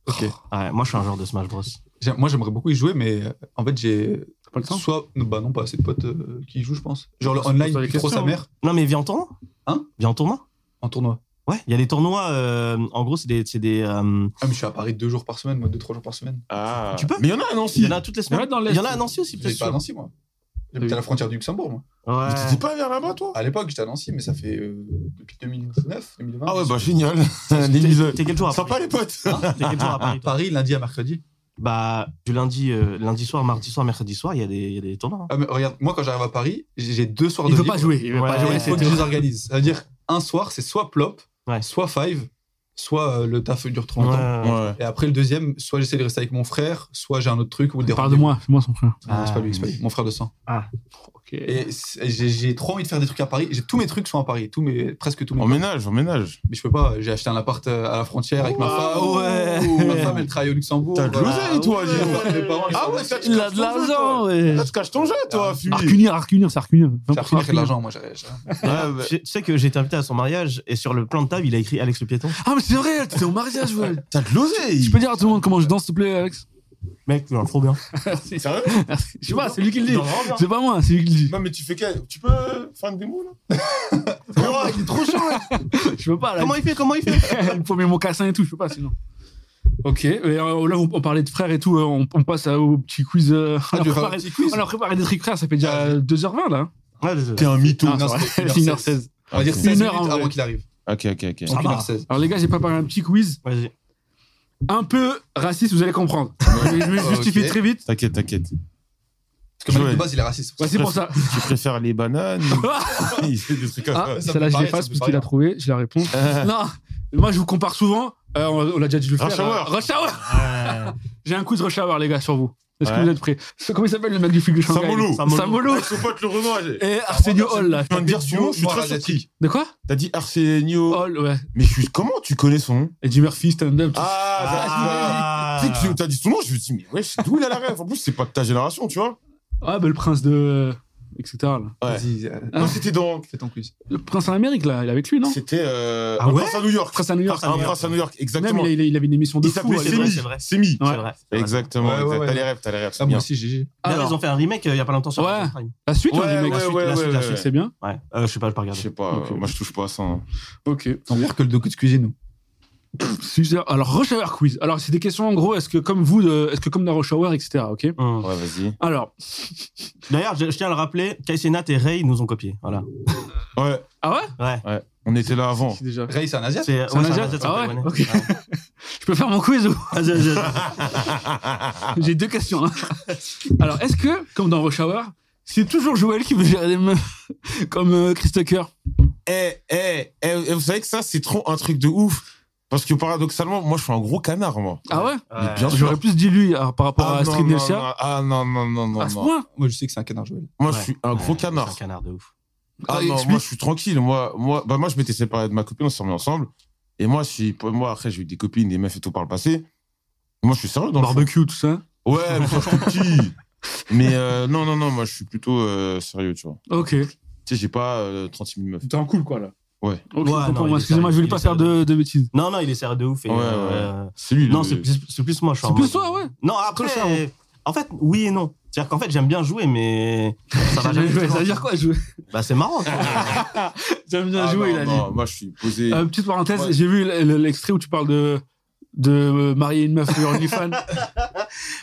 Ok. Ouais, moi, je suis un joueur de Smash Bros. Oh. J'ai- Moi, j'aimerais beaucoup y jouer, mais euh, en fait, j'ai T'as pas le temps soit. Bah, non, pas assez de potes euh, qui y jouent, je pense. Genre, le Pose-toi online, des il pue trop questions. hein. sa mère Non, mais viens en tournoi. Hein Viens en tournoi. en tournoi. Ouais, il y a des tournois. euh, en gros, c'est des. c'est des euh, Ah, mais je suis à Paris deux jours par semaine, moi, deux, trois jours par semaine. Ah. Tu peux Mais il y en a un il Nancy. y en a toutes les Il y en a semaines. dans l'Est. Il y en a à Nancy aussi, J'étais peut-être. pas à Nancy, moi. J'étais à la frontière du Luxembourg, moi. Mais Ouais. t'étais pas vers là-bas, toi À l'époque, j'étais à Nancy, mais ça fait euh, depuis 2019, 2020. Ah ouais, je bah suis- génial. Les T'es musées. t'es quel jour à Sympa, Paris les potes. Hein T'es quel jour à Paris toi Paris, lundi à mercredi. Bah, du lundi, euh, lundi soir, mardi soir, mercredi soir, il y, a des- il y a des tournois. hein. Ah, mais regarde, moi, quand j'arrive à Paris, j'ai j'ai deux soirs Il de veut libre. pas jouer. Il veut Ouais, pas Ah ouais, jouer. il faut que je les organise. C'est-à-dire, un soir, c'est soit plop, Ouais. soit five, soit euh, le taf dure trop longtemps. Ouais. Ouais. Et après, le deuxième, soit j'essaie de rester avec mon frère, soit j'ai un autre truc ou des Parle de moi, c'est moi son frère. rendez-vous. Ah, c'est pas lui, c'est pas lui, mon frère de sang. Ok. Et c'est- j'ai j'ai trop envie de faire des trucs à Paris. J'ai tous mes trucs sont à Paris, tous mes, presque tous mes. En ménage, en ménage. Mais je peux pas, j'ai acheté un appart euh, à la frontière avec ma femme. ouais. Ma femme, elle travaille au Luxembourg. T'as de Voilà. l'oseille, toi, Ouais, dis donc. ouais, mes parents, ils Ah sont- ouais, ça, tu Il a caches de ton jeu, toi. l'argent, ouais. Là, tu caches ton jeu, toi, Ah. fumé. Arcunir, Arcunir, c'est Arcunir. J'ai appris à faire de l'argent, moi, j'ai- j'ai- Ah, bah, Tu sais- tu sais que j'ai été invité à son mariage et sur le plan de table, il a écrit Alex le piéton. Ah, mais c'est vrai, t'étais au mariage, ouais. T'as de Tu l'oseille. peux dire à tout le monde comment je danse, s'il te plaît, Alex Mec, genre, trop bien. Sérieux Merci. Je sais pas, c'est lui qui le dit. Non, vraiment. C'est pas moi, c'est lui qui le dit. Non, mais tu fais quoi Tu peux faire une démo, là Oh, Laura, il est trop chaud, là. Je peux pas, là. Comment il fait Comment il fait Il me faut mes mocassin et tout, je peux pas sinon. Ok, et, euh, là on, on parlait de frères et tout, euh, on, on passe à- au petit quiz. euh, Ah, on, a tu veux faire préparé, un petit quiz on a préparé des trucs frères, ça fait déjà Ah, 2h20 là. hein. Ouais, je- T'es un mytho. Ah, non, ça c'est va. 1h16. 1h16. On va dire Ok. 16 Une heure, minutes en vrai. avant qu'il arrive. Ok, ok, ok. Donc va. 1h16. Alors les gars, j'ai préparé un petit quiz Vas-y. un peu raciste, vous allez comprendre. je vais je vais Ok. justifier très vite. T'inquiète, t'inquiète. Parce que Malik, Ouais. de base, il est raciste. Bah, c'est pour ça. Tu préfères les bananes Il fait des trucs comme Ah, ça. ça celle-là me je paraît, l'efface ça me parce qu'il a paraît. trouvé, j'ai la réponse. Ah, non, moi je vous compare souvent, euh, on, on l'a déjà dit le faire. Rush euh, Hour. Rush Hour J'ai un quiz Rush Hour les gars sur vous. Est-ce que Ouais. vous êtes prêts Comment il s'appelle le mec du flic de Shanghai Samolo. Samolo. Samolo Son pote le Renoir. j'ai- et Arsenio Hall là. Tu viens de dire son nom, je suis Noir très surpris. asiatique. De quoi T'as dit Arsenio. Hall, ouais. Mais je suis... comment tu connais son nom Eddie Murphy, stand-up. tout Ah, Ah. Tu sais que t'as dit son nom, je me dis, mais wesh, d'où il a la rêve En plus, c'est pas de ta génération, tu vois. Ah, bah, le prince de. etc. là. Ouais. Vas-y, euh, Non, c'était dans. fais ton quiz. Le prince en Amérique, là, il est avec lui, non C'était. Euh... Ah un ouais prince à New York. Le prince à New York. Un prince à New York, Même, exactement. il, a- il avait une émission de Il fou. s'appelait à c'est l'époque. vrai, Semi. Semi. c'est vrai. C'est Ouais. vrai. c'est vrai. Exactement, Ouais, ouais, exact. ouais. t'as les rêves, t'as les rêves. c'est Ah, bien. moi aussi, GG. D'ailleurs, Alors, ils ont fait un remake euh, il y a pas longtemps sur Ouais. Amazon Prime. la suite, Ouais, on dit, mec, ouais, la suite, ouais, la suite, ouais, la suite, ouais. c'est bien. Ouais, euh, je sais pas, je Je peux regarder. sais pas, Ok. euh, moi je touche pas à ça. hein. Ok. Tant pire que le docu de cuisine, nous. Suzer- Alors, Rush Hour Quiz. Alors, c'est des questions, en gros, est-ce que comme vous, de- est-ce que comme dans Rush Hour, etc. Ok Hum. Ouais, vas-y. Alors, D'ailleurs, je, je tiens à le rappeler, Kai Cenat et Ray nous ont copié. Voilà. Ouais, ah ouais Ouais. ouais. On était là avant. Qui déjà Ray, c'est un asiat C'est ouais, un c'est Asiat Asiat, c'est Ah un ouais, Taïwanais. ok. Je peux faire mon quiz ou Vas-y, vas-y, vas-y. J'ai deux questions. hein. Alors, est-ce que, comme dans Rush Hour, c'est toujours Joël qui veut gérer des meufs comme euh, Chris Tucker Eh, eh, eh, eh, vous savez que ça, c'est trop un truc de ouf. Parce que paradoxalement, moi je suis un gros canard, moi. Ah ouais Mais Ouais. bien sûr. J'aurais plus dit lui alors, par rapport à non, euh, Astrid non, Nelsia. non. Ah non, non, non, non. À ce non. point Moi, je sais que c'est un canard Joël. Moi, Ouais. je suis un gros Ouais, canard. c'est Un canard de ouf. Ah Ah, non, explique. moi je suis tranquille. Moi, moi, bah, moi je m'étais séparé de ma copine, on s'est remis ensemble. Et moi, je suis, pour moi après, j'ai eu des copines, des meufs et tout par le passé. Moi, je suis sérieux dans le fond. Barbecue, tout ça. Ouais, mais ça, je suis petit. Mais euh, non, non, non, moi je suis plutôt euh, sérieux, tu vois. Ok. Tu sais, j'ai pas euh, 36 000 meufs. T'es en cool, quoi, là. Ok, Ouais, autant pour non, il moi. est Excusez-moi, sérieux, je voulais il pas est faire de, de bêtises. Non, non, il est sérieux de ouf. et, Ouais, ouais. euh, C'est lui. Non, le- c'est plus, c'est plus moi, je suis C'est en plus mode- toi, ouais. Non, après, Toi, c'est en fait, oui et non. C'est-à-dire qu'en fait, j'aime bien jouer, mais ça va J'aime jamais. bien jouer. Ça veut dire quoi jouer Bah, c'est marrant. quoi. J'aime bien Ah, jouer, non, il a dit. non, moi je suis posé. Euh, petite parenthèse, Ouais. j'ai vu l- l- l'extrait où tu parles de de euh, marier une meuf sur OnlyFans.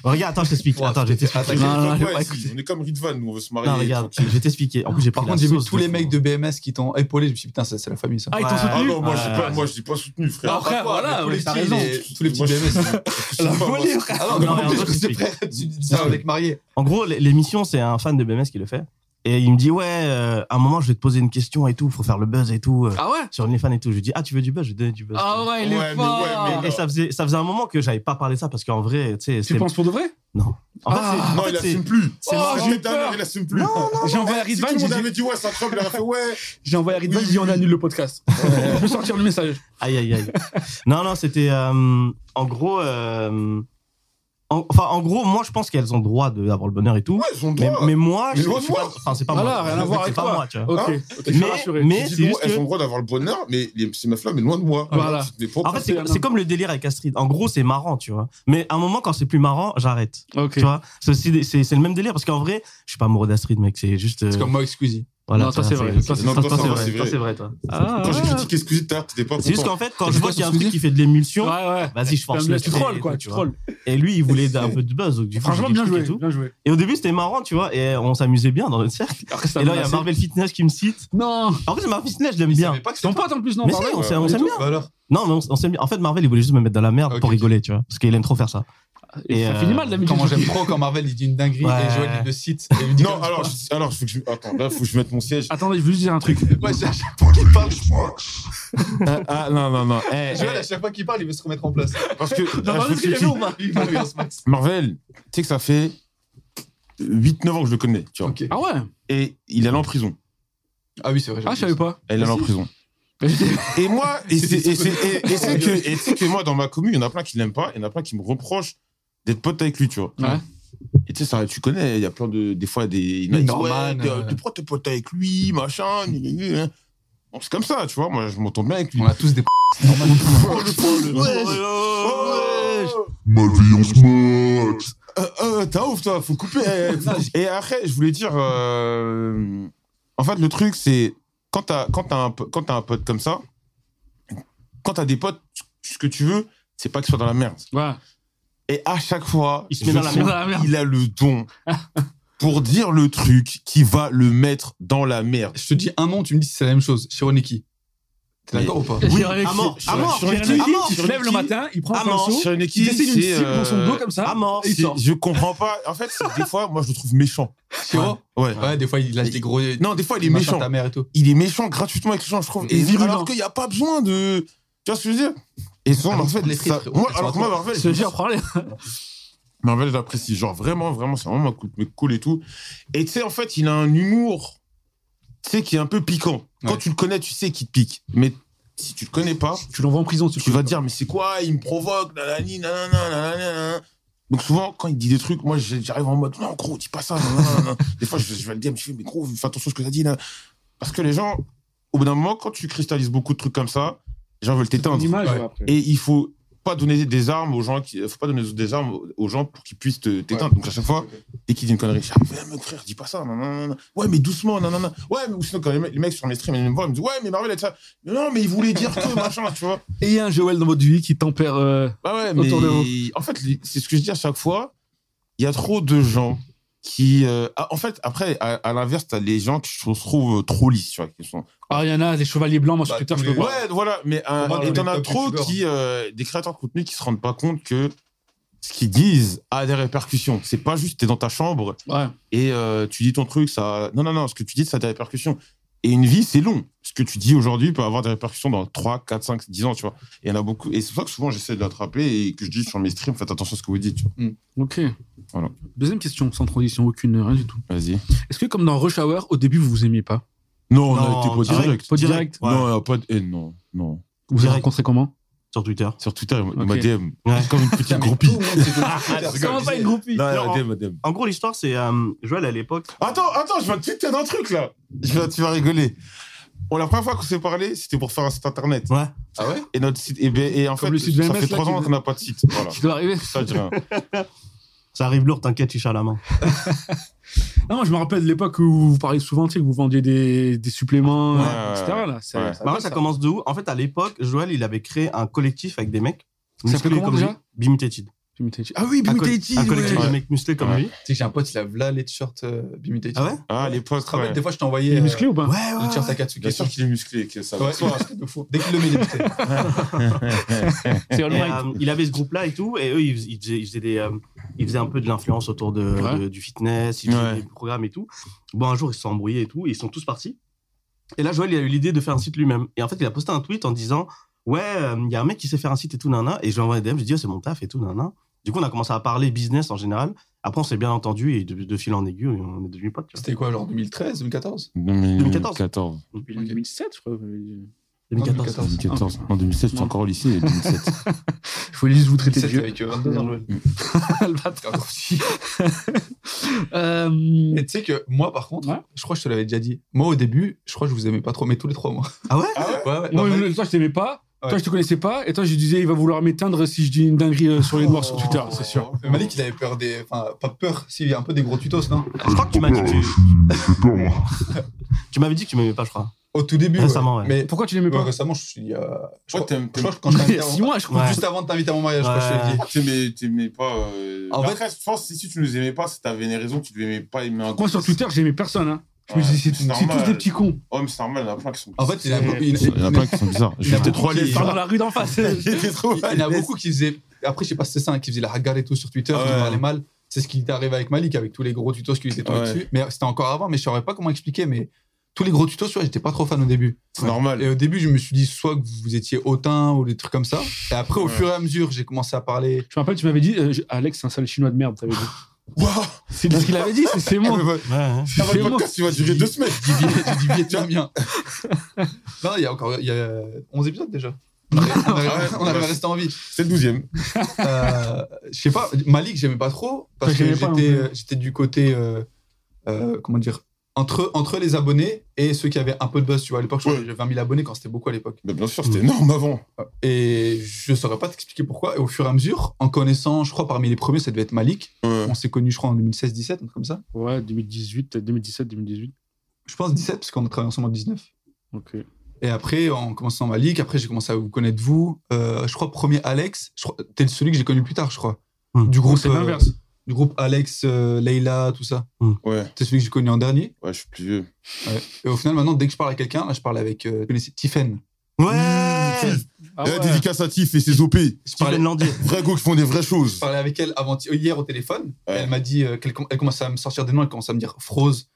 Regarde, attends, je t'explique. Ouah, Attends, je vais t'expliquer. attaqué. Non, Non, non, Ouais, j'ai pas si, on est comme Ridvan, nous, on veut se marier. non, regarde, je vais t'expliquer. En plus, j'ai Par pris la contre, j'ai vu sauce, tous les frérot. mecs de BMS qui t'ont épaulé. Je me suis dit, putain, ça, c'est la famille, ça. Ah, ils t'ont Ah soutenu non, moi, je Ouais. dis pas, moi, je dis pas soutenu, frère. Après, voilà, tous ouais, les t'as petits, raison. les- tous les petits Moi, je- BMS. La volée, frère. Ah non, Non, mais en mais plus, on je sais explique. frère, tu dis un mec marié. En gros, l- l'émission, c'est un fan de BMS qui le fait. Et il me dit, ouais, euh, à un moment, je vais te poser une question et tout, faut faire le buzz et tout, euh, Ah ouais sur OnlyFans et tout. Je lui dis, ah, tu veux du buzz, je vais te donner du buzz. Ah ouais, il Ouais, mais est fort. ouais, mais- Et ça faisait, ça faisait un moment que j'avais pas parlé de ça parce qu'en vrai, tu sais, Tu c'était. penses pour de vrai En fait, Ah. c'est- en Non, fait, il c'est- assume plus. Oh, marrant, j'ai eu ta peur. mère, il assume plus. J'ai envoyé à Si Ridvan, tout le j'ai monde dit- avait dit ouais, c'est incroyable, il aurait fait ouais. j'ai envoyé à Ridvan, j'ai dit on annule le podcast. Je peux sortir le message. Aïe, aïe, aïe. non, non, c'était. euh, en gros. euh, en- enfin, en gros, moi, je pense qu'elles ont le droit de- d'avoir le bonheur et tout. Ouais, ils ont le mais, droit. mais moi, Mais je, le je suis pas. droit. Enfin, c'est pas Voilà, moi. rien à voir C'est avec pas toi. moi, tu vois. Ok, Hein ok, je suis Mais, rassuré. mais Dis c'est donc, juste elles que- ont le droit d'avoir le bonheur, mais les- ces meufs-là, mais loin de moi. Voilà. Tu te fais propre. En fait, c'est Parce que- c'est comme le délire avec Astrid. En gros, c'est marrant, tu vois. Mais à un moment, quand c'est plus marrant, j'arrête. Ok. Tu vois C'est aussi des- c'est c'est le même délire parce qu'en vrai, je suis pas amoureux d'Astrid, mec. C'est juste. euh, C'est comme moi, avec Squeezie. voilà, Non, tu vois, ça, c'est vrai. Ça, c'est- toi, non, toi, ça, c'est c'est vrai. vrai. Ah. Toi, c'est vrai, toi. Quand j'ai critiqué Squeezie tard, t'étais pas C'est juste content. qu'en fait, quand Tu je vois vois qu'il y a un ce que truc je qui fait de l'émulsion, Ouais, ouais. vas-y, je force le Tu trait, trolls, quoi, tu vois. trolls. Et lui, il voulait un peu de buzz. Donc, du coup, Franchement, j'ai dit bien truc joué. Et, tout. Bien joué. et au début, c'était marrant, tu vois. Et on s'amusait bien dans notre cercle. Après, ça Et là, il y a menacé. Marvel Fitness qui me cite. Non En fait, Marvel Fitness, je l'aime Il bien. savait pas que Ton c'était pote en plus, non Mais si, Marvel on s'aime Ouais, on s'aime toi. bien. Bah alors Non, mais on s- on s'aime bien. En fait, Marvel, il voulait juste me mettre dans la merde Ok, pour ok. rigoler, tu vois. Parce qu'il aime trop faire ça. Et Et, ça euh, finit mal d'habitude. Comment j'aime trop quand Marvel il dit une dinguerie Ouais. et Joël il le cite. Et il me dit Non, comme- alors, je- alors, faut que je, attends, là, faut que je mette mon siège. Attendez, je veux juste dire un truc. Ouais, c'est à chaque fois qu'il parle. Ah, ah, non, non, non. Eh, eh, Joël, à chaque fois qu'il parle, il veut se remettre en place. parce que là, T'as je entendu vous ce qu'il critique. avait ou pas Il parle, il se max. Marvel, tu sais que ça fait 8-9 ans que je le connais, tu vois. Ok. Ah ouais Et il allait en prison. Ah oui, c'est vrai. Ah, je savais pas. Elle allait en Si. prison. Mais j'étais- Et moi, et c'est et c'est- et- et c'est Ouais. que, et c'est que moi, dans ma commune, il y en a plein qui l'aiment pas, il y en a plein qui me reprochent d'être pote avec lui, tu vois. Ouais. Et tu sais, ça, tu connais, il y a plein de. Des fois, des. Il y en a qui disent, Norman, ouais, t'es- euh. t'es- pourquoi t'es pote avec lui, machin. gna, gna, gna. Bon, c'est comme ça, tu vois. Moi, je m'entends bien avec lui. On a tous des. p- Oh, le pauvre, le- ouais. Ouais. Oh, ouais. Euh, euh, T'es un ouf, toi, faut couper. eh, faut couper. Et après, je voulais dire. euh, En fait, le truc, c'est. Quand t'as quand t'as un, po- quand t'as un pote comme ça, quand t'as des potes, ce que tu veux, c'est pas qu'ils soient dans la merde. Ouais. Et à chaque fois, Il se met je dans la sens merde. Dans la merde. Il a le don pour dire le truc qui va le mettre dans la merde. Je te dis un nom, tu me dis si c'est la même chose. Shironeki. T'es d'accord ou pas Oui, à mort, à mort, Sur sur une une équipe, il se sur une lève le équipe. matin, il prend Ah, un non, pinceau, Sur une il équipe, dessine une c'est, cible dans son euh, dos comme ça. À mort. c'est- Je comprends pas. En fait, c'est- des fois, moi, je le trouve méchant. Shiro Ouais. Ouais, des fois il lâche des gros. Non, des fois, il des est machins méchant. à ta mère et tout. Il est méchant gratuitement avec les gens, je trouve. Et Et virulent. alors qu'il n'y a pas besoin de. Tu vois ce que je veux dire Et souvent, Allez, en fait, prends les frites, ça- frérot, moi, elles sont alors à que moi, toi. Marvel, Se dire, prends-les. Marvel, j'apprécie. Genre, vraiment, vraiment, c'est vraiment un coup de cool et tout. Et tu sais, en fait, il a un humour, tu sais, qui est un peu piquant. Quand Ouais. tu le connais, tu sais qu'il te pique. Mais si tu le connais pas, Tu l'envoies en prison, si tu vas te dire, mais c'est quoi Il me provoque, nanani, nanana, nanana. Donc souvent, quand il dit des trucs, moi, j'ai- j'arrive en mode, non, gros, dis pas ça. nanana, nanana. Des fois, je, je vais le dire, mais je fais, mais gros, fais attention à ce que t'as dit. nanana. Parce que les gens, au bout d'un moment, quand tu cristallises beaucoup de trucs comme ça, les gens veulent t'éteindre. Une image, Ouais. ouais, après. Et il faut pas donner des armes aux gens qui euh, faut pas donner des armes aux- aux gens pour qu'ils puissent te- t'éteindre donc à chaque fois dès qu'il dit une connerie je dis ah, mais mec, frère dis pas ça nan, nan, nan. ouais mais doucement nan, nan, nan. ouais mais ou sinon quand les, mecs- les mecs sur mes streams ils me voient ils me disent ouais mais Marvel a dit ça non mais il voulait dire que machin tu vois Et il y a un Joël dans votre vie qui tempère. euh, bah ouais mais Autour de vous. en fait les- c'est ce que je dis à chaque fois il y a trop de gens qui euh, ah, en fait après à, à l'inverse t'as les gens qui se trouvent trop lisses tu vois qui sont Ariana, les chevaliers blancs, moi sur Bah, Twitter, tous je peux les- pas. Ouais, voilà, mais euh, Moi, dans et t'en les as top trop youtubeurs. qui euh, des créateurs de contenu qui se rendent pas compte que ce qu'ils disent a des répercussions. C'est pas juste t'es dans ta chambre Ouais. et euh, tu dis ton truc, ça. Non, non, non, ce que tu dis, ça a des répercussions. Et une vie, c'est long. Ce que tu dis aujourd'hui peut avoir des répercussions dans 3, 4, 5, 10 ans, tu vois. Et il y en a beaucoup. Et c'est pour ça que souvent j'essaie de l'attraper et que je dis sur mes streams, faites attention à ce que vous dites, tu vois. Ok. Voilà. Deuxième question, sans transition aucune, rien du tout. Vas-y. Est-ce que, comme dans Rush Hour, au début, vous vous aimiez pas Non, on Non, a été pas direct, direct. Pas direct Ouais. Non, il y a pas de haine, non, non. Vous vous êtes Direct. rencontrés comment Sur Twitter. Sur Twitter, il m'a Ok. DM. Ouais. Comme une petite groupie. Comment pas une groupie Non, Alors, non, DM, DM. En gros, l'histoire, c'est euh, Joël à l'époque. Attends, attends, je viens de tweeter d'un truc là. Je viens- tu vas rigoler. Bon, la première fois qu'on s'est parlé, c'était pour faire un site internet. Ouais. Ah ouais Et notre site, et, ben, et en Comme le fait, site de ça MS, fait là, trois qui ans vous- qu'on n'a pas de site. Voilà. Qui doit arriver Ça, je dis rien. Ça arrive lourd, t'inquiète, tu à la main. Non, moi, je me rappelle de l'époque où vous parliez souvent, tu sais, que vous vendiez des, des suppléments, Ouais, euh, ouais, etc. ouais. Là, ça, Ouais. ça Bah, moi, date, ça ça. commence de où En fait, à l'époque, Joël, il avait créé un collectif avec des mecs s'appelait musclé comment comme lui. déjà Bimitated. Ah oui, Un, coll- Bimitated. un collectif ouais. de mecs musclés comme Ouais. lui. sais que j'ai un pote, il a là les t-shirts euh, Bimitated. Ah ouais Ah, à l'époque, Tu te rappelles, ouais. des fois, je t'envoyais Il est euh, musclé Ah. ou pas Ouais, le t-shirt Akatsuki. Bien sûr qu'il est musclé, que ça va. Ouais, de soi. de fou. Dès qu'il le met, il est musclé. C'est All Et, Might. euh, il avait ce groupe-là et tout, et eux, ils, fais- ils faisaient, ils faisaient des, euh, ils faisaient un peu de l'influence autour de, Ouais. de- du fitness, ils faisaient Ouais. des programmes et tout. Bon, un jour, ils se sont embrouillés et tout, et ils sont tous partis. Et là, Joël, il a eu l'idée de faire un site lui-même. Et en fait, il a posté un tweet en disant Ouais, euh, il y a un mec qui sait faire un site et tout, nana. Et je lui ai envoyé un DM, je lui ai dit Oh, C'est mon taf et tout, nana. Du coup, on a commencé à parler business en général. Après, on s'est bien entendu, et de, de fil en aiguille, on est devenus potes. Tu vois. C'était quoi, genre 2013, 2014 Ah, Depuis 2007, je crois. 2014. 2014. En 2007, j'étais encore au lycée. 2007. Je voulais juste vous traiter de 2017 vieux. avec euh, 22 ans. Le bâtard. Encore petit. Euh, Et tu sais que moi, par contre, Ouais. je crois que je te l'avais déjà dit. Moi, au début, je crois que je vous aimais pas trop, mais tous les trois, moi. Ah ouais Ouais, ouais. Moi, Non, mais- je- toi, je t'aimais pas. Toi, Ouais. je te connaissais pas. Et toi, je disais, il va vouloir m'éteindre si je dis une dinguerie euh, sur les noirs sur Twitter, c'est sûr. Il m'a dit qu'il avait peur des. Enfin, pas peur, s'il y a un peu des gros tutos, non Je crois que tu m'as dit que tu. tu m'avais dit que tu m'aimais pas, je crois. Au tout début. Récemment, ouais. Mais Pourquoi tu l'aimais ouais, pas récemment, je suis. euh, je, Ouais, crois, t'aimes- je crois que quand je Il y a t'invite à mon- six mois, je crois. Ouais. Juste avant de t'inviter à mon mariage, je crois que je te l'ai T'aimais dit. t'aimais pas. euh, En mais Après, je pense que si tu nous aimais pas, c'est t'avais une raison, tu devais aimais pas aimer un Moi, sur Twitter, j'aimais personne. hein. Je me Ouais, disais, c'est c'est c'est tous normal. des petits cons. Oh, mais c'est normal, il y en a plein qui sont. En fait, il y en a C'est- beaucoup- il- Il y en a plein qui sont bizarres. Il y en a J'étais trop à beaucoup l'aise. qui- Par dans la rue d'en face. J'étais trop à Il y en a l'aise. beaucoup qui faisaient. Après, je sais pas si c'est ça, hein, qui faisaient la regarde et tout sur Twitter, qui Ouais. parlaient mal. C'est ce qui t'est arrivé avec Malik, avec tous les gros tutos qui lui étaient tombés Ouais. dessus. Mais c'était encore avant, mais je saurais pas comment expliquer. Mais tous les gros tutos, tu vois, j'étais pas trop fan au début. C'est normal. Et au début, je me suis dit soit que vous étiez hautain ou des trucs comme ça. Et après, au Ouais. fur et à mesure, j'ai commencé à parler. Je me rappelle, tu m'avais dit, euh, je- Alex, c'est un sale chinois de merde, t'avais dit. Waouh Eh, C'est ce qu'il avait dit, c'est- c'est moi. Avant Ouais, ouais. C'est le moi. podcast, il va durer deux semaines. J'ai dit, Viet- j'ai dit vietnamien. non, il y a encore il y a 11 épisodes déjà. On arrive- on arrive- on arrive à rester en vie. C'est le douzième. Euh, je sais pas, Malik, j'aimais pas trop parce Ouais, que j'aimais pas non j'étais plus. euh, j'étais du côté euh, euh, comment dire entre entre les abonnés et ceux qui avaient un peu de buzz, tu vois, à l'époque je crois que j'avais 20 000 abonnés quand c'était beaucoup à l'époque. Mais bien sûr, c'était énorme avant. Et je saurais pas t'expliquer pourquoi et au fur et à mesure en connaissant, je crois parmi les premiers ça devait être Malik. Ouais. On s'est connus je crois en 2016-17 un truc comme ça. Ouais, 2018, peut-être 2017, 2018. Je pense 17 parce qu'on a travaillé ensemble en 19. Ok. Et après, en commençant ma ligue, après, j'ai commencé à vous connaître, vous. Euh, je crois, premier Alex, je crois- t'es celui que j'ai connu plus tard, je crois. Hmm. Du groupe, C'est euh, l'inverse. du groupe Alex, euh, Leila, tout ça. Ouais, T'es celui que j'ai connu en dernier. ouais, je suis plus vieux. Et au final, maintenant, dès que je parle à quelqu'un, là, je parle avec, euh, tu connaissais Tiffen. Ouais Ah Euh, Eh, ouais. Dédicace à Tiff et ses OP. Je parlais, Stephen Landier. Vrais gars qui font des vraies je choses. parlais avec elle avant hier au téléphone. Ouais. Elle m'a dit, euh, qu'elle com- elle commence à me sortir des noms, elle commence à me dire Froze,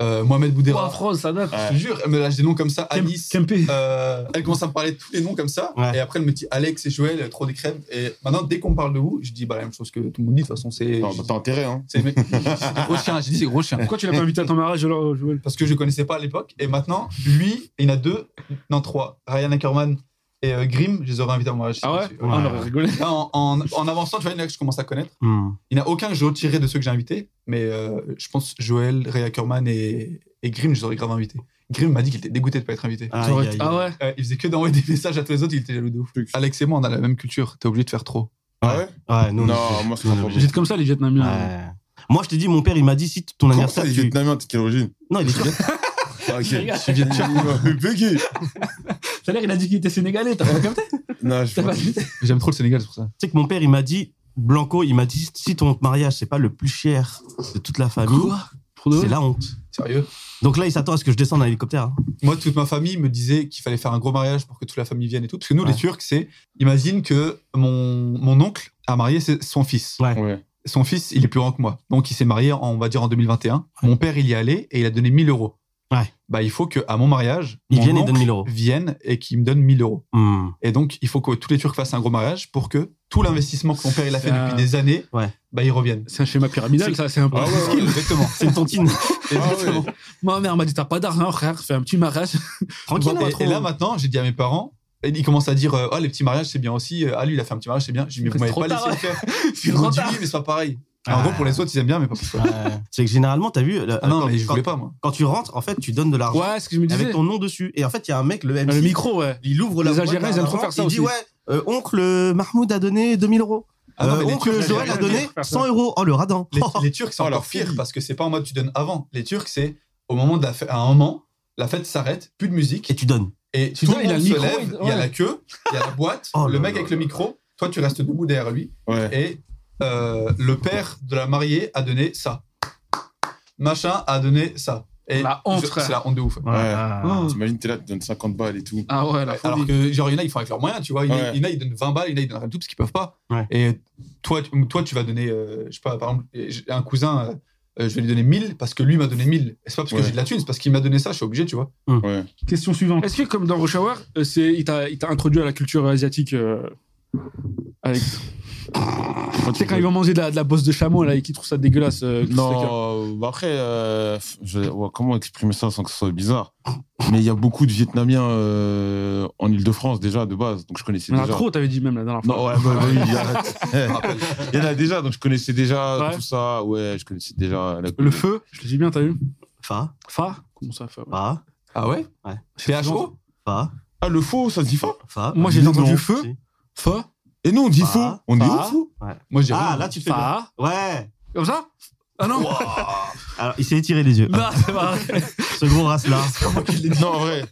euh, Mohamed Boudera. Trois phrases, ça date. je te jure, elle me lâche des noms comme ça, Alice. Kempé. Euh, elle commence à me parler de tous les noms comme ça. Ouais. Et après, elle me dit Alex et Joël, trop des crèmes. Et maintenant, dès qu'on parle de vous, je dis bah, la même chose que tout le monde dit. De toute façon, c'est. Non, bah, T'as intérêt, hein. C'est c'est des gros chiens. J'ai dit c'est gros chiens. Pourquoi tu l'as pas invité à ton mariage alors, euh, Joël Parce que je ne connaissais pas à l'époque. Et maintenant, lui, il y en a deux, non trois. Ryan Ackerman et euh, Grimm, je les aurais invités à mon mariage. Ah ouais, si Ah, On aurait rigolé. Là, en, en, en avançant, tu vois, il y en a que je commence à connaître. Hmm. Il n'y en a aucun que j'ai retiré de ceux que j'ai invités. Mais euh, je pense Joël, Ray Ackerman et, et Grimm, je les aurais grave invités. Grimm m'a dit qu'il était dégoûté de ne pas être invité. Aïe, T'aurais- aïe, Ah aïe. ouais Euh, il faisait que d'envoyer des messages à tous les autres, il était jaloux de ouf. Truc. Alex et moi, on a la même culture, t'es obligé de faire trop. Ah ouais Ouais, nous, on Non, est- moi, c'est on est pas obligé. Vous êtes comme ça, les Vietnamiens. Ouais. Moi, je t'ai dit, mon père, il m'a dit si t- ton Comment ça, anniversaire. les tu- Vietnamiens, t'es quelle origine Non, il est sûr. Ah, ok. Regarde, Tu viens de Bugué. Tout à l'heure, il a dit qu'il était sénégalais. T'as pas capté Non, je T'as pas suis capté J'aime trop le Sénégal, c'est pour ça. Tu sais que mon père, il m'a dit, Blanco, il m'a dit si ton mariage, c'est pas le plus cher de toute la famille, Pour de c'est vrai la honte. Sérieux Donc là, il s'attend à ce que je descende en hélicoptère. hein. Moi, toute ma famille me disait qu'il fallait faire un gros mariage pour que toute la famille vienne et tout. Parce que nous, Ouais. les Turcs, c'est. Imagine que mon, mon oncle a marié ses- son fils. Ouais. Ouais. Son fils, il est plus grand que moi. Donc, il s'est marié, en- on va dire, en 2021. Mon père, il y est allé et il a donné 1000 euros. Ouais. Bah, il faut qu'à mon mariage, Ils mon viennent et oncle donnent 1000 euros. vienne et qu'il me donne 1000 euros. Hmm. Et donc, il faut que tous les Turcs fassent un gros mariage pour que tout l'investissement que mon père il a fait Ça- depuis des années, Ouais. bah, il revienne. C'est un schéma pyramidal, ça. C'est un peu. Ah ouais, ouais, Exactement. C'est une tontine. Exactement. Ma mère m'a dit T'as pas d'argent, frère, fais un petit mariage. Tranquille, Et- on va et, trop- là, maintenant, j'ai dit à mes parents, et ils commencent à dire euh, Oh, les petits mariages, c'est bien aussi. Euh, Ah, lui, il a fait un petit mariage, c'est bien. J'ai dit Mais vous C'est m'avez trop pas laissé tard, le faire. C'est Ils m'ont trop dit tard. Oui, mais c'est pas pareil. Ah. En gros, pour les autres, ils aiment bien, mais pas pour toi. Ouais. C'est que généralement, t'as vu. là, Ah non, quand, mais je quand- voulais pas, moi. quand tu rentres, en fait, tu donnes de l'argent Ouais, ce que je me disais. Ah, Ah, avec ton nom dessus. Et en fait, il y a un mec, le MC. Le micro, ouais. Il ouvre Les la Algériens, ils aiment trop avant, faire ça Il dit aussi. ouais, euh, oncle euh, Mahmoud a donné 2000 euros. Ah non, Euh, mais les oncle Turcs, Joël les a Algériens, donné ils aiment faire ça. 100 euros. Oh le radin. Les, les Turcs, c'est Oh, la encore pire folie. parce que c'est pas en mode tu donnes avant. Les Turcs, c'est au moment de la fête, à un moment, la fête s'arrête, plus de musique, Et tu donnes. et Tu tout donnes, le il a monde le se micro, lève, il- il y a ouais. la queue, il y a la boîte, Oh le là mec là avec le là micro, Toi, tu restes debout derrière lui. Ah Ouais. Et euh, le père de la mariée a donné ça. Machin a donné ça. Et La honte, je- frère. C'est la honte de ouf. Oh. Ah, T'imagines, t'es là, tu donnes 50 balles et tout. Ah ouais, la Ouais, folie. Alors que, genre, il y en a, ils font avec leurs moyens, tu vois. Il y en a- Ouais. il y en a, ils donnent 20 balles, il y en a, ils donnent rien du tout parce qu'ils peuvent pas. Ouais. Et toi, tu, toi, tu vas donner, euh, je sais pas, par exemple, j'ai un cousin, euh, euh, je vais lui donner 1000 parce que lui m'a donné 1000. C'est pas parce Ouais. que j'ai de la thune, c'est parce qu'il m'a donné ça, je suis obligé, tu vois. Ouais. Question suivante. Est-ce que, comme dans Rush Hour, euh, c'est- il t'a il t'a introduit à la culture asiatique euh, avec... Tu sais, quand ils vont manger de la, de la bosse de chameau, là, et qu'ils trouvent ça dégueulasse. euh, Chris Tucker. Non, bah après, euh, je- ouais, comment exprimer ça sans que ce soit bizarre Mais il y a beaucoup de Vietnamiens euh, en Ile-de-France déjà, de base, donc je connaissais On en a déjà. trop, t'avais dit même la dernière fois. Non, ouais, bah, bah oui, arrête. Il y en a déjà, donc je connaissais déjà Ouais. tout ça. Ouais, je connaissais déjà la Le feu, je te dis bien, t'as vu Fa, Fa Comment ça, fa ouais. fa, Ah ouais Ouais. T'es à chaud fa, Ah, le faux, ça se dit pas fa. Moi, j'ai entendu Non. feu. Si. Fa Et nous, on dit Ah, faux. On ah. est ouf, faux. Moi, je dirais. Ah, non. là, tu le fais bien. Fa Ouais. Comme ça Ah non Alors, il s'est étiré les yeux. Non, c'est pas vrai. Ce gros race-là. Non, en vrai.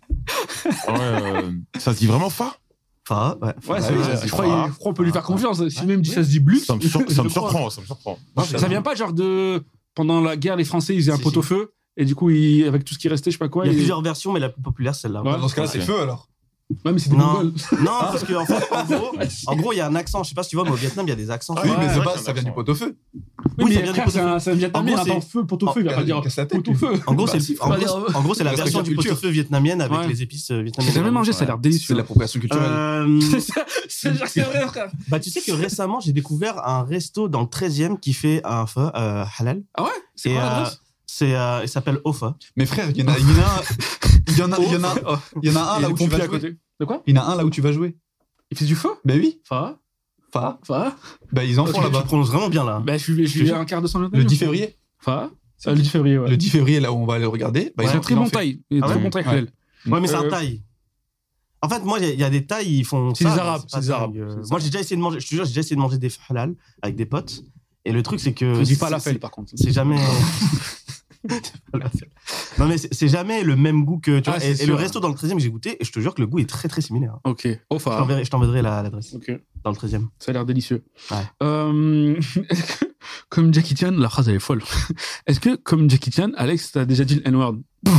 En vrai, euh, ça se dit vraiment fa Fa, ouais. Bah Ouais, c'est oui, vrai. ça se Je dit crois fa. je crois qu'on peut lui faire confiance. Si Ouais. même dit ça se dit blux. ça me, sur- ça me je crois. surprend, ça me surprend. Ça vient pas genre de. Pendant la guerre, les Français, ils faisaient un Si, pot au si. feu. Et du coup, ils- avec tout ce qui restait, je sais pas quoi. Il y a ils- plusieurs versions, mais la plus populaire, celle-là. Ouais. Dans ce cas-là, c'est Ok. le feu alors. Ouais, mais c'est des Non. Mongols. Non, parce qu'en en fait, en gros, Ah. en gros, il y a un accent. Je sais pas si tu vois, mais au Vietnam, il y a des accents. oui, ouais, mais c'est de vrai base, qu'il y a ça un vient du accent. pot au feu. Oui, ça mais vient du frère, pot au c'est feu. un, c'est un Vietnamien. En gros, Attends, feu, pot au Ah, feu, il va pas dire Casse la tête, pot au lui. feu. En gros, Bah, c'est si, en pas gros, dire- en gros, c'est la Parce que version c'est du culture. pot-au-feu vietnamienne avec Ouais. les épices euh, J'ai vietnamiennes. jamais mangé, ça a l'air C'est délicieux. l'appropriation culturelle. Euh, C'est genre, c'est vrai, frère. bah, tu sais que récemment, j'ai découvert un resto dans le 13e qui fait un pho euh, halal. Ah ouais C'est Et, quoi euh, l'adresse c'est, euh, il s'appelle Ofa. Mais frère, il y en a il y en a un- il y en a- il y en a un- il y en a un Il y a là des où tu pompiers vas à jouer. côté. De quoi Il y en a un là où tu vas jouer. Il fait du feu Ben oui. Fa Enfin, Fa ben ils en Tu font là-bas. prononces vraiment bien là. Bah, je suis- je suis à un quart de son Le 10 février. Fa Euh, Le 10 février, ouais. le 10 février, là où on va aller le regarder. bah, C'est ils un ont- très ils ont bon fait. taille. Il est Ah très ouais bon taille, Ouais. Fidel. Ouais, mais c'est un Euh, taille. En fait, moi, il y a- il y, a des tailles, ils font. C'est ça, des mais Arabes, pas c'est des dingue. Arabes, Euh, c'est des Moi, j'ai déjà essayé de manger, je te jure, j'ai déjà essayé de manger des halal avec des potes. Et le truc, c'est que. On dit c'est- pas la fête, par contre. C'est jamais. non, mais c'est c'est jamais le même goût que. Tu Ah, vois, c'est et, et le sûr. resto dans le 13e, j'ai goûté, et je te jure que le goût est très très similaire. Ok. Oh, Je Fa. t'enverrai- Je t'enverrai la- l'adresse Ok. dans le 13e. Ça a l'air délicieux. Ouais. Euh, comme Jackie Chan, la phrase elle est folle. Est-ce que, comme Jackie Chan, Alex, t'as déjà dit le N-word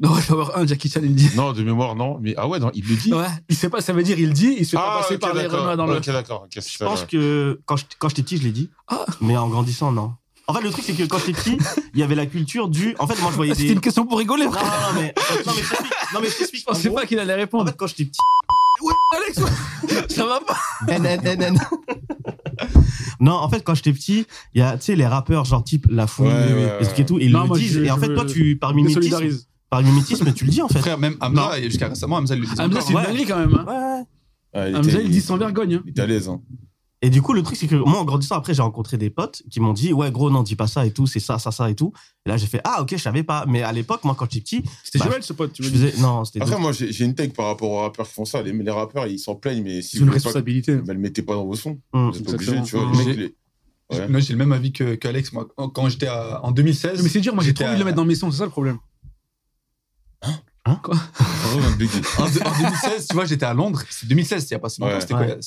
Non, je vais avoir un Jackie Chan, il dit. Non, de mémoire, non. Mais ah ouais, non, il le dit. Ouais, il sait pas, ça veut dire il dit, il se fait pas Ah, passer ok, par les d'accord. renois dans le. Ok, d'accord. ok, Je c'est- pense que quand je- quand j'étais petit, je l'ai dit. Ah. Mais en grandissant, non. En fait, le truc, c'est que quand j'étais petit, il y avait la culture du. En fait, moi, je voyais Ah, C'était des. une question pour rigoler, Non, non, non, mais, non, mais je t'explique. Non, mais je Je t'explique. En pensais gros, pas qu'il allait En répondre. fait, quand j'étais petit. Ouais, Alex, ouais, ça va pas. Non, en fait, quand j'étais petit, il y a, tu sais, les rappeurs, genre type La Fouine, Ouais, ouais, les trucs et tout, ils Non, le moi, disent. je- et en je fait, me- toi, tu, par Il me mimétisme, solidarise. par mimétisme, tu le dis, en fait. Frère, même Hamza, et jusqu'à récemment, Hamza il le disait. Hamza, encore. Ah, c'est une ouais. dinguerie quand même. Hein. Ouais, ouais. Ah, il Hamza, était- il dit sans vergogne. hein. Il était à l'aise. hein. Et du coup, le truc, c'est que moi, en grandissant, après, j'ai rencontré des potes qui m'ont dit, ouais, gros, non, dis pas ça et tout, c'est ça, ça, ça et tout. Et là, j'ai fait, ah, ok, je savais pas. Mais à l'époque, moi, quand j'étais petit, C'était Bah, Joël, ce pote, tu je veux dire. faisais, non, c'était. Après, moi, j'ai j'ai une tech par rapport aux rappeurs qui font ça. Les, les rappeurs, ils s'en plaignent, mais si C'est vous une voulez pas, responsabilité. bah, le mettez pas dans vos sons. Hum. Vous êtes pas obligés, Exactement. tu vois. les J'ai- mecs, les- Ouais. Moi, j'ai le même avis que- qu'Alex. moi, quand- quand j'étais à- en 2016. Mais c'est dur, moi j'ai trop j'étais envie de le à- mettre dans mes sons, c'est ça le problème. Vraiment, un big deal. En, de- en 2016, tu vois, j'étais à Londres. C'est 2016, il y a pas si longtemps. Ouais. C'était quoi Ouais.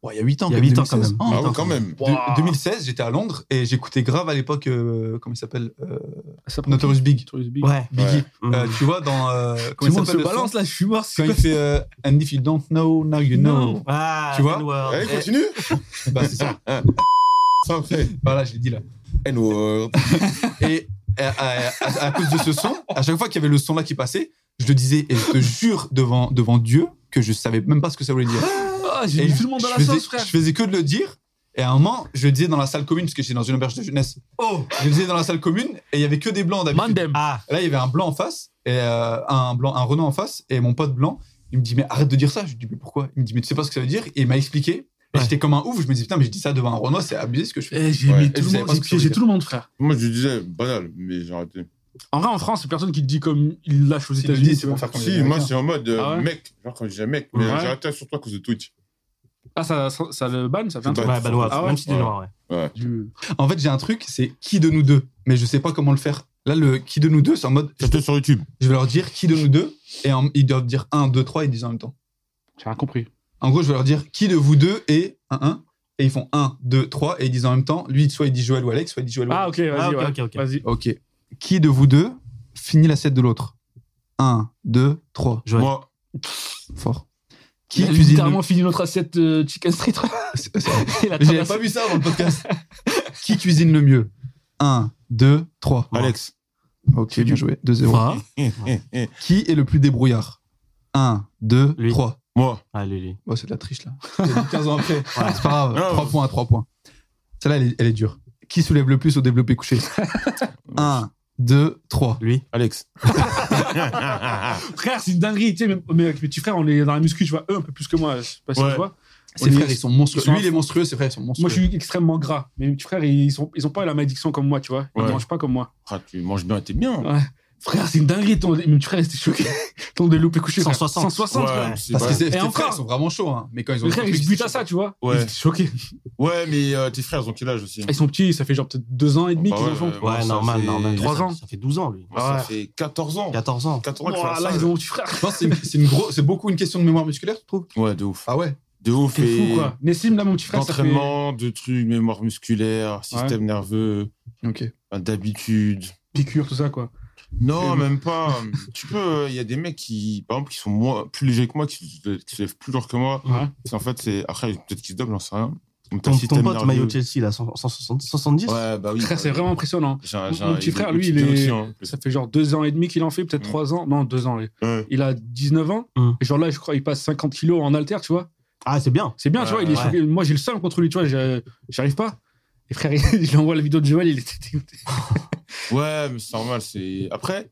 Ouais, il y a 8 ans. Il y a quand même, huit ans, quand 2016. même. Oh, Ah attends. ouais, quand même. De- 2016, j'étais à Londres et j'écoutais grave à l'époque, euh, comment il s'appelle euh, Ça prend- Notorious Big. Notorious Big. Ouais. Biggie. Ouais. Hum. Euh, tu vois, dans. euh, Tout comment le il monde se s'appelle le son balance là, je suis mort. Quand c'est il quoi fait euh, And if you don't know, now you know. Ah, Tu vois N-word. Allez, Eh, continue. Eh. Bah, c'est ça. Ça fait. Voilà, je l'ai dit là. N-word. Et à, à- à- à cause de ce son, à chaque fois qu'il y avait le son là qui passait, je le disais et je te jure devant, devant Dieu que je savais même pas ce que ça voulait dire. Ah, Et j'ai mis tout le monde dans je la faisais, sauce, frère. Je faisais que de le dire. Et à un moment, je le disais dans la salle commune, parce que j'étais dans une auberge de jeunesse. Oh. Je le disais dans la salle commune et il y avait que des blancs d'habitude. Mandem. Ah, Et Là, il y avait un blanc en face, et euh, un blanc, un Renault en face, et mon pote blanc, il me dit mais arrête de dire ça. Je lui dis mais pourquoi Il me dit mais tu sais pas ce que ça veut dire Et il m'a expliqué. Et Ouais. j'étais comme un ouf. Je me dis putain mais je dis ça devant un Renault, c'est abusé ce que je fais. Eh, j'ai Ouais, mis et tout vous le savez monde, pas j'ai ce que ça veut piégé dire. tout le monde, frère. Moi, je disais banal, mais j'ai arrêté. En vrai, en France, c'est personne qui te dit comme il lâche aux Si tu le États-Unis. dis, tu c'est pour vois. faire comme les Si, moi, Américains. c'est en mode euh, Ah ouais mec. Genre, quand je disais mec, mais Ouais. j'ai arrêté surtout à cause de Twitch. Ah, ça, ça, ça le ban, ça fait un C'est truc. pas- ouais, bah, noir. Ah ouais Même si t'es Ouais. noir, ouais. du- En fait, j'ai un truc, c'est qui de nous deux Mais je sais pas comment le faire. Là, le qui de nous deux, c'est en mode je, J'étais sur YouTube. je vais leur dire qui de nous deux, et en- ils doivent dire 1, 2, 3, ils disent en même temps. J'ai rien compris. En gros, je vais leur dire qui de vous deux est 1-1. Et ils font 1, 2, 3 et ils disent en même temps, lui, soit il dit Joël ou Alex, soit il dit Joël ou Alex. Ah, ok, vas-y. Ah, ok, ouais. ok, ok. Vas-y. Ok. Qui de vous deux finit l'assiette de l'autre 1, 2, 3. Ouais. Moi, Fort. Qui Qui a cuisine littéralement fini notre assiette euh, Chicken Street. Il a J'avais traversé. pas vu ça avant le podcast. qui cuisine le mieux 1, 2, 3. Alex. Ok, bien joué. 2-0. Fra. Eh, eh, eh. Qui est le plus débrouillard 1, 2, Lui. 3. Moi. Allez, lui. Oh, c'est de la triche là. C'est 15 ans après. C'est pas grave. Non. 3 points à 3 points. Celle-là, elle, est- elle est dure. Qui soulève le plus au développé couché 1, 2, 3. Lui. Alex. Frère, c'est une dinguerie. Tu sais, même- mais avec mes petits frères, on est dans la muscu, tu vois. Eux, un peu plus que moi. Je sais pas si Ouais. tu vois. Ses On frères, est- ils sont monstrueux. ils sont Lui, un- il est monstrueux. Ses frères, ils sont monstrueux. Moi, je suis extrêmement gras. Mais mes petits frères, ils, sont, ils ont pas la malédiction comme moi, tu vois. Ils Ouais. ne mangent pas comme moi. Ah, tu manges bien, t'es bien. Ouais. Frère, c'est une dinguerie. Ton... Mes petits frères, ils étaient choqués. Ton développé couché. frère. 160. 160, frère. Ouais, c'est Parce que vrai. ses, Et ses encore. frères, ils sont vraiment chauds. hein. Mais quand ils ont Mes le frères, truc, ils se c'est butent à chaud. ça, tu vois. Ouais. Ils étaient choqués. ouais, mais euh, tes frères, ils ont quel âge aussi Ils sont petits, ça fait genre peut-être deux ans et demi Bah qu'ils ouais, en font. euh, Ouais, moi, ça normal, fait- normal. Trois Ça- ans. Ça fait 12 ans, lui. Moi, Ça Ah Ouais. fait 14 ans. 14 ans. 14 ans que je fais Ouah, Oh Là, ça. ils ont mon petit frère. Je pense que c'est une- c'est une gros- c'est beaucoup une question de mémoire musculaire, tu trouves Ouais, de ouf. Ah ouais De ouf. C'est et fou, quoi. Nessim, là, mon petit frère, ça fait. D'entraînement, de trucs, mémoire musculaire, système nerveux, Ok. enfin, d'habitude. Piqûre, tout ça, quoi. Non, Et même pas. tu peux, euh, il y a des mecs qui, par exemple, qui sont moins, plus légers que moi, qui, se- qui se lèvent plus lourd que moi. Ouais. C'est en fait, c'est. Après, peut-être qu'ils se doublent, j'en sais rien. Mais t'as Ton, le ton système pote nerveux. maillot Chelsea, là, 160, 170 Ouais, bah oui. Frère, c'est vraiment impressionnant. J'ai un- Mon- j'ai mon un- petit frère, une lui, petite il est- érection, hein. Ça fait genre deux ans et demi qu'il en fait, peut-être Mm. trois ans. Non, deux ans. lui. Ouais. Il a 19 ans. Mm. Et genre là, je crois qu'il passe 50 kilos en haltère, tu vois. Ah, c'est bien. C'est bien, tu Ouais, vois. Il est ouais. choqué. Moi, j'ai le seum contre lui, tu vois. j'ai- J'arrive pas. Et frère, il il envoie la vidéo de Joël, il était dégoûté. Ouais, mais c'est normal. C'est... Après,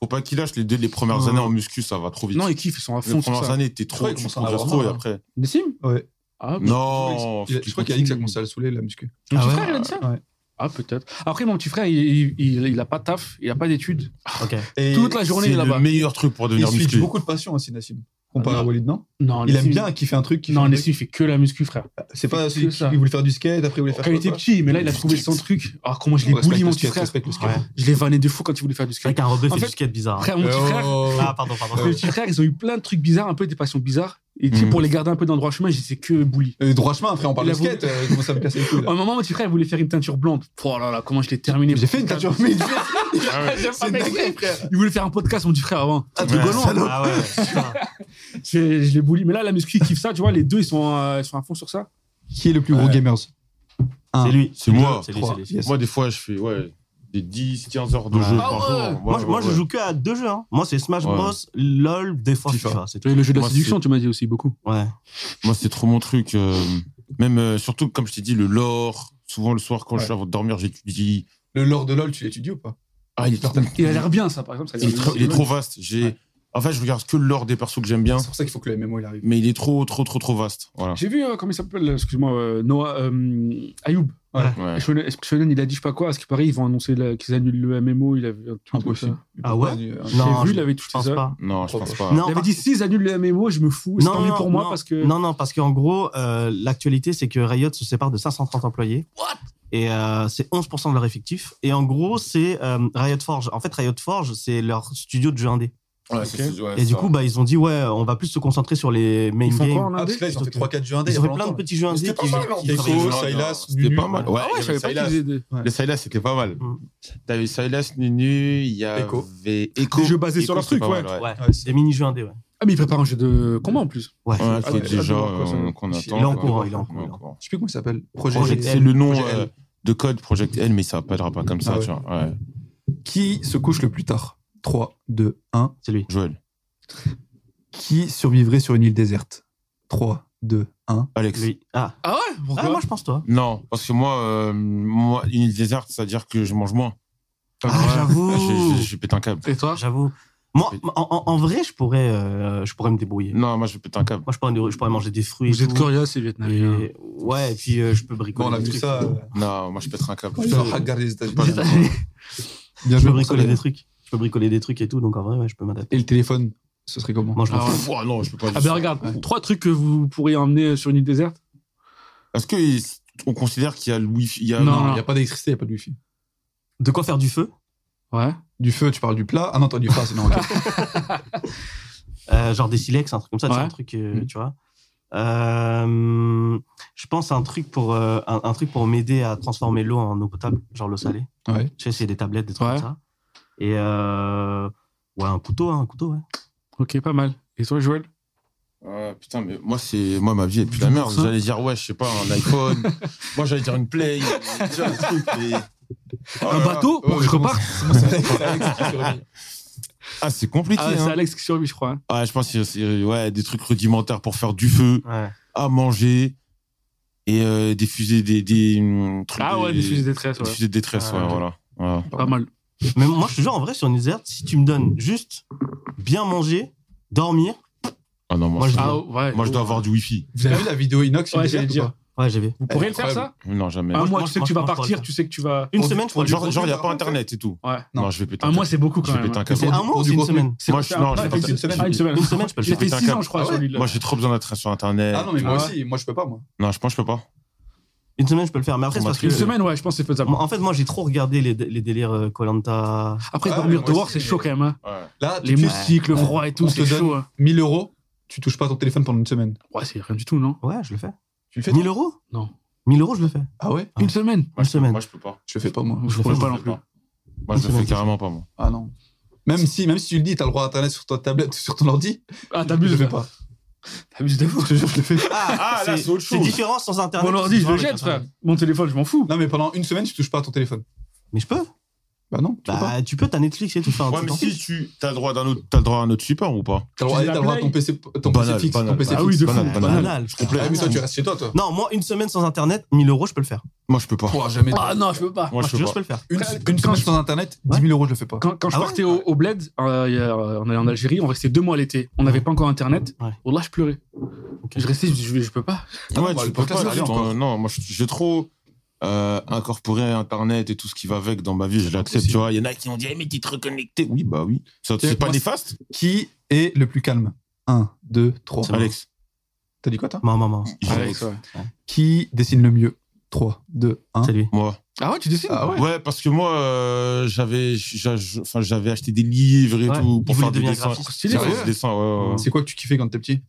faut pas qu'il lâche les, deux, les premières Ouais. années en muscu, ça va trop vite. Non, ils kiffent, ils sont à les fond sur premières ça. années, t'es trop, Ouais, tu ils commencent à progresses avoir trop et marre, après. Nessim Ouais. Ah, ok. Non, Il a- Je crois qu'il a dit que ça commençait à le saouler, la muscu. Mon Ah petit ouais frère, il a dit ça Ouais. Ah, peut-être. Après, mon petit frère, il, il, il- il a pas de taf, il a pas d'études. Ok. Et Toute la journée, c'est il est le là-bas. meilleur truc pour il devenir switch muscu. beaucoup de passion aussi, Nassim. Comparé Ah, à non. Walid, non Non, Il aime Nessim- bien kiffer un truc. qui fait Non, un truc. Nessim, il fait que la muscu, frère. C'est fait pas que celui qui ça. qui voulait faire du skate, après il voulait faire Quand il je sais était pas petit, mais là, il a trouvé son truc. Ah, comment je l'ai quoi. bouli, mon petit Respecte le frère. skate, respecte le skate. Ouais. Je l'ai vanné de fou quand il voulait faire du C'est vrai skate. qu'un rebeu En fait du fait- skate bizarre. hein. Frère, mon petit frère, euh, Oh. Ah, pardon, pardon. mes petits frères, ils ont eu plein de trucs bizarres, un peu des passions bizarres. Et tu sais, Mhm. pour les garder un peu dans le droit chemin, j'étais que bouli. Euh, droit chemin, après on parle Il de a voulu- skate, euh, il commence à me casser les couilles. À là. un moment, mon petit frère, il voulait faire une teinture blonde. Oh là là, comment je l'ai terminé. J'ai fait une teinture, mais il fait- Ah ouais. J'aime pas c'est mes dingue, frère. Il voulait faire un podcast, mon petit frère, avant. Ouais. hein. Ah ouais. putain. Je, je l'ai bouli. Mais là, la muscu, il kiffe ça, tu vois. Les deux, ils sont, euh, ils sont à fond sur ça. Qui est le plus gros Ouais. gamers Un, C'est lui. Ah, C'est moi. C'est lui, trois. c'est lui. Yes. Moi, des fois, je fais ouais, des 10, 15 heures de Ouais. jeu Ah par ouais. jour. Moi, Ouais, je- moi, ouais, je ouais. joue que à deux jeux. hein. Moi, c'est Smash Ouais. Bros, LOL, des fois FIFA. FIFA. C'est tout. Le jeu de la Moi, séduction, c'est- tu m'as dit aussi beaucoup. Ouais. Moi, c'est trop mon truc. euh, Même, euh, surtout, comme je t'ai dit, le lore. Souvent, le soir, quand je Ouais. suis avant de dormir, j'étudie. Le lore de LoL, tu l'étudies ou pas Ah, il est, Il a l'air bien, ça, par exemple. ça a il est l'air trop, bien. il est trop vaste. J'ai... Ouais. En fait, je regarde que le lore des persos que j'aime bien. C'est pour ça qu'il faut que le MMO il arrive. Mais il est trop, trop, trop, trop vaste. Voilà. J'ai vu, euh, comment il s'appelle, euh, excuse-moi, euh, Noah euh, Ayoub. Ouais. Shonen, est-ce que Shonen, il a dit, je sais pas quoi, à ce qui paraît, ils vont annoncer la- qu'ils annulent le MMO. Il avait un truc comme Impossible. ça. Ah ouais J'ai vu, Non, J'ai vu, je- il avait tout Je ça. pense pas. Non, je Trop pense vache. pas. Non, Il avait dit s'ils annulent le MMO, je me fous. C'est tant mieux pour moi non, parce que. Non, non, parce qu'en gros, euh, l'actualité, c'est que Riot se sépare de 530 employés. et euh, c'est 11% de leur effectif. Et en gros, c'est euh, Riot Forge. En fait, Riot Forge, c'est leur studio de jeux indé. Ouais, c'est- c'est- ouais, et du ça. coup, bah, ils ont dit, ouais, on va plus se concentrer sur les main Ils font quoi hein, games. en Ah, parce indé que là, ils ont fait 3-4 jeux indés. Ils ont fait plein de petits jeux indés. qui- qui- Keiko, qui- Non, non, hein. Silas, C'était Nunu. pas mal. Ouais, Ah ouais, je il y avait savais pas Silas. qu'ils faisaient des- Le Silas, c'était pas mal. Mm. T'avais Silas, Nunu, il y Echo. avait Echo. Des jeux basés sur leur c'était truc, pas mal, Ouais, Ouais, c'est- des mini-jeux indés, ouais. Ah, mais ils préparent un jeu de combat en plus. Ouais. Ouais, Ah, c'est ouais, déjà j'adore quoi, ça. euh, qu'on attend. Il est en quoi. cours, il est en cours, il est en Je sais plus comment il s'appelle. Projet. Project C'est le nom Projet L. euh, de code Project L, mais ça s'appellera pas comme ça, Ah ouais. tu vois. Ouais. Qui se couche le plus tard 3, 2, 1. C'est lui. Joël, Qui survivrait sur une île déserte 3, 2, 1. Alex. Lui. Ah, Ah ouais Ah, moi, je pense toi. Non, parce que moi, euh, moi, une île déserte, c'est-à-dire que je mange moins. Ah, Je- j'avoue. Je je pète un câble. Et toi J'avoue. Moi, en, en- en vrai, je pourrais, euh, je pourrais me débrouiller. Non, moi, je pète un câble. Moi, je pourrais, je pourrais manger des fruits. Vous et êtes tout. curieux, ces Ah, Vietnamiens. Et- ouais, et puis euh, je peux bricoler. Bon, on a des vu trucs. ça. euh, Non, moi, je pèterai un câble. quand ils ont regardé les États-Unis. C'est pas Bien Je joué peux pour ça, bricoler des d'ailleurs. trucs. Je peux bricoler des trucs et tout, donc en vrai, ouais, je peux m'adapter. Et le téléphone, ce serait comment Moi, je m'en Ah fous. ouais. Pff, oh non, je peux pas. Ah, dire ben ça. regarde, Ouais. trois trucs que vous pourriez emmener sur une île déserte. Est-ce que il- on considère qu'il y a le wifi il y a- Non, Non, il non. n'y a pas d'électricité, il n'y a pas de wifi. De quoi faire du feu Ouais. Du feu, tu parles du plat. Ah non, t'as du plat, c'est normal. Euh, Genre des silex, un truc comme ça, c'est Ouais. un truc, euh, Mm. tu vois. Euh, je pense à un truc pour euh, un, un truc pour m'aider à transformer l'eau en eau potable, genre l'eau salée. Ouais. Tu sais, c'est des tablettes, des trucs Ouais. comme ça. Et euh, ouais, un couteau, hein, un couteau, ouais. Ok, pas mal. Et toi, Joël Ah, putain, mais moi, c'est moi ma vie est plus la merde. J'allais dire, ouais, je sais pas, un iPhone. moi, j'allais dire une Play. Tu vois, le truc, mais- Oh là Un là. bateau pour Ouais, que je reparte Ah, c'est compliqué. Ah, hein. c'est Alex qui survit, je crois. hein. Ouais, je pense que c'est ouais, des trucs rudimentaires pour faire du feu, ouais. à manger et euh, des fusées, des, des, hum, trucs. Ah ouais, des sujets de détresse, des ouais. fusées de détresse, Ah, ouais, ok. voilà. Voilà. Pas mal. Mais moi, je te jure, en vrai, sur une déserte, si tu me donnes juste bien manger, dormir, Ah non, moi, Moi, je, je- dois- Ah ouais. moi, je dois avoir du wifi. Vous avez vu la vidéo Inox Ouais, une j'allais déserte ou dire. ouais, j'ai vu. Vous pourriez le faire ça Non, jamais. Un Moi, mois, moi, tu sais que moi, tu vas moi, je pourrais partir, le tu sais que tu vas. Une semaine, je crois. Genre, genre, il n'y a pas internet et tout. Ouais. Non, Non. je vais péter Un mois, Ah, c'est beaucoup je quand vais même. péter un pas câble. C'est un mois ou c'est une Pour du semaine Moi, je, non, je Ah, vais pas une péter- semaine. Ah, une semaine. Une semaine, je peux le J'ai faire. péter fait un 6 ans, câble. je crois, Ah sur ouais. l'île. Moi, j'ai trop besoin d'attraction internet. Ah non, mais moi hein. Ah ouais. aussi, moi je peux pas, moi. Non, je pense que je peux pas. Une semaine, je peux le faire. Mais après, c'est Moi, parce que. Une semaine, ouais, je pense que c'est faisable. En fait, moi, j'ai trop regardé les, les délires euh, Colanta. Après, Ah, dormir moi dehors, aussi, c'est mais- chaud quand même. hein. Ouais. Là, tu Les te moustiques, le froid et tout, on te c'est donne- chaud. hein. 1000 euros, tu touches pas ton téléphone pendant une semaine. Ouais, c'est rien du tout, non Ouais, je le fais. Tu le fais 1000 euros Non. 1000 euros, je le fais. Ah ouais Une semaine Une semaine. Moi, je peux pas. Je le fais pas, moi. Je pourrais Moi, pas je non fais plus. Moi, je le fais carrément pas, moi. Ah non. Même si, même si tu le dis, t'as le droit à internet sur ta tablette ou sur ton ordi. Ah, je t'abuses, le fais pas. T'abuses de vous. Je te jure, je le fais. Ah, Ah, là, c'est autre C'est chose. différent sans internet. Mon ordi, je Sans le le jette, internet. frère. Mon téléphone, je m'en fous. Non, mais pendant une semaine, tu touches pas à ton téléphone. Mais je peux Bah non, tu peux pas. Bah, tu peux, t'as Netflix et tout. Enfin, Ouais, tu mais t'en si fiches. tu as le droit d'un autre, t'as le droit à un autre support ou pas T'as le droit, dis la t'as le droit à ton blague. PC, ton Banal, PC fixe. banal. Ton PC Ah fixe. oui, de Banal, fou. banal. Banal, frère. Ah, mais toi, tu restes chez toi, toi. Non, moi, une semaine sans internet, 1000 euros, je peux le faire. Moi, je peux pas. Oh, jamais. Ah non, je peux pas. Moi, Moi, je je te peux jure, pas. je peux le faire. Une, Quand- une quand semaine je- sans internet, Ouais. 10 000 euros, je le fais pas. Quand, quand je Ah ouais partais au, au Bled, euh, il y a- on allait en Algérie, on restait deux mois l'été. On n'avait pas encore Internet. Ouais. Oh là, je pleurais. Je restais, je, je, je peux pas. Ah, Ouais, bah, tu le peux podcast, pas. c'est tu encore. t'en- Non, moi, je- j'ai trop euh, incorporé Internet et tout ce qui va avec dans ma vie. Je l'accepte, tu vois. Il y en a qui ont dit, Eh, mais t'es trop connecté. Oui, bah oui. Ça, C'est Tiens, pas moi, néfaste, Qui est le plus calme 1, 2, 3. C'est bon. Alex. T'as dit quoi, toi Maman, maman. J'ai- Qui dessine le mieux 3, 2, 1. C'est lui. Moi. Ah ouais, tu dessines Ah ouais. Ouais, parce que moi, euh, j'avais, j'a- j'a- enfin, j'avais acheté des livres et Ouais, tout pour il faire voulait des devenir dessins. graphiste. Stylé, Ouais, ouais. des dessins, ouais, ouais, ouais. C'est quoi que tu kiffais quand t'es petit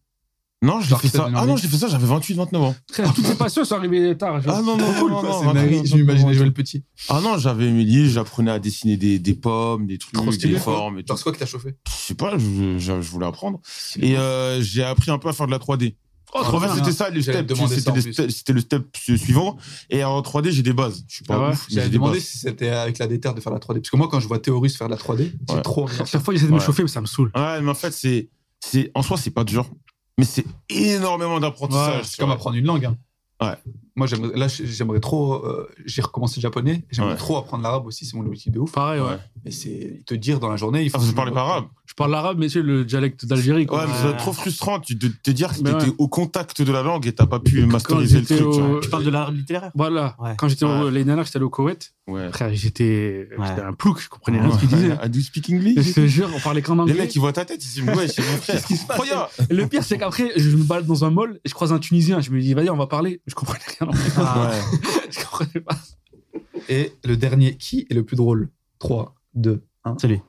Non, j'ai Genre fait qui t'a ça. donné Ah envie. non, j'ai fait ça, j'avais 28, 29 ans. Frère, Toutes les passions sont arrivées tard. je- Ah non, non, non, non, Toi, non, 29, c'est Marie, je 29, m'imaginais jouer le petit. Ah non, j'avais mes livres, j'apprenais à dessiner des, des pommes, des trucs, Trop stylé, des formes et tout. Genre, c'est quoi qui t'a chauffé Je sais pas, je, je- je voulais apprendre. Et euh, j'ai appris un peu à faire de la 3D. Oh, en trop fait, bien. c'était ça le J'allais step. te demander C'était ça, en le, plus. step- c'était le step su- suivant. Et en 3D, j'ai des bases. Je suis pas Ah ouais, ouf, mais j'ai J'avais des demandé bases. si c'était avec la déterre de faire la 3D. Parce que moi, quand je vois Théorus faire de la 3D, j'ai Ouais. trop envie. À Chaque fois, j'essaie de me Ouais. chauffer, mais ça me saoule. Ouais, mais en fait, c'est, c'est, en soi, c'est pas dur. Mais c'est énormément d'apprentissage. C'est tu comme vois. apprendre une langue. hein. Ouais. Moi, j'aimerais- là, j'aimerais trop. euh, j'ai recommencé le japonais. J'aimerais Ouais. trop apprendre l'arabe aussi. C'est mon objectif de ouf. Pareil, ouais. Ouais. Mais c'est te dire dans la journée. Il faut Ah, vous que- parlez pas arabe Je parle l'arabe, mais c'est le dialecte d'Algérie. quoi. Ouais, Ben mais ça doit être trop frustrant tu- de te dire que Mais t'étais ouais. au contact de la langue et t'as pas pu Quand masteriser le j'étais truc. tu vois. au. Tu parles de l'art littéraire Voilà. Ouais. Quand j'étais au. Ouais. L'année dernière, j'étais allé au Koweït. Ouais. Frère, j'étais Ouais. j'étais un plouc, je comprenais rien de ce qu'ils disaient. Ah, do you speak Je English te jure, on parlait qu'en Les anglais. mecs, ils voient ta tête, ils se disent Ouais, c'est mon frère. qui se passe Regarde Et le pire, c'est qu'après, je me balade dans un mall et je croise un Tunisien. Je me dis, vas-y, on va parler. Je comprenais rien. en fait. Ah, Ouais. Je comprenais pas. Et le dernier, qui est le plus drôle 3, 2, 1. C'est lui.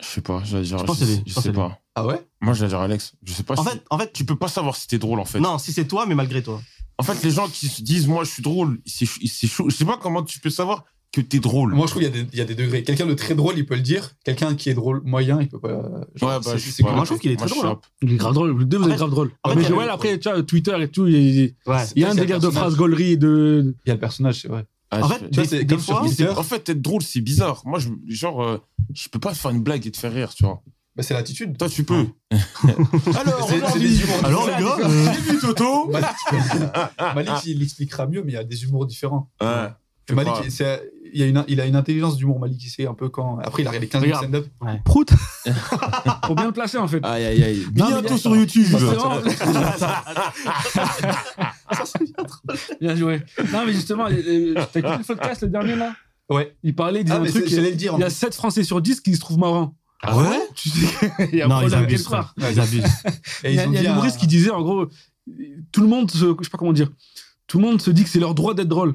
Je sais pas, j'allais dire. Je pense je- que c'est lui, je je pense sais que c'est pas. Ah ouais Moi, j'allais dire Alex. Je sais pas En si- fait, en fait, Tu peux pas savoir si t'es drôle en fait. non, si c'est toi, mais malgré toi. En fait, les gens qui se disent Moi, je suis drôle, c'est chou- c'est chou. Je sais pas comment tu peux savoir que t'es drôle. Moi, je trouve qu'il y, a des- il y a des degrés. Quelqu'un de très drôle, il peut le dire. Quelqu'un qui est drôle moyen, il peut pas. genre, Ouais, bah, c'est- je- c'est ouais. comme un je trouve qu'il est Moi, très je drôle, hein. suis Il est grave drôle. Le deux, vous En êtes fait- grave drôle. en fait, mais il y a Joël, le- après, tu vois, Twitter et tout, il y a- Ouais. il y a Ça, un euh, délire c'est un de personnage. phrases gauleries et de. Il y a le personnage, c'est vrai. Ah, En je- fait, Tu vois, des, c'est des comme sur fois, Twitter. En fait, être drôle, c'est bizarre. Moi, je, genre, euh, je peux pas te faire une blague et te faire rire, tu vois. Bah, c'est l'attitude. Toi, tu peux. Alors, C'est- c'est aujourd'hui, des humours. Alors, les gars, euh, j'ai vu Toto. Malik, Malik, il l'expliquera mieux, mais il y a des humours différents. Ouais. Que Malik, c'est- il, y a une, il a une intelligence d'humour, Malik, il sait un peu quand. Après, il a regardé 15 000 Regarde. stand-up. Prout Pour bien le placer, en Ah, fait. Aïe, aïe, aïe. Non, mais Bientôt bien- sur YouTube. C'est vraiment- Bien joué. Non, mais justement, euh, euh, t'as écouté le podcast, le dernier, là Ouais. Il parlait, il disait Ah, un mais truc. c'est- Il j'allais le dire. en y a fait. 7 Français sur 10 qui se trouvent marrants. Ah ouais Tu sais, il y a un Non, ils problème quelque abusent. part. frère. Ils abusent. Et Il y a, ils ont il y a dit ah. un un- humoriste qui disait, en gros, tout le monde, se, je sais pas comment dire, tout le monde se dit que c'est leur droit d'être drôle.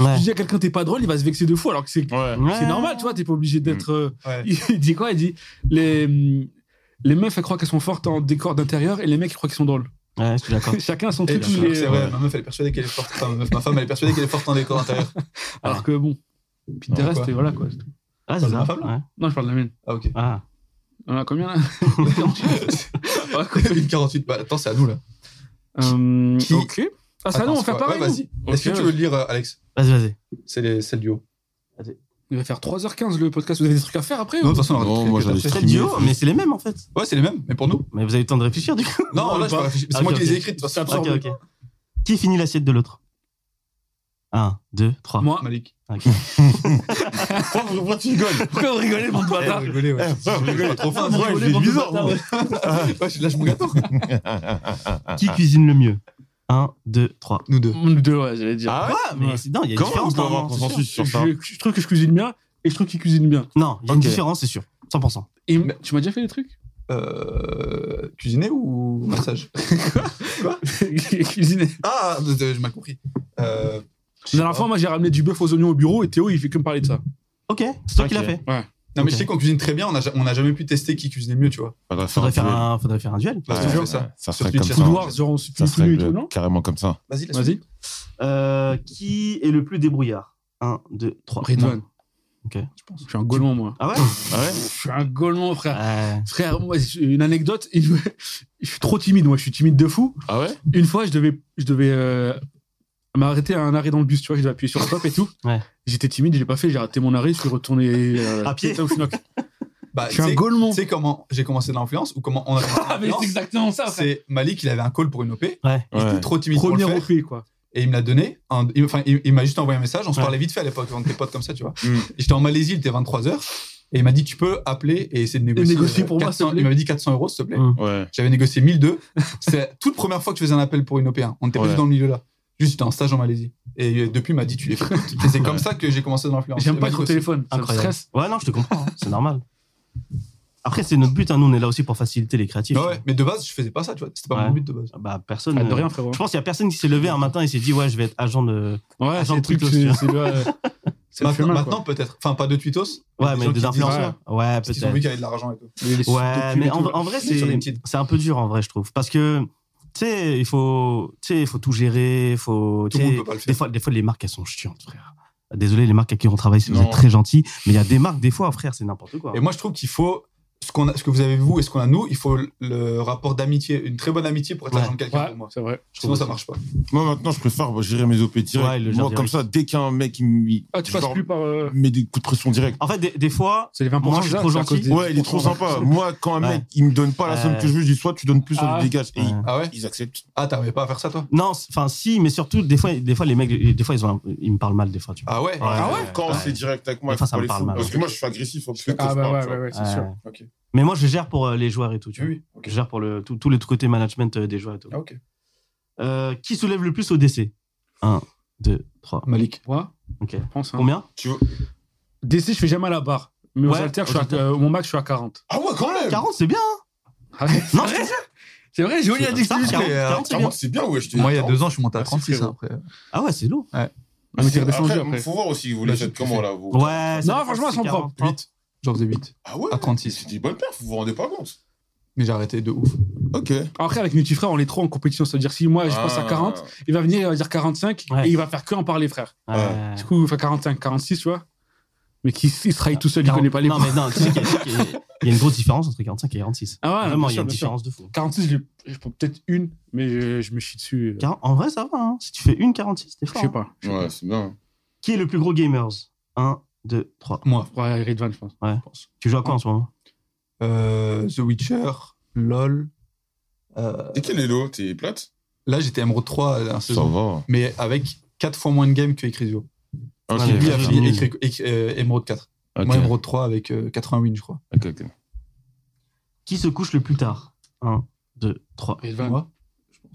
Ouais. Si tu dis à quelqu'un t'es pas drôle, il va se vexer de fou, alors que c'est Ouais. c'est normal, tu vois, t'es pas obligé d'être. euh, Mmh. Ouais. Il dit quoi Il dit les, les meufs, elles croient qu'elles sont fortes en décor d'intérieur et les mecs, ils croient qu'ils sont drôles. Ouais, je suis d'accord. Chacun a son Et truc. je- mais, euh, Eh, c'est vrai, ma meuf, elle est persuadée qu'elle est forte. Enfin, ma, meuf, ma femme, elle est persuadée qu'elle est forte en décor intérieur. Ah. Alors que bon, Non, Pinterest, quoi. et voilà quoi. c'est tout. Ah, c'est de ma ça. femme, là ouais. Non, je parle de la mienne. Ah, ok. Ah. On en a combien là Ouais, quoi. Une 48 balles. Attends, c'est à nous, là. Euh, Qui- Ok. Ah, ça, Attends, non, on c'est fait quoi pareil. Ouais, nous. vas-y. Est-ce Ok, que tu veux le lire, euh, Alex Vas-y, vas-y. C'est les- c'est le duo. Il va faire 3h15 le podcast. Vous avez des trucs à faire après Non, de ou- toute façon, on aura Non, des trucs moi, que t'as j'avais- fait. Très Premier, duo, oui. mais c'est les mêmes en fait. Ouais, c'est les mêmes, mais pour nous. Mais vous avez le temps de réfléchir du coup. Non, là, je peux réfléchir. C'est moi Ok, qui les ai ok. écrites, de toute façon. Ok, ok. Qui finit l'assiette de l'autre 1, 2, 3. Moi, Malik. Pourquoi pourquoi tu rigoles pourquoi vous rigolez, mon hein Eh, Ah, bâtard rigolé, ouais. Rigolez. Trop Ah, fin, moi, je vais être bizarre. moi. Ouais, je lâche mon gâteau. Qui cuisine le mieux 1, 2, 3. Nous deux. Nous deux, ouais, j'allais dire. Ah ouais Ah, mais c'est- non, il y a une Comment on différence. peut avoir normalement, hein, c'est sûr. consensus sur ça je, je trouve que je cuisine bien et je trouve qu'il cuisine bien. Non, il y a une Ok. différence, c'est sûr. 100%. Et tu m'as déjà fait des trucs Euh, Cuisiner ou massage Cuisiner. Ah, de- de- je m'ai compris. Euh, La dernière fois, moi, j'ai ramené du bœuf aux oignons au bureau et Théo, il fait que me parler de ça. Ok, c'est toi qui Ok. l'as fait. Non, mais Ok. je sais qu'on cuisine très bien, on n'a ja- on n'a jamais pu tester qui cuisinait mieux, tu vois. Faudrait faire Faudrait bah, un faire duel. un, faudrait faire un duel. Parce que Ouais, je fais ouais, ça. Ça Sur serait Twitch, comme il y a ça. tout Couloir, genre, on se Ça finit serait et tout, non carrément comme ça. Vas-y, laisse Vas-y. Euh, qui est le plus débrouillard 1, 2, 3. Ridwan. Ok. Je suis un Gaulman, moi. Ah ouais Ah ouais Je suis un Gaulman, frère. Euh, Frère, moi, j'ai une anecdote. Je suis trop timide, moi. Je suis timide de fou. Ah ouais Une fois, je devais, je devais euh, m'arrêter à un arrêt dans le bus, tu vois. Je devais appuyer sur stop et tout. Ouais. J'étais timide, je l'ai pas fait. J'ai arrêté mon arrêt, je suis retourné euh, À pied. tête au Fnac. Bah, Je tu suis un sais- Gaulman. tu sais comment j'ai commencé l'influence ou comment on a commencé Ah, mais c'est l'influence exactement ça, frère. C'est Malik, il avait un call pour une OP. Ouais. J'étais Ouais. trop timide pour Premier le faire. refus, quoi. Et il me l'a donné. Un- il- Enfin, il, il m'a juste envoyé un message. On se Ouais. parlait vite fait à l'époque, on était potes comme ça, tu vois. Mm. J'étais en Malaisie, il était 23h. Et il m'a dit, tu peux appeler et essayer de négocier. négocier pour moi, 400 s'il te plaît. Il m'avait dit 400 euros, s'il te plaît. Mm. Ouais. J'avais négocié 1002. C'est la toute première fois que je faisais un appel pour une OP1. On n'était pas Ouais. du tout dans le milieu là. Juste, j'étais en stage en Malaisie. Et euh, depuis, il m'a dit, tu les fais toutes. Et c'est comme ça que j'ai commencé dans l'influence. J'aime Et pas Malik être au aussi. téléphone. Ça me Incroyable. stresse. Ouais, non, je te comprends. hein. C'est normal. Après, c'est notre but. hein. Nous, on est là aussi pour faciliter les créatifs. Ouais, ouais. Mais de base, je faisais pas ça, tu vois. C'était pas Ouais. mon but de base. Bah, personne. Ah, de euh, rien, frérot. Je pense qu'il y a personne qui s'est levé un matin et s'est dit, ouais, je vais être agent de. Ouais, c'est c'est Ah, le truc, plutôt c'est sûr. c'est le. euh, C'est le Maintenant, chemin, maintenant, peut-être. Enfin, pas de tweetos. Ouais, gens mais des qui disent, influenceurs. Ouais, Parce qu'ils ont peut-être. vu qu'il y avait de l'argent et tout. quoi. Les- les Ouais, sous-documents mais et en, tout. en vrai, Sur c'est LinkedIn. c'est un peu dur en vrai, je trouve, parce que tu sais, il faut, tu sais, il faut tout gérer, faut. Tout tu le monde sais, peut pas le Des faire. fois, des fois, les marques elles sont chiantes, frère. Désolé, les marques à qui on travaille, si vous Non. êtes très gentils, mais il y a des marques des fois, frère, c'est n'importe quoi. Et moi, je trouve qu'il faut ce qu'on a, ce que vous avez vous et ce qu'on a nous, il faut le rapport d'amitié, une très bonne amitié pour être Ouais. l'agent de quelqu'un Ouais, pour moi. Ah, c'est vrai. Je Sinon, trouve ça marche aussi. pas. Moi maintenant, je préfère bah, gérer mes OP direct. Ouais, le Moi, genre direct. comme ça, dès qu'un mec il me Ah, tu passes genre, plus par. euh, met des coups de pression direct. En fait, des, des fois, C'est les 20%. Moi, je suis ça, trop c'est à gentil. cause des Ouais, il est trop 10%. sympa. Moi, quand un Ouais. mec il me donne pas la somme Ouais. que je veux, je dis soit tu donnes plus, soit Ah. tu dégages. Et Ouais. ils- Ah ouais ils acceptent. Ah, t'arrivais pas à faire ça, toi non, c'est- enfin, si, mais surtout, des fois, des fois, les mecs, des fois, ils, ont un- ils me parlent mal, des fois, tu vois. Ah ouais Ah ouais Quand Ouais. c'est direct avec moi, Des fois, faut ça pas me les parle fous. mal. Parce que moi, je suis agressif. faut que je Ah, parle, bah tu ouais, vois. ouais, ouais, c'est Ouais. sûr. Ok. Mais moi, je gère pour euh, les joueurs et tout, tu vois. Oui, ok. Je gère pour le, tout, tout le côté management euh, des joueurs et tout. Ah, ok. Euh, qui soulève le plus au décès 1, 2, 3. Ah, Malik. Moi, Ok. je pense. hein. Combien Tu vois- DC, je fais jamais à la barre. Mais aux Ouais, haltères, je aux suis à- haltères. euh, mon max, je suis à 40. Ah ouais, quand même 40, c'est bien. Arrête. Non, je te jure. C'est vrai, Jolie a dit que Ça, c'était juste. 40, euh, 40, c'est bien. Vraiment, Ah, c'est bien, ouais. je te- Moi, il y a deux ans, je suis monté à Ah, c'est 36 frérot. hein, après. Ah ouais, c'est lourd. Ah, mais t'es redescendu Après, après. Faut voir aussi, vous les faites comment là vous Ouais, c'est- Non, franchement, elles sont 40. propres. 8. J'en faisais 8. Ah ouais À C'est 36. des bonnes perfs, vous vous rendez pas compte. Mais j'ai arrêté de ouf. Ok. Après, avec Nutifrère, on est trop en compétition. C'est-à-dire, si moi, je passe Ah, à 40, il va venir, il va dire 45, Ouais. et il va faire que en parler, frère. Ouais. Ouais. Du coup, enfin, 45, 46, tu vois. Mais qui il se trahit tout seul, il 40. connaît pas les Non, mais non, tu sais qu'il y a- tu sais qu'il y a il y a une grosse différence entre 45 et 46. Ah ouais, bien Vraiment, il y a sûr, une bien sûr. différence de fou. 46, je, l'ai- je prends peut-être une, mais je, je me chie dessus. euh, Quar- En vrai, ça va. hein. Si tu fais une 46, t'es Je fort. sais hein. pas. Ouais, c'est bien. Qui est le plus gros gamers 1, 2, 3. Moi. Ouais, Ridvan, je pense. Tu joues à quoi en ce moment Euh, The Witcher, LOL. Euh, Et quel est l'eau T'es plate là, j'étais Emerald 3 la dernière saison. va. euh, Mais avec 4 fois moins de games que Ecrisio. Ok, Ouais, Lui ouais, a ouais. fini écrit, écrit- euh, Emerald 4. ok, Moi, Emerald 3 avec euh, 80 wins, je crois. ok, ok. Qui se couche le plus tard 1, 2, 3. Ridvan. Moi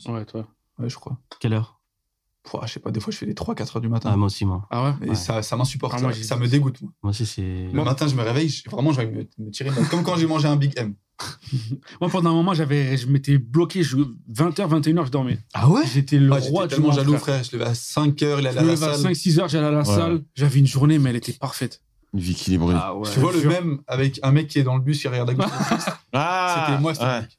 Ouais, toi. Ouais, je crois. Quelle heure Pouah, je sais pas, des fois, je fais les 3-4 heures du matin. Ah, Moi aussi, moi. Ah ouais Et ouais. ça, ça m'insupporte, Ah, ça. moi, j'ai- ça me dégoûte. Moi. Moi aussi, c'est. Le matin, je me réveille, je- vraiment, je vais me, me tirer. une balle. Comme quand j'ai mangé un Big M. Moi, pendant un moment, j'avais, je m'étais bloqué. Je, 20h, 21h, je dormais. Ah ouais J'étais le ah, roi J'étais du tellement monde. jaloux, frère. frère. Je levais à 5 heures, il allait Je à me la levais à salle. 5-6 heures, j'allais à la salle. J'avais une journée, mais elle était parfaite. Une vie équilibrée. Ah, ouais. Tu vois le même avec un mec qui est dans le bus, il regarde à gauche. Ah C'était moi, c'était Malik.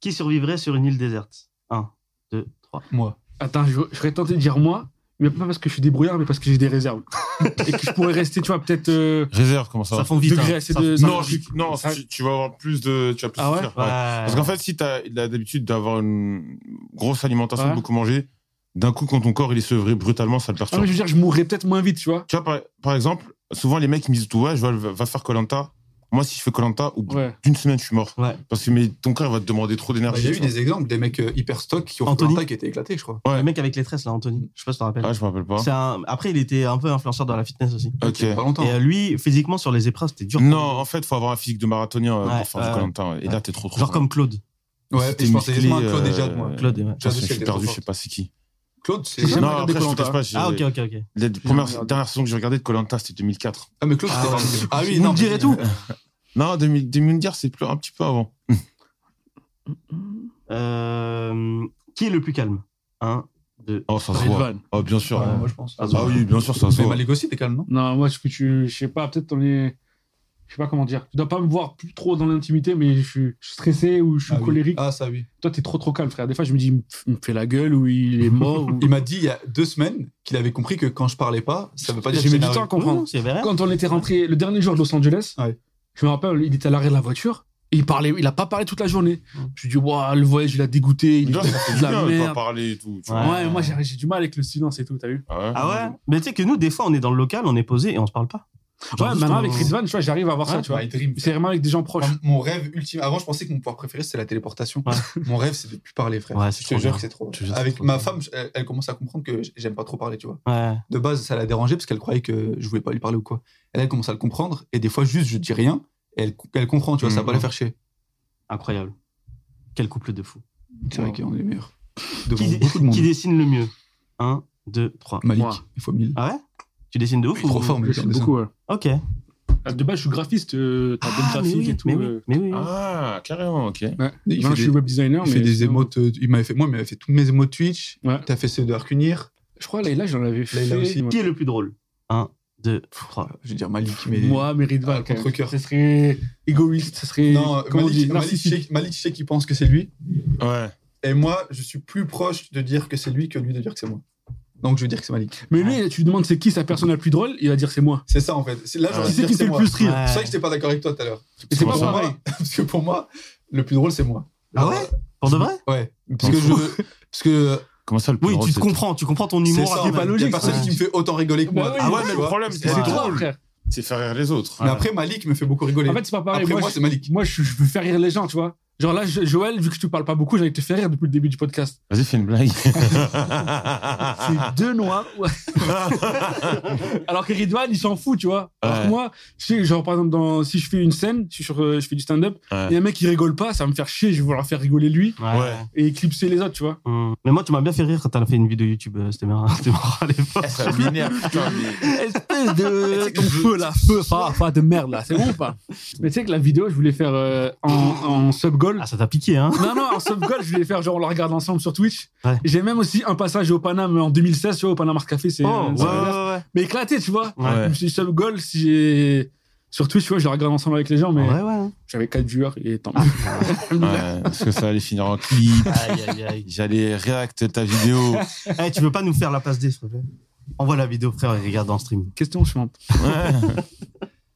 Qui survivrait sur une île déserte 1, 2, 3. Moi. Attends, je, je serais tenté de dire moi, mais pas parce que je suis débrouillard, mais parce que j'ai des réserves. et que je pourrais rester, tu vois, peut-être euh, Réserve, comment ça Ça va fond vite. de hein. graisse et Ah, Ça de. fond- Non, je- tu, non ça- tu, tu vas avoir plus de. Tu vas plus Ah ouais souffrir, ouais. Parce Parce qu'en fait, si tu as l'habitude d'avoir une grosse alimentation, Ouais. de beaucoup manger, d'un coup, quand ton corps il est sevré brutalement, ça te Ah, perturbe. mais je veux dire, je mourrais peut-être moins vite, tu vois. Tu vois, par, par exemple, souvent les mecs ils me disent Ouais, je vais, va faire Colanta. Moi, si je fais Colanta, au bout Ouais. d'une semaine, je suis mort. Ouais. Parce que mais, ton corps il va te demander trop Bah, d'énergie. Il y a eu tu vois. des exemples des mecs euh, hyper stock qui ont Anthony. fait un qui était éclaté, je crois. le mec avec les tresses, là, Anthony. Je sais pas si tu te rappelles. Ah, je me rappelle pas. C'est un- Après, il était un peu influenceur dans la fitness aussi. Ok. Il y a Pas longtemps. Et euh, lui, physiquement, sur les épreuves, c'était dur. Non, en fait, faut avoir un physique de marathonien euh, Ouais, pour faire ouais. du Colanta. Et là, t'es trop trop. Genre comme Claude. ouais, c'était et je pensais musclé, justement à Claude et euh, Jade, moi. Claude, ouais. Je Jade suis aussi, elle était perdu, trop je sais pas c'est qui. Claude, c'est. J'ai jamais Non, après, regardé je te Koh-Lanta. cache pas. j'ai- Ah, ok, ok, ok. La jamais première, regardé. dernière saison que j'ai regardée de Colanta, c'était 2004. Ah, mais Claude, Ah, c'était ouais. pas- Ah oui, Vous non. me direz tout. Non, 2000 2010, c'est plus- un petit peu avant. Euh, Qui est le plus calme 1, 2. Oh, ça se voit. Ridvan. Oh, bien sûr. Ouais, Moi, je pense. Ah, Ah oui, bien sûr, ça se Mais voit. Malik aussi, t'es calme, non Non, moi, ce que tu. Je sais pas, peut-être on est. Je sais pas comment dire. Tu dois pas me voir plus trop dans l'intimité, mais je suis je suis stressé ou je suis Ah oui. colérique. Ah, ça, oui. Toi, t'es trop trop calme, frère. Des fois, je me dis, il me- il me fait la gueule ou il est mort. ou- Il m'a dit il y a deux semaines qu'il avait compris que quand je parlais pas, ça veut pas dire J'ai que mis du j'étais temps à énervé. comprendre. C'est vrai. Quand on était rentré le dernier jour de Los Angeles, Ouais. je me rappelle, il était à l'arrêt de la voiture. et il parlait, il a pas parlé toute la journée. Mm. Je lui dis, waouh, le voyage, il a dégoûté. Il Déjà, était ça fait de du la bien de pas merde. parler et tout. tu vois. Ouais, moi, j'ai j'ai du mal avec le silence et tout, t'as vu Ah ouais. Ah ouais Mais tu sais que nous, des fois, on est dans le local, on est posé et on se parle pas. Genre, Ouais, juste, maintenant, on- avec Rizvan, tu vois, j'arrive à voir ça, hein. Ouais, tu vois. My dream. C'est vraiment avec des gens proches. Moi, Mon rêve ultime. Avant, je pensais que mon pouvoir préféré, c'était la téléportation. Ouais. Mon rêve, c'est de plus parler, frère. Ouais, c'est je trop te jure bien. que c'est trop. Je te jure, c'est Avec trop ma bien. femme, je- elle, elle commence à comprendre que j- j'aime pas trop parler, tu vois. Ouais. De base, ça la dérangeait parce qu'elle croyait que je voulais pas lui parler ou quoi. Elle, elle commence à le comprendre et des fois, juste, je dis rien. Et elle, elle comprend, tu vois, ça va Mhm. pas la faire chier. Incroyable. Quel couple de fous. C'est vrai qu'on est les meilleurs. Devant Qui, beaucoup de monde. qui dessine le mieux 1, 2, 3. Malik, Moi. il faut mille. Ah ouais Tu dessines de ouf Il est ou- trop fort, Je Malik. sais en dessin. beaucoup, ouais. Ok. Ah, De base, je suis graphiste, euh, t'as bonne Ah, mais graphique oui, et tout. mais oui, euh. mais oui. Ah, carrément, ok. Ouais. Il Non, fait je suis des- web designer, Il mais. fait des sinon- émotes. euh, Il m'avait fait, moi, il m'avait fait toutes mes émotes Twitch. Ouais. T'as fait ceux de Arcunir. Je crois, là, j'en avais fait. Layla aussi. Qui est le plus drôle 1, 2, 3. Je veux dire Malik, mais. Moi, mais Ridvan, Ah, quand même. contre-cœur. Ce serait égoïste, ce serait. non, euh, comment on dit Malik, Malik, je sais- Narcissique. Malik, je sais qu'il pense que c'est lui. Ouais. Et moi, je suis plus proche de dire que c'est lui que lui de dire que c'est moi. Donc je veux dire que c'est Malik. Mais lui, tu lui demandes c'est qui sa personne la plus drôle, il va dire c'est moi. C'est ça en fait. C'est- Là, j'aurais Ouais. Ah. Qui dû c'est dire qui que fait c'est le moi. plus rire Ouais. C'est vrai que j'étais pas d'accord avec toi tout à l'heure. Et c'est pas Comment ça pareil. Parce que pour moi, le plus drôle, c'est moi. Ah ouais Pour de vrai Ouais. Parce que je. Parce que. Comment ça, le plus Oui, drôle, tu te c'est- comprends, tu comprends ton C'est humour. ça. à- qui est pas Il y a logique, personne ouais. qui me fait autant rigoler que Bah moi. oui, Ah ouais, tu mais le vois. problème, C'est c'est Ouais. C'est c'est toi, drôle. frère. C'est faire rire les autres. Mais après, Malik me fait beaucoup rigoler. En fait, c'est pas pareil. Après, moi, moi, c'est je, Malik. moi, je- je veux faire rire les gens, tu vois. Genre là, je- Joël, vu que tu parles pas beaucoup, j'allais te faire rire depuis le début du podcast. Vas-y, fais une blague. C'est deux noirs. ouais. Alors que Ridwan, il s'en fout, tu vois. Alors que Ouais. moi, je sais, genre par exemple, dans, si je fais une scène, si je, suis sur, euh, je fais du stand-up, Ouais. il y a un mec qui rigole pas, ça va me faire chier, je vais vouloir faire rigoler lui Ouais. et éclipser les autres, tu vois. Hum. Mais moi, tu m'as bien fait rire quand t'as fait une vidéo YouTube, euh, c'était marrant, c'était marrant à l'époque. Ça m'énerve, putain, mais- Espèce de. Ton feu là, feu, pas, pas de merde là, c'est bon ou pas Mais tu sais que la vidéo, je voulais faire euh, en, en sub-goal. Ah, ça t'a piqué, hein Non, non, en soft goal, je voulais faire genre on la regarde ensemble sur Twitch. Ouais. J'ai même aussi un passage au Paname en 2016, tu vois, au Panama Café, c'est. Oh, euh, ouais, c'est- ouais, Mais éclaté, tu vois. ouais. Ouais, Je me suis dit, soft goal, si j'ai. Sur Twitch, tu vois, je la regarde ensemble avec les gens, mais ouais. ouais. j'avais 4 viewers et tant mieux. Ouais, parce que ça allait finir en clip. Aïe, aïe, aïe. J'allais réacter ta vidéo. Eh, tu veux pas nous faire la passe D, s'il te plaît Envoie la vidéo, frère, et regarde en stream. Question suivante. Ouais.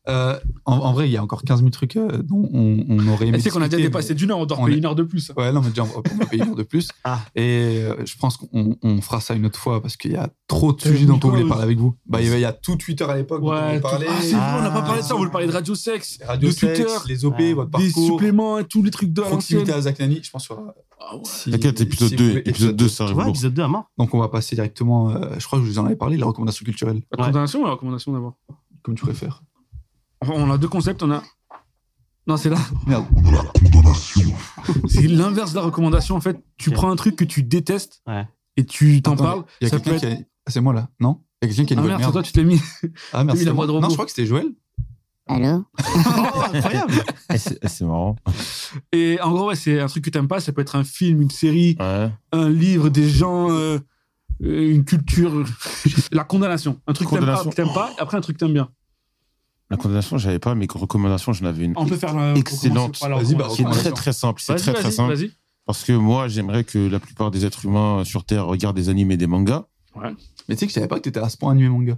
Euh, en, en vrai, il y a encore 15 000 trucs euh, dont on, on aurait aimé. Tu sais qu'on a déjà discuter, dépassé mais- d'une heure, on doit on payer est- une heure de plus. Ouais, non, mais déjà, on va- on va payer une heure de plus. Ah. Et euh, je pense qu'on on fera ça une autre fois parce qu'il y a trop de Euh, sujets dont on Nico, voulait euh, parler avec vous. Bah, il y avait- il y a tout Twitter à l'époque dont on Ouais, voulait tout- parler. Ah, c'est vrai, on n'a pas Ah. parlé de ça, on voulait parler de Radio Sex, Radio de Sex, Twitter, les OP, Ouais. votre des parcours, suppléments et tous les trucs de l'ancienne. proximité à Zach Nani, je pense sur Ah ouais. T'inquiète, épisode 2, épisode 2, ça Tu arrive vois, lourd. épisode 2 à mort. Donc on va passer directement, euh, je crois que je vous en avais parlé, la recommandation culturelle, La condamnation ou la recommandation d'abord comme tu préfères. Enfin, On a deux concepts, on a. Non, c'est là. Merde. C'est l'inverse de la recommandation, en fait. Tu Ok. prends un truc que tu détestes Ouais. et tu t'en Attends, parles. Il y a ça quelqu'un peut qui a... Ah, c'est moi là, non Il y a quelqu'un qui a Ah une merde, bonne c'est merde. toi, tu te l'as mis. Ah merde, mis la c'est moi. voix de robot. Non, je crois que c'était Joël. Allô Oh, incroyable. Eh, C'est eh, c'est marrant. Et en gros, ouais, c'est un truc que t'aimes pas. Ça peut être un film, une série, Ouais. un livre, des gens, euh, euh, une culture. la condamnation. Un truc que t'aimes pas, Condamnation. que t'aimes pas, et après un truc que t'aimes bien. La condamnation, j'avais pas, mais recommandations, j'en avais une. On peut faire la. Excellente. on commence par la Vas-y, bah, recommandation. Qui est recommandation. très très simple. C'est Vas-y, très très vas-y, simple. vas-y. Parce que moi, j'aimerais que la plupart des êtres humains sur Terre regardent des animés et des mangas. Mais tu sais que je savais pas que t'étais à ce point animé manga.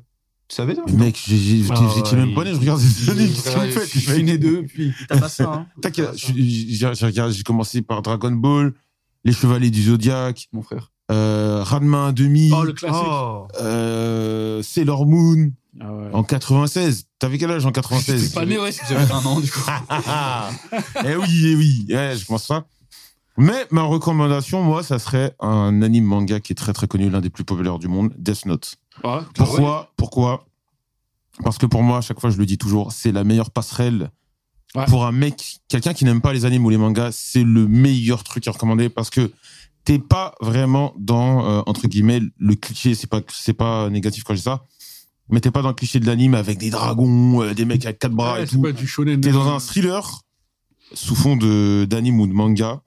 Tu savais ça Mec, j'ai- j'ai- j'étais Ah j'étais ouais, même pas né, il- je regardais des animés. Qu'est-ce que vous Je faites suis- je suis né d'eux, puis. T'as pas ça, hein. Tac, j'ai- j'ai j'ai regardé- j'ai commencé par Dragon Ball, Les Chevaliers du Zodiaque, Mon frère. euh, Ranma 1,5, Oh, le classique. Ah. Oh. euh, Sailor Moon Ah ouais. en 96. T'avais quel âge en 96 Pas né, ouais. J'avais un an, du coup. Ah, ah. eh oui, eh oui, Ouais, je pense ça. Mais ma recommandation, moi, ça serait un anime manga qui est très très connu, l'un des plus populaires du monde, Death Note. Ah Ouais. Pourquoi Pourquoi Parce que pour moi, à chaque fois, je le dis toujours, c'est la meilleure passerelle Ouais. pour un mec, quelqu'un qui n'aime pas les animes ou les mangas, c'est le meilleur truc à recommander parce que t'es pas vraiment dans euh, entre guillemets le cliché. C'est pas c'est pas négatif quand je dis ça, mais t'es pas dans le cliché de l'anime avec des dragons, euh, des mecs avec quatre bras Ouais, et c'est tout. pas du shonen. euh, T'es dans un thriller sous fond de d'anime ou de manga,